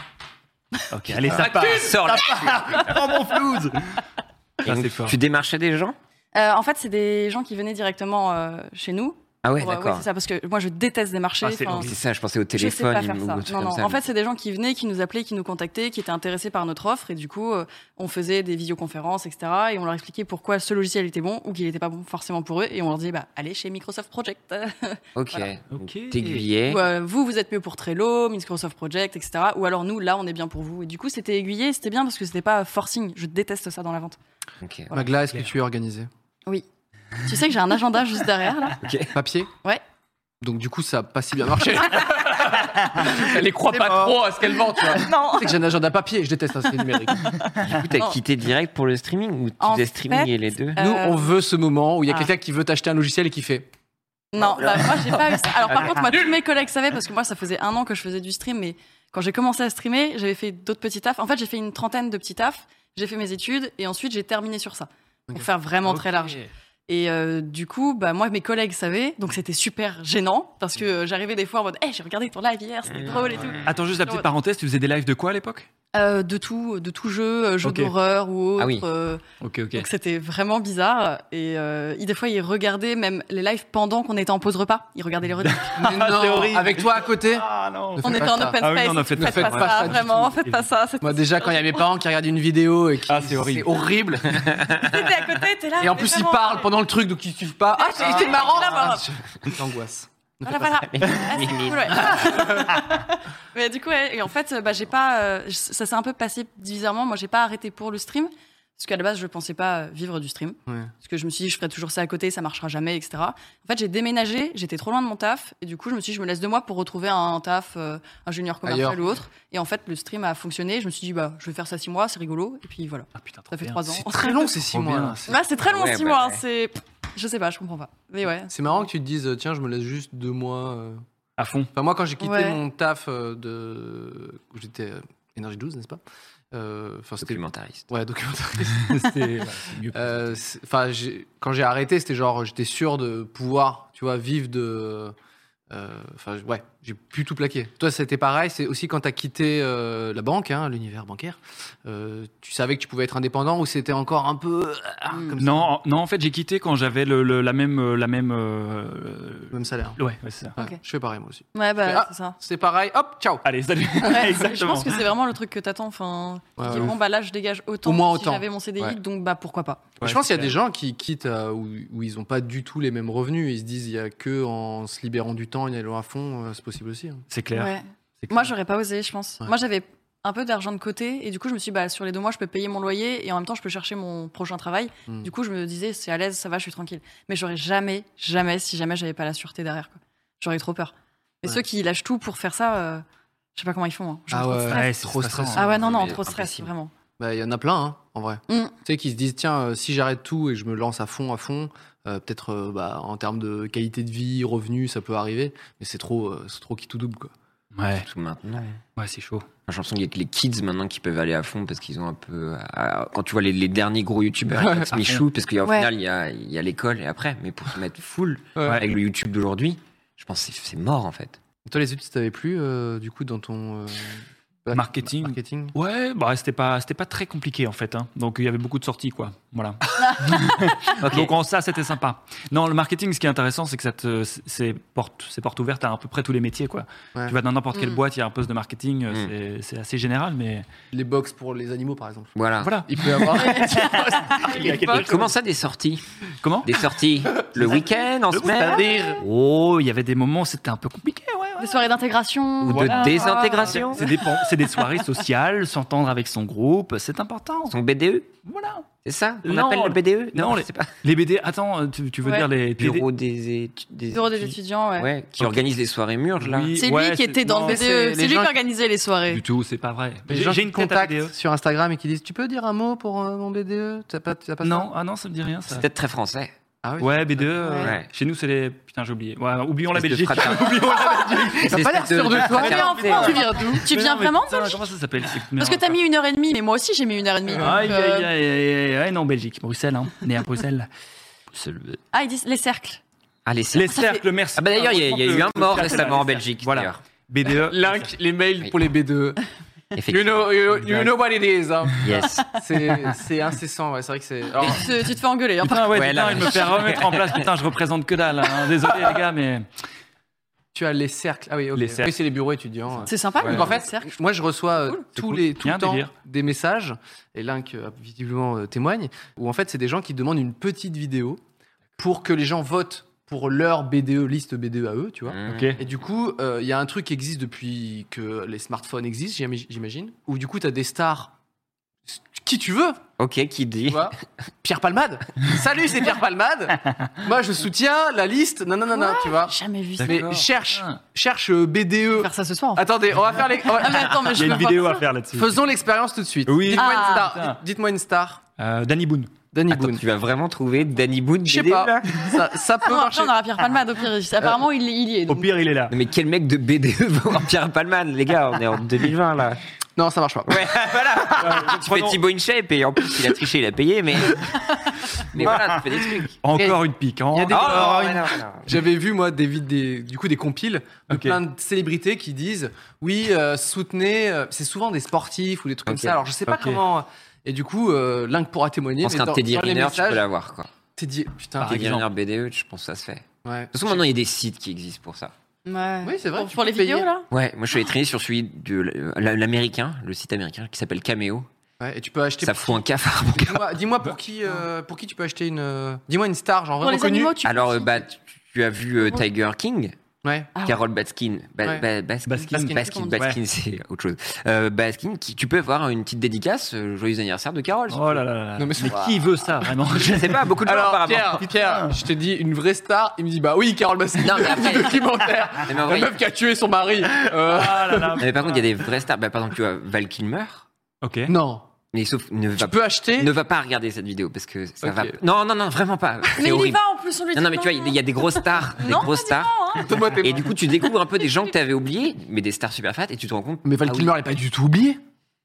Speaker 1: Ok, allez, ça part.
Speaker 3: Sors là.
Speaker 1: Oh mon flouze.
Speaker 3: Et
Speaker 1: Ça, c'est
Speaker 3: donc,
Speaker 1: fort.
Speaker 3: Tu démarchais des gens
Speaker 4: Euh, en fait, c'est des gens qui venaient directement euh, chez nous.
Speaker 3: Ah ouais,
Speaker 4: Pour, euh,
Speaker 3: d'accord.
Speaker 4: c'est ça, parce que moi, je déteste des marchés.
Speaker 1: Ah, c'est
Speaker 4: enfin,
Speaker 1: horrible.
Speaker 3: c'est ça, je pensais au
Speaker 4: je sais
Speaker 3: téléphone.
Speaker 4: pas
Speaker 3: il
Speaker 4: faire ça.
Speaker 3: me- ou un truc
Speaker 4: Non,
Speaker 3: comme
Speaker 4: non.
Speaker 3: ça,
Speaker 4: En
Speaker 3: mais-
Speaker 4: fait, c'est des gens qui venaient, qui nous appelaient, qui nous contactaient, qui étaient intéressés par notre offre. Et du coup, euh, on faisait des visioconférences, etc. Et on leur expliquait pourquoi ce logiciel était bon ou qu'il n'était pas bon forcément pour eux. Et on leur disait, bah, allez chez Microsoft Project.
Speaker 3: Ok.
Speaker 4: Voilà.
Speaker 3: Donc,
Speaker 1: Ok.
Speaker 3: T'aiguillais.
Speaker 4: Ou, euh, vous, vous êtes mieux pour Trello, Microsoft Project, etc. Ou alors nous, là, on est bien pour vous. Et du coup, c'était aiguillé, c'était bien parce que c'était pas forcing. Je déteste ça dans la vente.
Speaker 3: Ok.
Speaker 2: Magla, est-ce que tu es organisé
Speaker 4: Tu sais que j'ai un agenda juste derrière, là.
Speaker 2: Papier
Speaker 4: Ouais.
Speaker 2: Donc du coup, ça a pas si bien marché. Elle les croit pas trop à ce qu'elle vend, tu vois.
Speaker 4: Non.
Speaker 2: Tu sais que j'ai un agenda papier, je déteste ça, c'est numérique.
Speaker 3: Du coup, t'as
Speaker 4: Non.
Speaker 3: quitté direct pour le streaming ou tu
Speaker 4: En
Speaker 3: faisais streaming
Speaker 4: fait,
Speaker 3: et les deux
Speaker 2: Nous,
Speaker 4: Euh,
Speaker 2: on veut ce moment où il y a
Speaker 4: ah.
Speaker 2: quelqu'un qui veut t'acheter un logiciel et qui fait.
Speaker 4: Non, bah, moi j'ai pas eu ça. Alors par contre, moi tous mes collègues savaient parce que moi ça faisait un an que je faisais du stream, mais quand j'ai commencé à streamer, j'avais fait d'autres petits tafs. En fait, j'ai fait une trentaine de petits tafs. J'ai fait mes études et ensuite j'ai terminé sur ça pour
Speaker 2: Ok.
Speaker 4: faire vraiment très
Speaker 2: <laughs>
Speaker 1: Ok.
Speaker 4: large. Et euh, du coup, bah, moi, mes collègues savaient, donc c'était super gênant parce que euh, j'arrivais des fois en mode Hey, j'ai regardé ton live hier, c'était drôle et tout.
Speaker 1: Attends, juste la petite parenthèse, tu faisais des lives de quoi à l'époque
Speaker 4: Euh, de tout, de tout jeu, euh, jeu
Speaker 1: Ok.
Speaker 4: d'horreur ou autre.
Speaker 3: Ah oui.
Speaker 4: euh,
Speaker 1: Ok, ok.
Speaker 4: Donc c'était vraiment bizarre. Et euh, il- des fois, il regardait même les lives pendant qu'on était en pause repas. Il regardait les repas.
Speaker 2: Mais non,
Speaker 1: C'est horrible.
Speaker 2: Avec toi à côté
Speaker 1: Ah non
Speaker 4: on
Speaker 2: faites
Speaker 4: était
Speaker 2: pas
Speaker 4: en
Speaker 2: ça.
Speaker 4: open space.
Speaker 1: Ah oui, non, ne
Speaker 4: faites,
Speaker 1: faites pas
Speaker 4: pas,
Speaker 1: ça.
Speaker 4: ça,
Speaker 1: Faites pas
Speaker 4: vraiment,
Speaker 1: ça.
Speaker 4: faites pas ça.
Speaker 2: Moi, déjà, quand il y a mes parents qui regardent une vidéo et qui.
Speaker 1: Ah, c'est horrible.
Speaker 2: horrible.
Speaker 4: T'étais à côté, t'es là.
Speaker 2: Et en
Speaker 4: mais
Speaker 2: plus, ils
Speaker 4: Ah, vraiment,
Speaker 2: parlent pendant le truc, donc ils suivent pas. Ah, c'est- c'était marrant
Speaker 4: Là, voilà.
Speaker 2: Ah, je- L'angoisse.
Speaker 4: Voilà, voilà. Ah, c'est cool, ouais. <laughs> Mais du coup, ouais, et en fait, bah, j'ai pas, euh, ça s'est un peu passé bizarrement. Moi, j'ai pas arrêté pour le stream. Parce qu'à la base, je pensais pas euh, vivre du stream.
Speaker 2: Ouais.
Speaker 4: Parce que je me suis dit, je ferai toujours ça à côté, ça marchera jamais, etc. En fait, j'ai déménagé, j'étais trop loin de mon taf. Et du coup, je me suis dit, je me laisse deux mois pour retrouver un taf, euh, un junior commercial
Speaker 2: Ailleurs.
Speaker 4: ou autre. Et en fait, le stream a fonctionné. Je me suis dit, bah, je vais faire ça six mois, c'est rigolo. Et puis voilà.
Speaker 1: Ah putain, trop
Speaker 4: Ça fait
Speaker 1: bien.
Speaker 4: trois ans.
Speaker 2: C'est très long ces six
Speaker 1: Trop bien.
Speaker 2: mois. là. C'est-
Speaker 4: Bah, c'est très long,
Speaker 3: Ouais,
Speaker 4: six
Speaker 3: bah,
Speaker 4: mois.
Speaker 3: ouais.
Speaker 4: C'est. Je sais pas, je comprends pas. Mais ouais.
Speaker 2: C'est marrant que tu te dises, tiens, je me laisse juste deux mois. euh.
Speaker 1: À <laughs> fond.
Speaker 2: Enfin, moi, quand j'ai quitté
Speaker 4: Ouais.
Speaker 2: mon taf euh, de. où j'étais euh, énergie 12, n'est-ce pas Euh, Enfin, c'était.
Speaker 3: Documentariste.
Speaker 2: Ouais, documentariste. C'était- Euh, c'est- Enfin, j'ai- quand j'ai arrêté, c'était genre, j'étais sûr de pouvoir, tu vois, vivre de. euh, Enfin, ouais, j'ai pu tout plaquer. Toi, c'était pareil. C'est aussi quand t'as quitté euh, la banque, hein, l'univers bancaire. euh, tu savais que tu pouvais être indépendant ou c'était encore un peu ah,
Speaker 4: Mm.
Speaker 2: comme ça,
Speaker 1: Non, en- non, en fait, j'ai quitté quand j'avais le, le- la même. euh, La même euh,
Speaker 2: le même salaire.
Speaker 1: Ouais, ouais, c'est ça.
Speaker 2: Ouais,
Speaker 4: Ok.
Speaker 2: Je fais pareil moi aussi.
Speaker 4: Ouais, bah,
Speaker 2: Ah.
Speaker 4: c'est ça.
Speaker 2: C'est pareil. Hop, ciao.
Speaker 1: Allez, salut. <laughs>
Speaker 4: Ouais, je
Speaker 1: Exactement.
Speaker 4: pense que c'est vraiment le truc que t'attends. Enfin, tu
Speaker 2: Ouais,
Speaker 4: dis,
Speaker 2: ouais.
Speaker 4: bon, bah là, je dégage autant,
Speaker 2: Au moins
Speaker 4: que si
Speaker 2: autant.
Speaker 4: j'avais mon CDI,
Speaker 2: Ouais.
Speaker 4: donc bah pourquoi pas.
Speaker 1: Ah, Ouais,
Speaker 2: je pense qu'il y a
Speaker 1: c'est
Speaker 2: des
Speaker 1: clair.
Speaker 2: gens qui quittent euh, où, où ils n'ont pas du tout les mêmes revenus. Ils se disent il y a que en se libérant du temps et en y allant à fond, euh, c'est possible aussi. hein.
Speaker 1: C'est clair.
Speaker 4: Ouais.
Speaker 1: c'est clair.
Speaker 4: Moi, j'aurais pas osé, je pense.
Speaker 2: Ouais.
Speaker 4: Moi, j'avais un peu d'argent de côté, et du coup, je me suis dit, bah, sur les deux mois, je peux payer mon loyer, et en même temps, je peux chercher mon prochain travail.
Speaker 2: Mm.
Speaker 4: Du coup, je me disais, c'est à l'aise, ça va, je suis tranquille. Mais j'aurais jamais, jamais, si jamais j'avais pas la sûreté derrière, quoi. J'aurais trop peur. Et
Speaker 2: Ouais.
Speaker 4: ceux qui lâchent tout pour faire ça, euh, je sais pas comment ils font. hein. Genre
Speaker 2: Ah
Speaker 4: trop de
Speaker 2: ouais.
Speaker 4: stress.
Speaker 1: Ouais, c'est
Speaker 2: Trop
Speaker 1: stressant.
Speaker 2: stressant.
Speaker 4: Ah ouais, non, non,
Speaker 3: Mais
Speaker 4: trop de stress,
Speaker 3: impossible.
Speaker 4: vraiment.
Speaker 2: Bah, Il y en a plein, hein, en vrai.
Speaker 4: Mm.
Speaker 2: Tu sais, qui se disent tiens, euh, si j'arrête tout et que je me lance à fond, à fond, euh, peut-être euh, bah, en termes de qualité de vie, revenus, ça peut arriver. Mais c'est trop, euh, c'est trop qui tout double. Quoi.
Speaker 1: Ouais,
Speaker 3: Tout maintenant.
Speaker 1: ouais c'est chaud.
Speaker 3: J'ai l'impression qu'il y a que les kids maintenant qui peuvent aller à fond parce qu'ils ont un peu. à- quand tu vois les, les derniers gros youtubeurs, ils se Michou, parce qu'au
Speaker 4: Ouais.
Speaker 3: final, il y a, il y a l'école et après, mais pour se mettre full
Speaker 2: Ouais.
Speaker 3: avec le YouTube d'aujourd'hui, je pense que c'est- c'est mort en fait.
Speaker 2: Toi, les études, ça t'avait plu euh, du coup dans ton. euh, bah,
Speaker 1: Marketing.
Speaker 2: marketing
Speaker 1: Ouais, bah c'était pas c'était pas très compliqué en fait. hein. Donc il y avait beaucoup de sorties quoi.
Speaker 4: <laughs>
Speaker 1: Voilà. Donc en ça c'était sympa. Non, le marketing, ce qui est intéressant, c'est que ça te c'est porte c'est porte ouverte à à peu près tous les métiers quoi.
Speaker 2: Ouais.
Speaker 1: Tu vas dans n'importe quelle
Speaker 4: Mm.
Speaker 1: boîte, il y a un poste de marketing, euh,
Speaker 3: Mm.
Speaker 1: c'est- c'est assez général, mais
Speaker 2: Les box pour les animaux, par exemple.
Speaker 3: Voilà.
Speaker 1: voilà.
Speaker 2: Ah, Il peut y <laughs> avoir.
Speaker 3: Et comment ça des sorties
Speaker 1: Comment
Speaker 2: <laughs>
Speaker 3: Des sorties le week-end, en semaine
Speaker 1: Oh, il y avait des moments, où c'était un peu compliqué. Ouais, ouais.
Speaker 4: Des soirées d'intégration.
Speaker 3: Ou de
Speaker 1: Voilà.
Speaker 3: désintégration
Speaker 1: C'est des, pon- c'est des soirées sociales, <laughs> s'entendre avec son groupe, c'est important.
Speaker 3: Son BDE
Speaker 1: Voilà.
Speaker 3: C'est ça On
Speaker 1: Non.
Speaker 3: appelle le BDE
Speaker 1: Non,
Speaker 3: je sais pas.
Speaker 1: Les BD, attends, tu, tu veux
Speaker 4: Ouais.
Speaker 1: dire les
Speaker 3: Bureau des études. Des
Speaker 4: Bureau des étudiants, ouais.
Speaker 3: Ouais, qui organise les soirées murges là.
Speaker 1: Oui,
Speaker 4: C'est
Speaker 1: ouais,
Speaker 4: lui qui était dans
Speaker 1: non,
Speaker 4: le
Speaker 2: c'est
Speaker 4: BDE.
Speaker 2: les
Speaker 4: C'est lui
Speaker 2: gens
Speaker 4: qui
Speaker 2: qui-
Speaker 4: organisait les soirées.
Speaker 1: Du tout, c'est pas vrai.
Speaker 2: Les
Speaker 1: J'ai-
Speaker 2: gens
Speaker 1: J'ai
Speaker 2: qui
Speaker 1: une
Speaker 2: te contactent
Speaker 1: contact.
Speaker 2: sur Instagram et qui disent Tu peux dire un mot pour euh, mon BDE T'as pas, t'as pas ça
Speaker 1: Non, ah non, ça me dit rien. Ça.
Speaker 3: C'est peut-être très français.
Speaker 2: Ah oui.
Speaker 1: Ouais, BDE. euh,
Speaker 3: Ouais.
Speaker 1: Chez nous, c'est les. Putain, j'ai oublié. Ouais, oublions la
Speaker 3: Espèce de
Speaker 1: Belgique.
Speaker 4: <laughs>
Speaker 3: fraternité.
Speaker 1: Oublions la Belgique.
Speaker 2: T'as pas l'air sûr de toi.
Speaker 4: Mais en France, tu viens d'où Tu viens
Speaker 1: Mais non, mais
Speaker 4: vraiment
Speaker 1: putain, Comment ça s'appelle cette
Speaker 4: Parce
Speaker 1: merde
Speaker 4: que t'as mis une heure et demie, mais moi aussi j'ai mis une heure et demie. donc,
Speaker 1: Aïe,
Speaker 4: euh,
Speaker 1: aïe, aïe, aïe, aïe, aïe, non, Belgique, Bruxelles, hein. né à
Speaker 4: <laughs>
Speaker 1: Bruxelles. Bruxelles.
Speaker 4: Ah, ils disent les cercles.
Speaker 3: Ah, les cercles.
Speaker 1: Les cercles, merci.
Speaker 3: Ah bah d'ailleurs, il y, a- il y a eu un mort récemment en Belgique.
Speaker 1: Voilà.
Speaker 3: d'ailleurs.
Speaker 1: BDE.
Speaker 2: Link, les mails
Speaker 3: Oui.
Speaker 2: pour les BDE. You
Speaker 3: Effectivement.
Speaker 2: know, you, you know what it is. <laughs> hein.
Speaker 3: Yes.
Speaker 2: C'est c'est incessant, ouais. C'est vrai que c'est. alors,
Speaker 4: Tu te, tu te fais engueuler. hein.
Speaker 1: Putain, ouais,
Speaker 3: Ouais,
Speaker 1: putain,
Speaker 3: là,
Speaker 1: il
Speaker 3: ouais.
Speaker 1: me fait remettre en place. Putain, je représente que dalle. hein. Désolé, les gars, mais.
Speaker 2: tu as les cercles. Ah oui, ok.
Speaker 1: Les cercles.
Speaker 2: Oui, c'est les bureaux étudiants.
Speaker 4: C'est sympa.
Speaker 2: Donc
Speaker 4: mais
Speaker 2: en fait,
Speaker 4: les cercles.
Speaker 2: moi je reçois euh,
Speaker 1: C'est
Speaker 2: tous
Speaker 1: cool.
Speaker 2: les tout
Speaker 1: Il y a
Speaker 2: le
Speaker 1: un
Speaker 2: temps
Speaker 1: délire.
Speaker 2: des messages et Link euh, visiblement euh, témoigne où en fait c'est des gens qui demandent une petite vidéo pour que les gens votent pour leur BDE liste BDE à eux, tu vois.
Speaker 3: Mm.
Speaker 1: Ok.
Speaker 2: Et du coup, euh, il y a un truc qui existe depuis que les smartphones existent, j'im- j'imagine, où du coup, tu as des stars, qui tu veux,
Speaker 3: Ok, qui
Speaker 2: tu
Speaker 3: dit
Speaker 1: <laughs>
Speaker 2: vois. Pierre Palmade. Salut, c'est Pierre Palmade. Moi, je soutiens la liste. Non, non, non, non, tu vois.
Speaker 4: jamais vu ça.
Speaker 1: D'accord. Ah.
Speaker 2: Mais cherche,
Speaker 1: Putain.
Speaker 2: cherche euh, BDE.
Speaker 4: Faire ça ce soir. en fait.
Speaker 2: Attendez, on va faire les. on va-
Speaker 4: Ah, mais attends, mais
Speaker 1: Il y
Speaker 4: je
Speaker 1: a
Speaker 4: peux
Speaker 1: une
Speaker 4: pas.
Speaker 1: vidéo à faire
Speaker 2: <laughs>
Speaker 1: là-dessus.
Speaker 2: Faisons l'expérience tout de suite.
Speaker 1: Oui.
Speaker 2: Dites-moi une
Speaker 4: Ah,
Speaker 2: star.
Speaker 1: putain.
Speaker 2: Dites- Dites-moi une star.
Speaker 1: Euh, Danny Boone.
Speaker 2: Danny
Speaker 3: Attends,
Speaker 2: Boone.
Speaker 3: tu vas vraiment trouver Danny Boone E
Speaker 2: Je sais
Speaker 3: BDE,
Speaker 2: pas.
Speaker 3: là
Speaker 2: Ça,
Speaker 4: <laughs>
Speaker 2: ça peut
Speaker 4: Non, après,
Speaker 2: marcher.
Speaker 4: on aura Pierre Palmade au pire. il- Apparemment, il, il y est.
Speaker 1: Au
Speaker 4: donc.
Speaker 1: pire, il est là.
Speaker 3: E Non, mais quel mec de BDE va voir Pierre Palman, les gars, on est en 2020 là.
Speaker 2: Non, ça marche pas.
Speaker 3: Ouais, voilà. tu fais
Speaker 1: prenons-
Speaker 3: Thibaut InShape et en plus il a triché, il a payé, mais. <laughs> mais voilà, tu fais des trucs.
Speaker 1: Encore une pique. hein.
Speaker 2: Il y a des-
Speaker 3: Oh,
Speaker 2: Alors,
Speaker 3: non,
Speaker 2: une-
Speaker 3: non, non.
Speaker 2: J'avais vu moi des, vid- des du coup des compiles de
Speaker 1: Ok.
Speaker 2: plein de célébrités qui disent oui euh, soutenez euh, c'est souvent des sportifs ou des trucs comme
Speaker 3: Ok.
Speaker 2: ça alors je sais pas
Speaker 1: Ok.
Speaker 2: comment et du coup euh, Link pourra témoigner
Speaker 3: Je pense
Speaker 2: mais
Speaker 3: qu'un
Speaker 2: dans,
Speaker 3: Teddy
Speaker 2: dans les
Speaker 3: Riner, tu peux
Speaker 2: messages
Speaker 3: l'avoir, quoi.
Speaker 2: Teddy putain
Speaker 1: Par
Speaker 3: Teddy
Speaker 1: exemple.
Speaker 3: Riner BDE, je pense que ça se fait. De toute
Speaker 2: ouais
Speaker 3: façon, maintenant, il y a des sites qui existent pour ça.
Speaker 4: Ouais.
Speaker 2: Oui, c'est vrai,
Speaker 4: Pour,
Speaker 2: tu
Speaker 4: pour
Speaker 2: peux
Speaker 4: les
Speaker 2: payer.
Speaker 4: vidéos, là
Speaker 3: Ouais, moi je suis allé traîner sur celui de l'- euh, l'américain, le site américain qui s'appelle Cameo.
Speaker 2: ouais, et tu peux acheter
Speaker 3: Ça fout un cafard, mon gars.
Speaker 2: dis-moi dis-moi pour qui euh, pour qui tu peux acheter une euh, dis-moi une star genre
Speaker 4: Pour
Speaker 2: vraiment
Speaker 4: les
Speaker 2: connue
Speaker 4: animaux, tu
Speaker 3: Alors, euh, bah, tu, tu as vu euh, Tiger King,
Speaker 2: ouais
Speaker 4: Ah ouais.
Speaker 3: Carole Baskin. Ba-
Speaker 2: Ouais.
Speaker 3: ba- Baskin.
Speaker 1: Baskin.
Speaker 3: Baskin, Baskin,
Speaker 4: Baskin,
Speaker 3: Baskin, c'est autre chose. Euh, Baskin, qui, tu peux avoir une petite dédicace, euh, joyeux anniversaire de Carole. si tu
Speaker 1: Oh là là là. là.
Speaker 2: Non, mais
Speaker 1: mais
Speaker 2: c'est-
Speaker 1: qui veut ça
Speaker 3: <laughs>
Speaker 1: vraiment
Speaker 3: veux. Je sais pas, beaucoup de gens
Speaker 2: alors
Speaker 3: apparemment.
Speaker 2: Pierre Pierre je te dis une vraie star il me dit bah oui Carole Baskin
Speaker 3: Non, mais après- ah
Speaker 2: du <laughs> documentaire
Speaker 3: Non, mais en
Speaker 2: la
Speaker 3: vrai,
Speaker 2: meuf qui a tué son mari Euh,
Speaker 1: Ah là là.
Speaker 3: non, mais par contre, il y a des vraies stars. Bah, par exemple, tu vois Val Kilmer.
Speaker 1: Ok.
Speaker 2: non
Speaker 3: Mais sauf, ne va,
Speaker 2: tu peux acheter
Speaker 3: Bah, ne va pas regarder cette vidéo parce que ça
Speaker 2: Ok.
Speaker 3: va. Non, non, non, vraiment pas.
Speaker 4: Mais
Speaker 3: C'est
Speaker 4: il y
Speaker 3: horrible.
Speaker 4: va en plus, on lui dit.
Speaker 3: Non, non, mais tu vois, il y a des grosses stars. Des
Speaker 4: Non,
Speaker 3: grosses stars.
Speaker 2: Donne-moi tes
Speaker 3: Et du coup, tu découvres un peu des gens que tu avais oubliés, mais des stars super fat, et tu te rends compte.
Speaker 2: Mais Val
Speaker 3: ah oui,
Speaker 2: Kilmer n'est pas du tout oublié.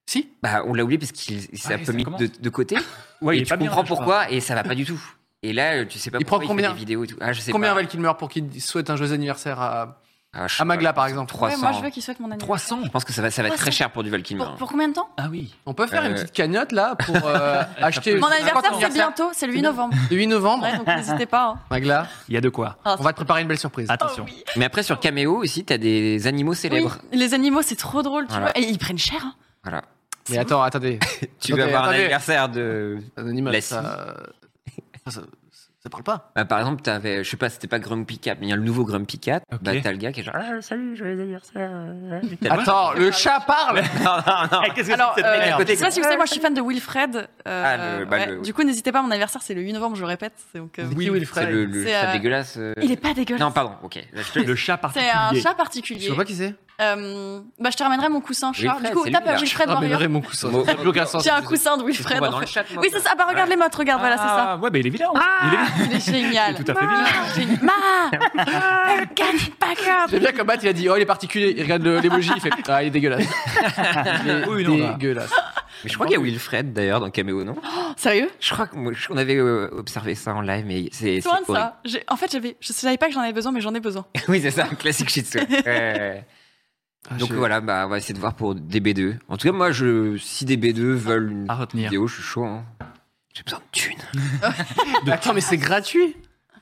Speaker 2: Si
Speaker 3: bah, on l'a oublié parce qu'il il
Speaker 1: Ah
Speaker 3: s'est un
Speaker 1: oui,
Speaker 3: peu
Speaker 1: ça
Speaker 3: mis
Speaker 1: commence.
Speaker 3: de, de côté.
Speaker 1: Ouais,
Speaker 3: et
Speaker 1: il est
Speaker 3: tu
Speaker 1: pas bien,
Speaker 3: comprends
Speaker 1: je crois.
Speaker 3: pourquoi, et ça va pas du tout. Et là, euh, tu sais pas
Speaker 2: Il
Speaker 3: pourquoi
Speaker 2: prend
Speaker 3: fait
Speaker 2: combien
Speaker 3: des vidéos et tout. Ah, je sais
Speaker 2: Combien
Speaker 3: pas.
Speaker 2: Val Kilmer pour qu'il souhaite un joyeux anniversaire à,
Speaker 3: Ah, je sais
Speaker 2: à Magla,
Speaker 3: pas.
Speaker 2: par exemple
Speaker 3: 300.
Speaker 4: moi, je veux qu'il souhaite mon anniversaire.
Speaker 1: 300
Speaker 3: Je pense que ça va, ça va être très
Speaker 4: 300.
Speaker 3: cher pour du Val Kilmer.
Speaker 4: Pour, pour combien de temps
Speaker 1: Ah oui.
Speaker 2: On peut faire une
Speaker 3: Euh,
Speaker 2: petite cagnotte là pour
Speaker 3: <laughs>
Speaker 2: euh, acheter.
Speaker 4: Mon anniversaire, c'est
Speaker 2: anniversaire.
Speaker 4: bientôt, c'est le 8 novembre.
Speaker 2: Le 8 novembre.
Speaker 4: Ouais, donc n'hésitez pas. hein.
Speaker 2: Magla,
Speaker 1: Il y a de quoi.
Speaker 4: Ah,
Speaker 2: on va te préparer une belle surprise.
Speaker 1: Attention.
Speaker 3: Mais après, sur Cameo aussi, t'as des animaux
Speaker 4: Oui,
Speaker 3: célèbres.
Speaker 4: les animaux, c'est trop drôle, tu
Speaker 3: Voilà.
Speaker 4: vois. Et ils prennent cher. hein.
Speaker 3: Voilà.
Speaker 2: Mais attends, attendez.
Speaker 3: Tu
Speaker 2: Attendez,
Speaker 3: vas avoir un
Speaker 2: attendez.
Speaker 3: anniversaire de.
Speaker 2: Un animal,
Speaker 3: La
Speaker 2: ça... ça, ça- ça parle pas.
Speaker 3: Bah, par exemple, t'avais, je sais pas, c'était pas Grumpy Cat, mais il y a le nouveau Grumpy Cat.
Speaker 1: Ok.
Speaker 3: Bah, t'as le gars qui est genre, ah, salut, joyeux anniversaire. euh, euh. T'as le-
Speaker 2: Attends, le chat parle
Speaker 3: non, non, non.
Speaker 1: Eh, Qu'est-ce que
Speaker 4: Alors,
Speaker 1: c'est que
Speaker 4: euh,
Speaker 1: cette merde
Speaker 4: ça, si vous savez, moi, je suis fan de Wilfred. euh,
Speaker 3: Ah, le- bah,
Speaker 4: ouais.
Speaker 3: le-
Speaker 4: Du coup, n'hésitez pas, mon anniversaire, c'est le 8 novembre, je répète. c'est Donc, euh,
Speaker 2: Oui,
Speaker 3: C'est
Speaker 2: Wilfred.
Speaker 3: le, le
Speaker 4: C'est,
Speaker 3: chat
Speaker 4: euh,
Speaker 3: dégueulasse. euh.
Speaker 4: Il est pas dégueulasse.
Speaker 3: Non, pardon, ok. Là, je te
Speaker 1: Le chat particulier.
Speaker 4: C'est un chat
Speaker 2: Je
Speaker 4: particulier.
Speaker 2: vois pas qui c'est.
Speaker 4: Euh, bah, je te ramènerai mon coussin chat.
Speaker 3: Wilfred,
Speaker 4: du coup,
Speaker 3: c'est
Speaker 4: tape euh,
Speaker 3: lui,
Speaker 4: à
Speaker 3: là.
Speaker 4: Wilfred
Speaker 2: Ah, mais
Speaker 4: Warrior.
Speaker 2: vraiment aucun sens.
Speaker 3: Bon.
Speaker 2: Ça n'a plus aucun sens.
Speaker 4: J'ai un coussin de
Speaker 3: C'est ce qu'on
Speaker 4: Wilfred.
Speaker 3: voit dans
Speaker 4: en
Speaker 3: le
Speaker 4: fait.
Speaker 3: chat, moi.
Speaker 4: Oui, c'est ça. Ah, Bah, regarde les mottes, regarde, voilà, c'est ça.
Speaker 1: Ah, ouais, bah il est vilain. Il est vilain.
Speaker 4: Il est génial. Ah,
Speaker 1: Il est tout à fait vilain.
Speaker 4: Génial. Ma
Speaker 3: <laughs>
Speaker 4: Regarde, pas grave.
Speaker 2: J'aime bien comme Matt, il a dit Oh, il est particulier. Il regarde le- l'emoji, il fait Ah, il est dégueulasse. Il est
Speaker 1: Oui, non, là.
Speaker 2: dégueulasse.
Speaker 3: Mais je crois qu'il y a Wilfred d'ailleurs dans Cameo, non
Speaker 4: Sérieux
Speaker 3: Je crois qu'on avait euh, observé ça en live, mais c'est. c'est
Speaker 4: Soin de
Speaker 3: horrible.
Speaker 4: ça. J'ai- En fait, j'avais, je savais pas que j'en avais besoin, mais j'en ai
Speaker 3: <laughs>
Speaker 4: besoin.
Speaker 3: oui, c'est ça, un classique shih tzu. Ouais, ouais, ouais.
Speaker 2: Ah,
Speaker 3: Donc
Speaker 2: je-
Speaker 3: voilà, bah, on va essayer de voir pour DB2. En tout cas, moi, je, si DB2 veulent une
Speaker 1: À
Speaker 2: Ah,
Speaker 1: retenir.
Speaker 3: vidéo, je suis chaud. hein. J'ai besoin de thunes.
Speaker 2: Attends, mais c'est gratuit.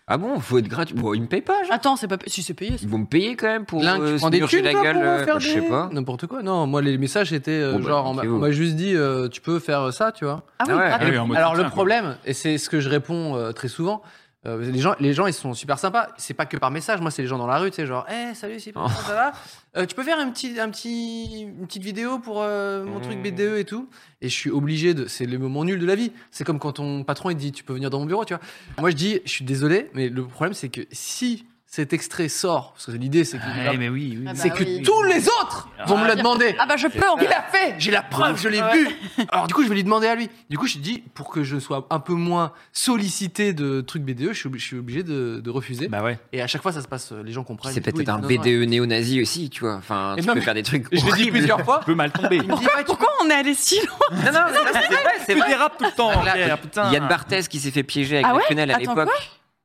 Speaker 3: Ah bon, faut être gratuit. Bon, ils me payent pas, genre.
Speaker 4: Attends, c'est pas, si c'est payé. ça.
Speaker 3: Ils vont me payer quand même pour
Speaker 2: Link,
Speaker 3: euh,
Speaker 2: tu prends
Speaker 3: se
Speaker 2: des
Speaker 3: murger
Speaker 2: thunes,
Speaker 3: la
Speaker 2: toi,
Speaker 3: gueule.
Speaker 2: pour
Speaker 3: euh,
Speaker 2: faire
Speaker 3: bah, Je sais
Speaker 2: des-
Speaker 3: pas.
Speaker 2: N'importe quoi. Non, moi, les messages étaient euh,
Speaker 3: Bon, bah,
Speaker 2: genre, on m'a-
Speaker 3: niquez-vous.
Speaker 2: on m'a juste dit, euh, tu peux faire ça, tu vois.
Speaker 4: Ah oui,
Speaker 3: Ah ouais.
Speaker 4: grave.
Speaker 1: Ah oui, en mode
Speaker 2: Alors,
Speaker 1: soutien,
Speaker 2: le
Speaker 1: quoi.
Speaker 2: problème, et c'est ce que je réponds euh, très souvent, euh, les, gens, les gens, ils sont super sympas. C'est pas que par message. Moi, c'est les gens dans la rue, tu sais, genre, hé, salut, c'est
Speaker 3: Oh.
Speaker 2: ça va Euh, Tu peux faire un petit, un petit, une petite vidéo pour euh, mon
Speaker 1: Mmh.
Speaker 2: truc
Speaker 3: Mm.
Speaker 2: BDE et tout Et je suis obligé de. C'est le moment nul de la vie. C'est comme quand ton patron, il te dit, tu peux venir dans mon bureau, tu vois. Moi, je dis, je suis désolé, mais le problème, c'est que si cet extrait sort, parce que l'idée, c'est qu'il
Speaker 1: Ah,
Speaker 2: va
Speaker 1: eh, mais oui, oui.
Speaker 4: Ah bah
Speaker 2: c'est que
Speaker 4: oui.
Speaker 2: tous les autres vont me le demander.
Speaker 4: Ah bah je
Speaker 3: <laughs>
Speaker 4: peux en
Speaker 2: Il l'a fait, j'ai la preuve, je l'ai vu. Alors du coup, je vais lui demander à lui. Du coup, je dis pour que je sois un peu moins sollicité de trucs BDE, je suis, obli- je suis obligé de, de refuser.
Speaker 1: Bah ouais.
Speaker 2: Et à chaque fois, ça se passe, euh, les gens
Speaker 3: Puis
Speaker 2: comprennent.
Speaker 3: C'est
Speaker 2: et tout,
Speaker 3: peut-être
Speaker 2: et
Speaker 3: un E.
Speaker 2: non, non,
Speaker 3: BDE néo-nazi aussi, tu vois. Enfin,
Speaker 2: Et
Speaker 3: tu
Speaker 2: non,
Speaker 3: peux
Speaker 2: mais-
Speaker 3: faire des trucs.
Speaker 2: Je l'ai dit
Speaker 3: horribles.
Speaker 2: plusieurs fois.
Speaker 1: Peut
Speaker 2: <laughs>
Speaker 1: mal tomber.
Speaker 2: Il me dit, ouais, tu
Speaker 4: Pourquoi on est allé si loin
Speaker 3: Non, non, non, c'est vrai, c'est
Speaker 1: Tu
Speaker 3: vrai.
Speaker 1: dérapes tout le temps.
Speaker 3: Là,
Speaker 1: Pierre, putain.
Speaker 3: Yann Barthès qui s'est fait piéger avec
Speaker 4: Ah
Speaker 3: la
Speaker 4: ouais
Speaker 3: quenelle à
Speaker 4: Attends,
Speaker 3: l'époque.
Speaker 4: quoi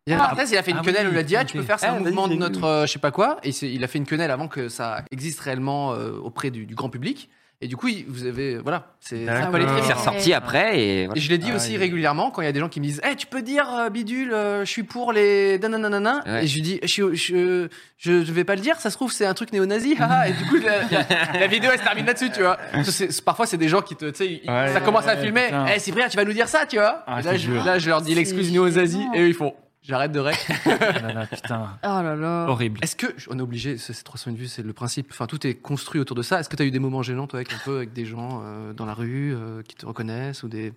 Speaker 2: Yann Barthès, il a fait une
Speaker 1: Ah
Speaker 2: quenelle, on lui a dit,
Speaker 1: oui,
Speaker 2: ah, tu peux
Speaker 1: ok.
Speaker 2: faire, c'est
Speaker 3: Ah,
Speaker 2: un
Speaker 3: vas-y,
Speaker 2: mouvement de
Speaker 3: vas-y.
Speaker 2: notre euh, je sais pas quoi. Et c'est- il a fait une quenelle avant que ça existe réellement euh, auprès du, du grand public. Et du coup, il- vous avez, voilà, c'est ça
Speaker 1: D'accord.
Speaker 2: valait très
Speaker 3: Il s'est
Speaker 2: bien.
Speaker 3: ressorti après Euh. et voilà.
Speaker 2: Et je l'ai dit
Speaker 1: Ah,
Speaker 2: aussi
Speaker 1: il-
Speaker 2: régulièrement quand il y a des gens qui me disent Eh, Tu peux dire, euh, Bidule, euh, je suis pour les. nananana
Speaker 3: Ouais.
Speaker 2: Et je lui dis je, je, je, je vais pas le dire, ça se trouve, c'est un truc néo-nazi. haha. et du coup, la, la- la vidéo, elle se termine là-dessus, tu vois. Parce que c'est- parfois, c'est des gens qui te. Tu sais, ils-
Speaker 1: Ouais,
Speaker 2: ça commence à
Speaker 1: ouais,
Speaker 2: filmer
Speaker 1: putain.
Speaker 2: Eh, Cyprien, tu vas nous dire ça, tu vois.
Speaker 1: Ah,
Speaker 2: et
Speaker 1: je
Speaker 2: là,
Speaker 1: te
Speaker 2: je,
Speaker 1: jure.
Speaker 2: là, je leur dis l'excuse
Speaker 4: C'est
Speaker 2: néo-nazi,
Speaker 4: gênant.
Speaker 2: et eux, ils font J'arrête de rec.
Speaker 1: Ah là là, putain.
Speaker 4: Oh là là.
Speaker 1: Horrible.
Speaker 2: Est-ce que. On est obligé, c'est c'est 300 vues, c'est le principe. Enfin, tout est construit autour de ça. Est-ce que tu as eu des moments gênants, toi, avec un peu, avec des gens euh, dans la rue euh, qui te reconnaissent ou des.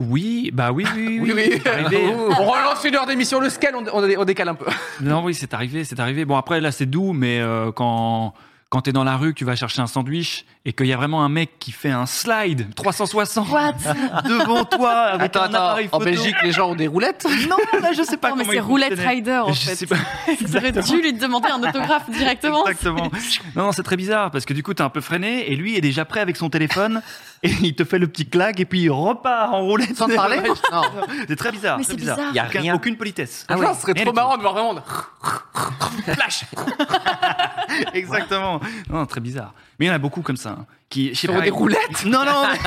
Speaker 1: Oui, bah oui, oui,
Speaker 2: Oui, Ah, oui.
Speaker 1: c'est arrivé.
Speaker 2: <laughs> on relance une heure d'émission, le scale, on, on- on décale un peu.
Speaker 1: Non, oui, c'est arrivé, c'est arrivé. Bon, après, là, c'est doux, mais euh, quand, quand t'es dans la rue, que tu vas chercher un sandwich et qu'il y a vraiment un mec qui fait un slide 360
Speaker 4: <laughs> What
Speaker 1: devant toi avec
Speaker 2: Attends,
Speaker 1: un
Speaker 2: attends,
Speaker 1: appareil
Speaker 2: en
Speaker 1: photo.
Speaker 2: Belgique, les gens ont des roulettes
Speaker 1: <laughs> Non, là, je sais pas
Speaker 4: Non, mais
Speaker 1: comment
Speaker 4: c'est
Speaker 1: ils
Speaker 4: Roulette
Speaker 1: fonctionnaient.
Speaker 4: Rider en
Speaker 1: Je
Speaker 4: fait.
Speaker 1: sais pas.
Speaker 4: <laughs> Ils auraient dû lui demander un autographe directement.
Speaker 1: Exactement. Non, non, c'est très bizarre parce que du coup, t'es un peu freiné et lui est déjà prêt avec son téléphone <laughs> et il te fait le petit claque et puis il repart en roulette.
Speaker 2: sans te parler Non.
Speaker 1: <laughs>
Speaker 2: Ah
Speaker 1: C'est très bizarre.
Speaker 4: Mais
Speaker 1: très
Speaker 4: c'est bizarre.
Speaker 3: Il y a
Speaker 1: Aucun-
Speaker 3: rien.
Speaker 1: Aucune politesse.
Speaker 2: Franchement, ce serait
Speaker 1: Rien
Speaker 2: trop
Speaker 1: du
Speaker 2: marrant de voir vraiment.
Speaker 1: tout. Exactement. Non, très bizarre. Mais il y en a beaucoup comme ça. hein, qui, je sais
Speaker 2: Sur
Speaker 1: pas,
Speaker 2: des
Speaker 1: ils-
Speaker 2: roulettes <laughs>
Speaker 1: Non, non, mais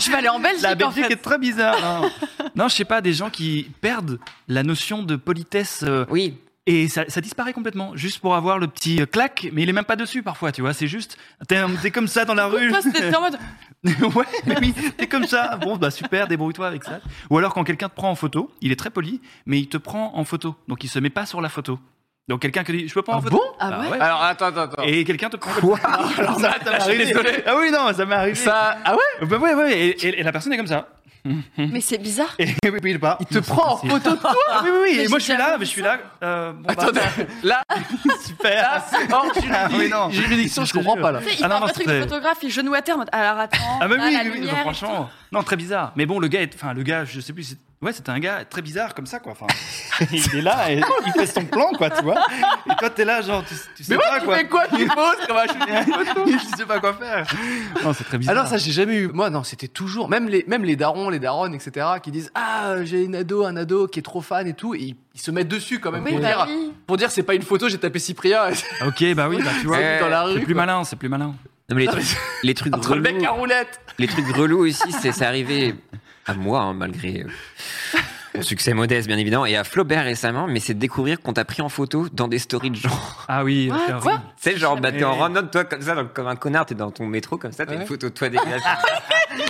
Speaker 4: Je vais aller en Belgique
Speaker 1: la
Speaker 4: en
Speaker 1: Belgique
Speaker 4: fait.
Speaker 1: est très bizarre. Non. non, je sais pas, des gens qui perdent la notion de politesse euh,
Speaker 3: Oui,
Speaker 1: et ça, ça disparaît complètement, juste pour avoir le petit euh, claque, mais il est même pas dessus parfois, tu vois. C'est juste, t'es un- t'es comme ça dans la rue.
Speaker 4: Toi, c'était en mode.
Speaker 1: <laughs> ouais, mais oui, t'es comme ça. Bon, bah super, débrouille-toi avec ça. Ou alors quand quelqu'un te prend en photo, il est très poli, mais il te prend en photo, donc il se met pas sur la photo. Donc quelqu'un qui dit, je peux prendre en photo.
Speaker 4: Ah ouais
Speaker 2: Alors attends, attends, attends.
Speaker 1: Et quelqu'un te prend. Ah, Quoi Alors ça, ça m'est arrivé. Ah oui, non, ça m'est arrivé.
Speaker 2: Ça, ah ouais
Speaker 1: Bah ouais, ouais. Et, et- et la personne est comme ça.
Speaker 4: Mais c'est bizarre.
Speaker 1: Et oui, oui, il part.
Speaker 2: Il te prend en photo de toi
Speaker 1: Ah oui, oui, oui.
Speaker 4: Mais
Speaker 1: Et moi, je
Speaker 4: j'ai
Speaker 1: suis
Speaker 4: jamais
Speaker 1: là,
Speaker 4: vu
Speaker 1: mais je suis là. Euh, bon, bah,
Speaker 2: Attendez, là,
Speaker 1: <laughs> super.
Speaker 2: là, <laughs> c'est hors
Speaker 1: Ah oui,
Speaker 2: juridiction.
Speaker 1: non.
Speaker 2: Juridiction, je comprends pas là.
Speaker 4: Tu sais, il
Speaker 1: Ah
Speaker 4: fait
Speaker 1: non,
Speaker 4: un
Speaker 1: non,
Speaker 4: vrai truc de
Speaker 1: c'était-
Speaker 4: photographe, il genoux à terre en mode. Alors attends.
Speaker 1: Ah bah
Speaker 4: là,
Speaker 1: oui,
Speaker 4: la
Speaker 1: oui, oui,
Speaker 4: lumière
Speaker 1: non,
Speaker 4: et
Speaker 1: franchement, non très bizarre. Mais bon, le gars, est- enfin le gars, je sais plus, c'est- ouais, c'était un gars très bizarre comme ça
Speaker 2: <laughs>
Speaker 1: quoi. Enfin, il est là <laughs> et il fait son plan quoi, tu vois. Et toi t'es là genre, tu, tu sais
Speaker 2: Mais
Speaker 1: pas
Speaker 2: ouais, tu
Speaker 1: quoi.
Speaker 2: fais quoi Tu poses comme un
Speaker 1: je sais pas quoi faire. <laughs> Non, c'est très bizarre.
Speaker 2: Alors ça j'ai jamais eu. Moi non, c'était toujours même les même les darons, les daronnes, etc. qui disent ah j'ai une ado, un ado qui est trop fan et tout, et ils, ils se mettent dessus quand même
Speaker 4: Oui,
Speaker 2: pour,
Speaker 4: bah
Speaker 2: dire,
Speaker 4: oui.
Speaker 2: pour dire c'est pas une photo, j'ai tapé Cyprien
Speaker 1: ok, bah oui, bah tu vois,
Speaker 3: Ouais,
Speaker 2: dans la
Speaker 1: c'est
Speaker 2: rue.
Speaker 1: plus
Speaker 2: Eh, quoi.
Speaker 1: malin, c'est plus malin.
Speaker 3: Non, mais les
Speaker 2: Non, mais
Speaker 3: <laughs> trucs, les trucs
Speaker 2: Entre le mec
Speaker 3: relous-
Speaker 2: à roulette.
Speaker 3: Les trucs relous aussi, c'est c'est arrivé à moi, hein, malgré euh, mon succès modeste, bien évidemment, et à Flaubert récemment, mais c'est de découvrir qu'on t'a pris en photo dans des stories de gens.
Speaker 1: Ah oui,
Speaker 4: What
Speaker 1: c'est horrible.
Speaker 4: Quoi
Speaker 3: Tu sais, genre, bah, t'es en
Speaker 1: Ouais.
Speaker 3: randonnée, toi, comme ça, donc, comme un connard, t'es dans ton métro, comme ça, t'as
Speaker 2: Ouais.
Speaker 3: une photo de toi dégagée.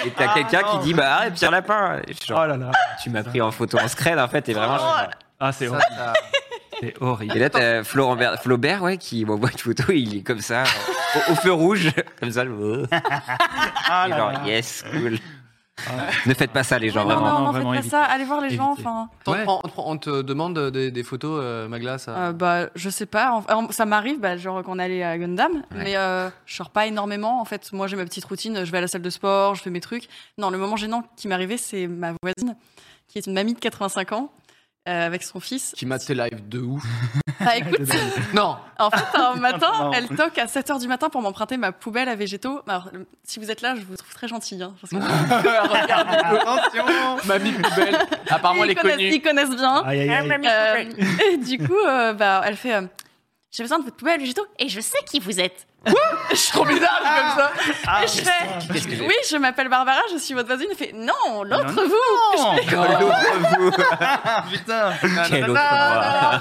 Speaker 3: et t'as quelqu'un
Speaker 1: non.
Speaker 3: qui dit, bah, arrête, Pierre Lapin. Et je suis genre,
Speaker 1: Oh là là.
Speaker 3: tu m'as pris en photo en scred, en fait, et vraiment. je-
Speaker 1: Ah c'est
Speaker 2: Ça,
Speaker 1: horrible.
Speaker 2: ça- Eh,
Speaker 1: C'est horrible.
Speaker 3: Et là, t'as Florent Ver- Flaubert, ouais, qui m'envoie une photo, il est comme ça, euh, au, au feu rouge, <laughs> comme ça, je... Et genre, yes, cool. Ne faites pas ça, les gens,
Speaker 4: Non,
Speaker 3: vraiment.
Speaker 4: non, non,
Speaker 1: vraiment
Speaker 4: faites pas
Speaker 1: éviter.
Speaker 4: ça. Allez voir les gens.
Speaker 1: Éviter.
Speaker 4: Enfin,
Speaker 2: T'en
Speaker 1: Ouais.
Speaker 2: prends- on, te, prend- on te demande des, des photos, euh, Magla, ça.
Speaker 4: Euh, bah, je sais pas. En- en- ça m'arrive, bah, genre qu'on allait à Gundam, mais euh, je sors pas énormément. En fait, moi j'ai ma petite routine. Je vais à la salle de sport, je fais mes trucs. Non, le moment gênant qui m'est arrivé, c'est ma voisine, qui est une mamie de 85 ans, euh, avec
Speaker 2: <laughs>
Speaker 4: son fils.
Speaker 2: Qui mate tes lives de ouf. <laughs>
Speaker 4: Bah, écoute,
Speaker 2: non.
Speaker 4: En fait, un matin,
Speaker 1: marrant.
Speaker 4: elle toque à 7h du matin pour m'emprunter ma poubelle à végétaux. Alors, le- si vous êtes là, je vous trouve très gentil. Hein, parce que-
Speaker 2: Regarde,
Speaker 1: Attention.
Speaker 2: mamie poubelle. Apparemment,
Speaker 4: <laughs>
Speaker 2: elle
Speaker 4: ils,
Speaker 2: est
Speaker 4: connaissent,
Speaker 2: connue.
Speaker 4: ils connaissent bien.
Speaker 1: Aïe, aïe, aïe.
Speaker 4: Euh, <laughs> et du coup, euh, bah, elle fait euh, J'ai besoin de votre poubelle à végétaux.
Speaker 6: Et je sais qui vous êtes.
Speaker 4: <laughs>
Speaker 2: Trop bizarre, comme ça.
Speaker 1: Ah,
Speaker 4: Et je fais
Speaker 3: Qu'est-ce que j'ai-
Speaker 4: Oui, je m'appelle Barbara, je suis votre voisine. Elle fait Non, l'autre
Speaker 1: Non,
Speaker 4: vous
Speaker 1: non.
Speaker 3: L'autre vous.
Speaker 2: <laughs>
Speaker 1: Putain.
Speaker 3: <laughs> Quel autre endroit.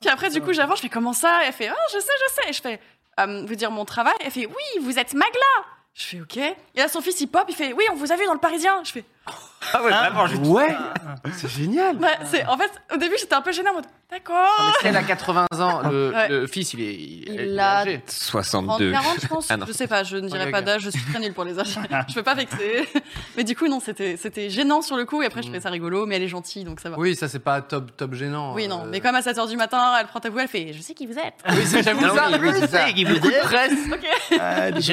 Speaker 4: Puis après, du coup, j'avance, je fais Comment ça Elle fait Ah, je sais, je sais. Et je fais Euh, Vous dire mon travail Elle fait Oui, vous êtes Magla. Je fais Ok. Et là, son fils, il pop, il fait Oui, on vous a vu dans le Parisien. Je fais
Speaker 3: Ah ouais, vraiment, je
Speaker 2: Ouais. C'est génial.
Speaker 4: Bah, c'est- En fait, au début, j'étais un peu gênée en mode D'accord.
Speaker 2: Mais si elle a 80 ans, le,
Speaker 4: Ouais.
Speaker 2: le fils, il est, il,
Speaker 4: Il
Speaker 2: est- il est
Speaker 4: a-
Speaker 2: âgé.
Speaker 4: 30,
Speaker 3: 62.
Speaker 4: 40, je pense.
Speaker 3: Ah non.
Speaker 4: je sais pas, je ne dirais
Speaker 1: Oh,
Speaker 2: Ok,
Speaker 4: pas
Speaker 2: ok.
Speaker 4: d'âge, je suis très nulle pour les
Speaker 1: <laughs>
Speaker 4: âges.
Speaker 1: Ah.
Speaker 4: je peux pas vexer. Mais du coup, non, c'était c'était gênant sur le coup. Et
Speaker 1: Mm.
Speaker 4: après, je trouvais ça rigolo, mais elle est gentille, donc ça va. Oui,
Speaker 2: Oui, ça, c'est pas top, top gênant.
Speaker 4: non,
Speaker 2: euh.
Speaker 4: mais comme à 7h du matin, elle prend ta voix, elle fait Je sais qui vous
Speaker 1: <laughs>
Speaker 4: êtes.
Speaker 2: Oui, c'est- j'avoue
Speaker 3: Non,
Speaker 2: ça.
Speaker 3: oui, oui, c'est ça.
Speaker 2: Beaucoup de presse.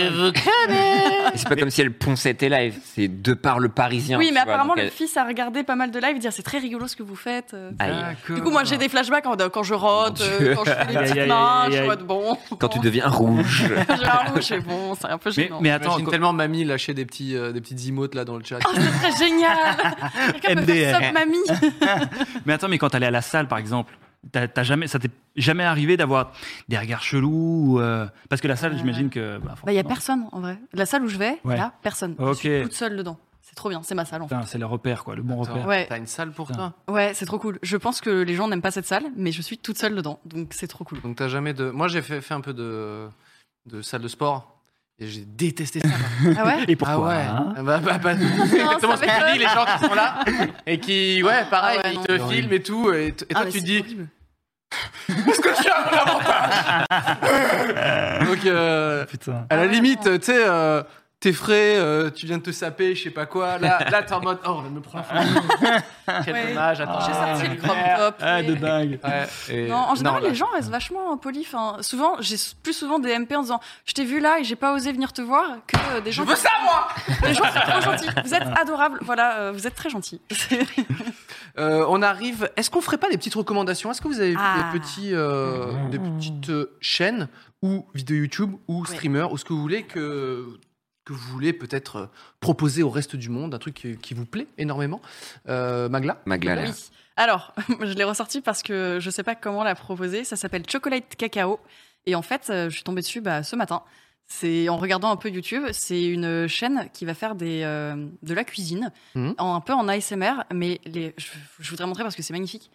Speaker 3: Et C'est pas comme si elle ponçait tes lives, c'est de par le parisien.
Speaker 4: oui,
Speaker 3: tu
Speaker 4: mais
Speaker 3: vois,
Speaker 4: apparemment,
Speaker 3: donc
Speaker 4: le
Speaker 3: elle-
Speaker 4: fils a regardé pas mal de lives, dire C'est très rigolo ce que vous faites. Euh,
Speaker 3: Aïe.
Speaker 4: Du coup, moi, j'ai des flashbacks quand, quand je rote,
Speaker 3: Mon
Speaker 4: euh,
Speaker 3: Dieu.
Speaker 4: quand je fais des
Speaker 1: Aïe, aïe,
Speaker 4: petites
Speaker 1: aïe,
Speaker 4: mains,
Speaker 1: aïe,
Speaker 4: je suis en
Speaker 1: aïe.
Speaker 4: mode Bon.
Speaker 3: Quand
Speaker 4: <laughs>
Speaker 3: tu deviens rouge.
Speaker 4: Je l'avoue, c'est bon, c'est un peu
Speaker 1: Mais,
Speaker 4: gênant.
Speaker 1: mais
Speaker 2: Attends,
Speaker 1: attends,
Speaker 2: J'imagine
Speaker 1: co-
Speaker 2: tellement mamie lâcher des, petits, euh, des petites emotes là dans le chat.
Speaker 4: C'est
Speaker 1: <laughs>
Speaker 4: très génial! Quelqu'un peut faire
Speaker 1: MDR.
Speaker 4: stop, mamie!
Speaker 1: Mais attends, mais quand t'allais à la salle, par exemple, t'as, t'as jamais, ça t'est jamais arrivé d'avoir des regards chelous ou, euh, Parce que la salle,
Speaker 4: Euh.
Speaker 1: j'imagine que. Bah,
Speaker 4: Bah, il a
Speaker 1: forcément.
Speaker 4: personne en vrai. La salle où je vais,
Speaker 1: Ouais.
Speaker 4: là, personne.
Speaker 1: Ok.
Speaker 4: Je suis toute seule dedans. C'est trop bien, c'est ma salle en fait.
Speaker 1: Putain, c'est le repère, quoi, le bon
Speaker 2: Attends,
Speaker 1: repère.
Speaker 4: Ouais.
Speaker 2: T'as une salle pour toi.
Speaker 4: Ouais, c'est trop cool. Je pense que les gens n'aiment pas cette salle, mais je suis toute seule dedans, donc c'est trop cool.
Speaker 2: Donc t'as jamais de. Moi j'ai fait, fait un peu de, de salle de sport et j'ai détesté ça. <laughs>
Speaker 4: Ah ouais
Speaker 1: Et pourquoi
Speaker 2: ah ouais.
Speaker 1: hein
Speaker 2: Ah bah, bah, bah, c'est exactement ce que tu
Speaker 4: m'étonne.
Speaker 2: dis, les gens qui sont là et qui, ouais, pareil,
Speaker 4: Ah ouais,
Speaker 2: ils
Speaker 4: non.
Speaker 2: te filment et tout. Et, t- et
Speaker 4: Ah,
Speaker 2: toi
Speaker 4: mais
Speaker 2: tu
Speaker 4: c'est
Speaker 2: te dis,
Speaker 4: horrible.
Speaker 2: est-ce que je suis un avantage Donc euh,
Speaker 1: Putain.
Speaker 2: à la
Speaker 4: Ah ouais,
Speaker 2: limite, tu sais, euh, t'es frais, euh, tu viens de te saper, je sais pas quoi. Là, là t'es en mode, oh, on me prend.
Speaker 4: <laughs>
Speaker 1: Quel
Speaker 4: Ouais.
Speaker 1: dommage, attends.
Speaker 4: J'ai
Speaker 1: Ah,
Speaker 4: sorti le crop
Speaker 1: merde.
Speaker 4: top.
Speaker 1: Ah,
Speaker 4: mais-
Speaker 1: de dingue.
Speaker 4: Non, en général, les gens restent vachement polis. Enfin, souvent, j'ai plus souvent des MP en disant Je t'ai vu là et j'ai pas osé venir te voir que euh, des gens. qui-
Speaker 2: ça, moi
Speaker 4: <laughs> Les gens sont trop gentils. Vous êtes adorables. Voilà, euh, vous êtes très gentils. <laughs>
Speaker 2: Euh, on arrive. Est-ce qu'on ferait pas des petites recommandations Est-ce que vous avez vu
Speaker 4: Ah. Hmm.
Speaker 2: des petits, euh, des petites euh, chaînes ou vidéos YouTube ou streamers ou ce que vous voulez que que vous voulez peut-être euh, proposer au reste du monde un truc qui, qui vous plaît énormément Euh, Magla.
Speaker 3: Magla, là.
Speaker 4: Eh ben Oui. Alors, <laughs> je l'ai ressorti parce que je sais pas comment la proposer. Ça s'appelle Chocolate Cacao. Et en fait, euh, je suis tombée dessus bah, ce matin. C'est en regardant un peu YouTube, c'est une chaîne qui va faire des, euh, de la cuisine,
Speaker 2: Mhm.
Speaker 4: en- un peu en ASMR, mais les, je, je voudrais montrer parce que c'est magnifique.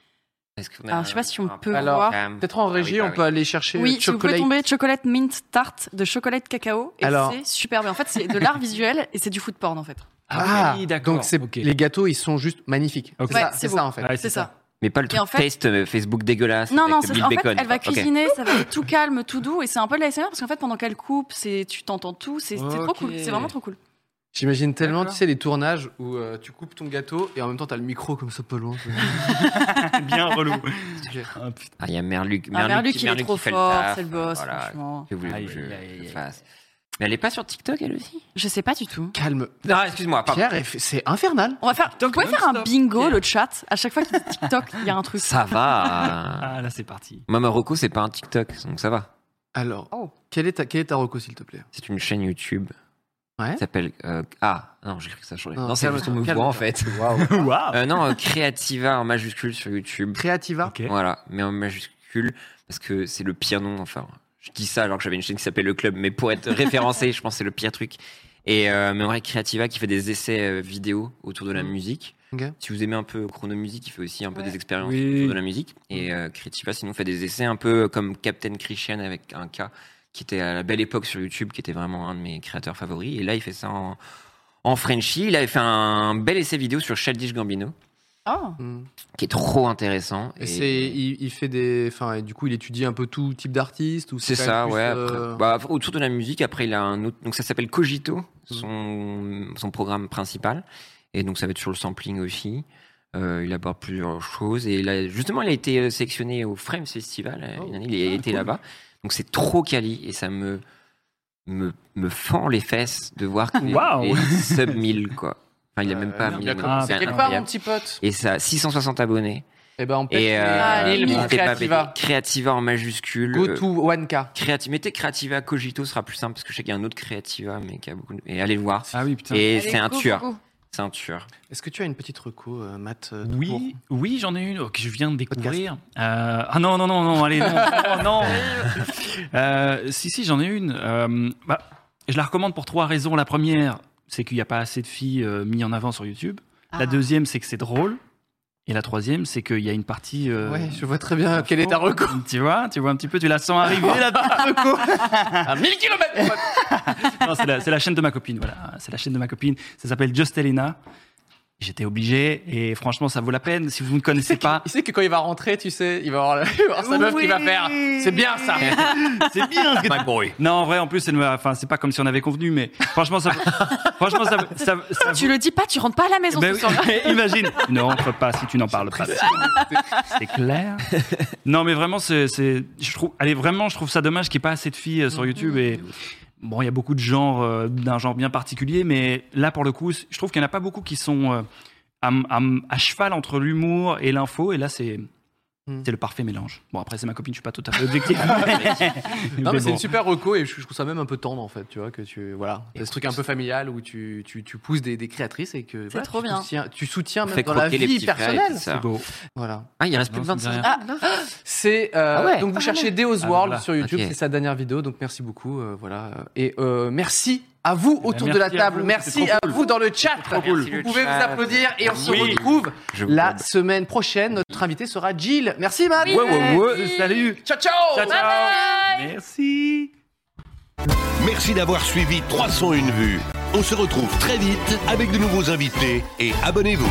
Speaker 3: Est-ce qu'on a
Speaker 4: Alors, Ah, je sais pas si on
Speaker 3: un-
Speaker 4: peut
Speaker 2: Alors,
Speaker 4: voir.
Speaker 3: Cam.
Speaker 2: Peut-être en
Speaker 3: Ah oui,
Speaker 2: régie,
Speaker 3: bah
Speaker 2: on
Speaker 3: oui.
Speaker 2: peut aller chercher
Speaker 4: Oui,
Speaker 2: le
Speaker 4: si vous pouvez
Speaker 2: chocolat.
Speaker 4: tomber, chocolate mint tarte de chocolate cacao. Et
Speaker 2: Alors-
Speaker 4: c'est superbe. En fait, c'est de l'art visuel et c'est du food porn, en fait.
Speaker 1: Ah, oui, d'accord.
Speaker 2: Donc c'est
Speaker 1: ok.
Speaker 2: les gâteaux, ils sont juste magnifiques.
Speaker 1: Ok.
Speaker 2: C'est ça-
Speaker 4: Ouais, c'est
Speaker 2: c'est
Speaker 4: beau.
Speaker 2: ça en fait.
Speaker 1: Ouais,
Speaker 4: C'est ça.
Speaker 3: Mais pas le truc
Speaker 4: en fait-
Speaker 3: test euh, Facebook dégueulasse.
Speaker 4: Non,
Speaker 3: avec
Speaker 4: non,
Speaker 3: le
Speaker 4: c'est-
Speaker 3: Bill
Speaker 4: en fait,
Speaker 3: Bacon. Ah,
Speaker 4: elle va
Speaker 3: Ok.
Speaker 4: cuisiner, ça va être tout calme, tout doux, et c'est un peu de l'ASMR parce qu'en fait, pendant qu'elle coupe, c'est tu t'entends tout, c'est c'est trop
Speaker 2: Ok.
Speaker 4: cool, c'est vraiment trop cool.
Speaker 2: J'imagine tellement, tu
Speaker 1: D'accord.
Speaker 2: sais, les tournages où euh, tu coupes ton gâteau et en même temps t'as le micro comme ça pas
Speaker 3: <laughs>
Speaker 2: loin.
Speaker 1: Bien
Speaker 4: <laughs>
Speaker 1: relou. Ah, putain.
Speaker 3: Ah, il y a Merluc.
Speaker 4: Ah, Merluc, il est
Speaker 3: Merluc
Speaker 4: trop
Speaker 3: qui fait
Speaker 4: fort,
Speaker 3: taf,
Speaker 4: c'est le boss,
Speaker 3: voilà.
Speaker 4: franchement.
Speaker 3: Que voulez-vous
Speaker 1: Aïe,
Speaker 3: que je-
Speaker 1: aïe, aïe,
Speaker 3: je
Speaker 1: aïe.
Speaker 3: fasse Mais elle est pas sur TikTok, elle aussi
Speaker 4: Je sais pas du tout.
Speaker 2: Calme.
Speaker 3: Non, excuse-moi, pardon.
Speaker 2: Pierre, elle fait- c'est infernal.
Speaker 4: On va faire. Vous pouvez faire un
Speaker 1: non-stop.
Speaker 4: bingo, le chat. À chaque fois qu'il dit TikTok, il y a un truc.
Speaker 3: Ça <laughs> va.
Speaker 1: Ah, là, c'est parti.
Speaker 4: <laughs>
Speaker 3: Mama Rocco, c'est pas un TikTok, donc ça va.
Speaker 2: Alors,
Speaker 3: Oh.
Speaker 2: quelle est ta, quelle est ta reco, s'il te plaît
Speaker 3: C'est une chaîne YouTube.
Speaker 2: Ouais.
Speaker 3: Qui s'appelle. euh, ah, non, j'ai cru que ça changeait.
Speaker 2: Non,
Speaker 3: Non, c'est juste
Speaker 2: calme-toi,
Speaker 3: on me voit
Speaker 2: calme-toi.
Speaker 3: en fait.
Speaker 1: Waouh.
Speaker 3: Euh, non, euh, Creativa en majuscule sur YouTube.
Speaker 2: Creativa.
Speaker 1: Ok.
Speaker 3: Voilà, mais en majuscule parce que c'est le pire nom. Enfin, je dis ça alors que j'avais une chaîne qui s'appelait Le Club, mais pour être référencé, je pense que c'est le pire truc. Et euh, mais en vrai, Creativa qui fait des essais euh, vidéo autour de la
Speaker 2: Mhm.
Speaker 3: musique.
Speaker 2: Ok.
Speaker 3: Si vous aimez un peu Chrono Music, il fait aussi un peu
Speaker 4: Ouais.
Speaker 3: des expériences
Speaker 1: Oui.
Speaker 3: autour de la musique. Et euh, Creativa, sinon, fait des essais un peu comme Captain Christian avec un K qui était à la belle époque sur YouTube, qui était vraiment un de mes créateurs favoris. Et là, il fait ça en, en Frenchie. Il avait fait un bel essai vidéo sur Childish Gambino,
Speaker 4: Oh.
Speaker 2: Mm.
Speaker 3: qui est trop intéressant.
Speaker 2: Et c'est, il, il fait des, enfin, et du coup, il étudie un peu tout type d'artiste ou
Speaker 3: C'est
Speaker 2: quand
Speaker 3: ça,
Speaker 2: même plus,
Speaker 3: ouais.
Speaker 2: euh,
Speaker 3: après- bah, après, autour de la musique, après, il a un autre. Donc, ça s'appelle Cogito,
Speaker 2: Mmh.
Speaker 3: son, son programme principal. Et donc, ça va être sur le sampling aussi. Euh, il aborde plusieurs choses. Et là, justement, il a été euh, sélectionné au Frames Festival. euh,
Speaker 2: Oh.
Speaker 3: une année, il a
Speaker 2: Ah,
Speaker 3: été
Speaker 2: cool.
Speaker 3: là-bas. Donc, c'est trop quali. Et ça me, me, me fend les fesses de
Speaker 2: <laughs>
Speaker 3: voir qu'il est-
Speaker 1: Waouh.
Speaker 3: il est sub 1000, quoi. Enfin, il a
Speaker 2: Euh,
Speaker 3: même pas
Speaker 2: merde,
Speaker 3: 1000.
Speaker 2: il a
Speaker 3: mais
Speaker 1: commencé
Speaker 3: c'est
Speaker 1: quelque
Speaker 2: Quelque part, mon
Speaker 3: incroyable.
Speaker 2: petit pote.
Speaker 3: Et ça, 660 abonnés.
Speaker 2: Eh ben, on pète
Speaker 3: Et
Speaker 2: les-
Speaker 3: euh,
Speaker 4: Ah,
Speaker 2: les
Speaker 4: il
Speaker 2: mille
Speaker 3: on s'est pas
Speaker 2: Creativa.
Speaker 3: pété. Creativa en majuscule.
Speaker 2: Go
Speaker 3: euh,
Speaker 2: to 1K.
Speaker 3: Créati- mettez Creativa Cogito sera plus simple parce que je sais qu'il y a un autre Creativa mais qui a beaucoup de- et allez le voir
Speaker 1: Ah oui, putain.
Speaker 3: et
Speaker 4: Allez,
Speaker 3: c'est un
Speaker 4: go, go,
Speaker 3: tueur
Speaker 4: go.
Speaker 3: c'est un tueur
Speaker 2: Est-ce que tu as une petite reco, euh, Matt euh, tout court
Speaker 1: Oui, oui, j'en ai une oh, que je viens de découvrir. Euh, ah non, non, non, non, allez, non, oh,
Speaker 2: <laughs>
Speaker 1: non. Euh, si, si, j'en ai une. Euh, bah, je la recommande pour trois raisons. La première, c'est qu'il n'y a pas assez de filles euh, mises en avant sur YouTube.
Speaker 4: Ah.
Speaker 1: La deuxième, c'est que c'est drôle. Et la troisième, c'est qu'il y a une partie. euh, Oh,
Speaker 2: Ouais, <laughs> je vois très bien quelle est ta reco.
Speaker 1: Tu vois, tu vois un petit peu, tu la sens arriver là
Speaker 2: <laughs> À 1000 km.
Speaker 1: Non, c'est la, c'est la chaîne de ma copine, voilà. C'est la chaîne de ma copine. Ça s'appelle Just Elena. J'étais obligé et franchement, ça vaut la peine. Si vous
Speaker 2: <laughs>
Speaker 1: ne connaissez pas,
Speaker 2: Ah, Il sait que quand il va rentrer, tu sais, il va avoir, la- <laughs> il va avoir sa meuf qui va
Speaker 1: Oui.
Speaker 2: faire. C'est bien
Speaker 3: <laughs>
Speaker 2: ça.
Speaker 1: c'est bien. My boy. Non, en vrai, en plus, elle me- enfin, c'est pas comme si on avait convenu, mais
Speaker 2: <laughs>
Speaker 1: franchement, ça, franchement, ça, ça, ça-
Speaker 4: Tu le dis pas, tu rentres pas à la maison
Speaker 3: Bah
Speaker 1: Ben
Speaker 4: ce
Speaker 1: oui,
Speaker 4: soir.
Speaker 1: mais imagine, ne rentre pas si tu n'en parles pas. C'est clair. Non, mais vraiment, c'est, c'est- je trouve, allez, vraiment, je trouve ça dommage qu'il n'y ait pas assez de filles euh, sur YouTube
Speaker 2: Mm,
Speaker 1: et bon, il y a beaucoup de genres euh, d'un genre bien particulier, mais là, pour le coup, c- je trouve qu'il n'y en a pas beaucoup qui sont euh, à, m- à m- à cheval entre l'humour et l'info, et là, c'est
Speaker 2: Mm.
Speaker 1: c'est le parfait mélange. Bon, après, c'est ma copine, je suis pas tout à
Speaker 2: <laughs>
Speaker 1: fait objectif.
Speaker 2: Non, mais
Speaker 1: Mais
Speaker 2: c'est
Speaker 1: bon.
Speaker 2: une super reco et je je trouve ça même un peu tendre en fait, tu vois, que tu voilà, t'as ce truc un peu familial où tu, tu, tu pousses des, des créatrices et que voilà,
Speaker 4: trop
Speaker 2: tu,
Speaker 4: bien.
Speaker 2: Soutiens, tu soutiens même
Speaker 3: fait
Speaker 2: dans la
Speaker 3: croquer les
Speaker 2: vie
Speaker 3: petits frères et
Speaker 2: personnelle.
Speaker 3: tout ça.
Speaker 1: beau.
Speaker 2: Voilà.
Speaker 3: ah il reste plus de
Speaker 1: Non, c'est
Speaker 3: 25
Speaker 1: derrière.
Speaker 4: Ah,
Speaker 2: C'est euh,
Speaker 3: Ah ouais.
Speaker 2: donc vous cherchez Deos World
Speaker 1: Ah, voilà.
Speaker 2: sur YouTube,
Speaker 3: Ok.
Speaker 2: c'est sa dernière vidéo, donc merci beaucoup, euh, voilà. Et euh, merci à vous autour de la
Speaker 1: Eh ben, merci à
Speaker 2: table,
Speaker 1: vous,
Speaker 2: merci
Speaker 1: c'était
Speaker 2: à
Speaker 1: trop cool.
Speaker 2: vous dans le chat.
Speaker 3: cool.
Speaker 2: Vous
Speaker 3: Merci, le
Speaker 2: pouvez vous
Speaker 3: chat.
Speaker 2: applaudir et on se
Speaker 3: Oui.
Speaker 2: retrouve
Speaker 3: Je vous
Speaker 2: la
Speaker 3: aime.
Speaker 2: semaine prochaine. Notre invité sera Jill. Merci Matt.
Speaker 1: Ouais, ouais, ouais, Salut.
Speaker 2: Ciao ciao.
Speaker 1: Ciao, ciao.
Speaker 4: Ah,
Speaker 1: Merci.
Speaker 5: Merci d'avoir suivi 301 vues. On se retrouve très vite avec de nouveaux invités et abonnez-vous.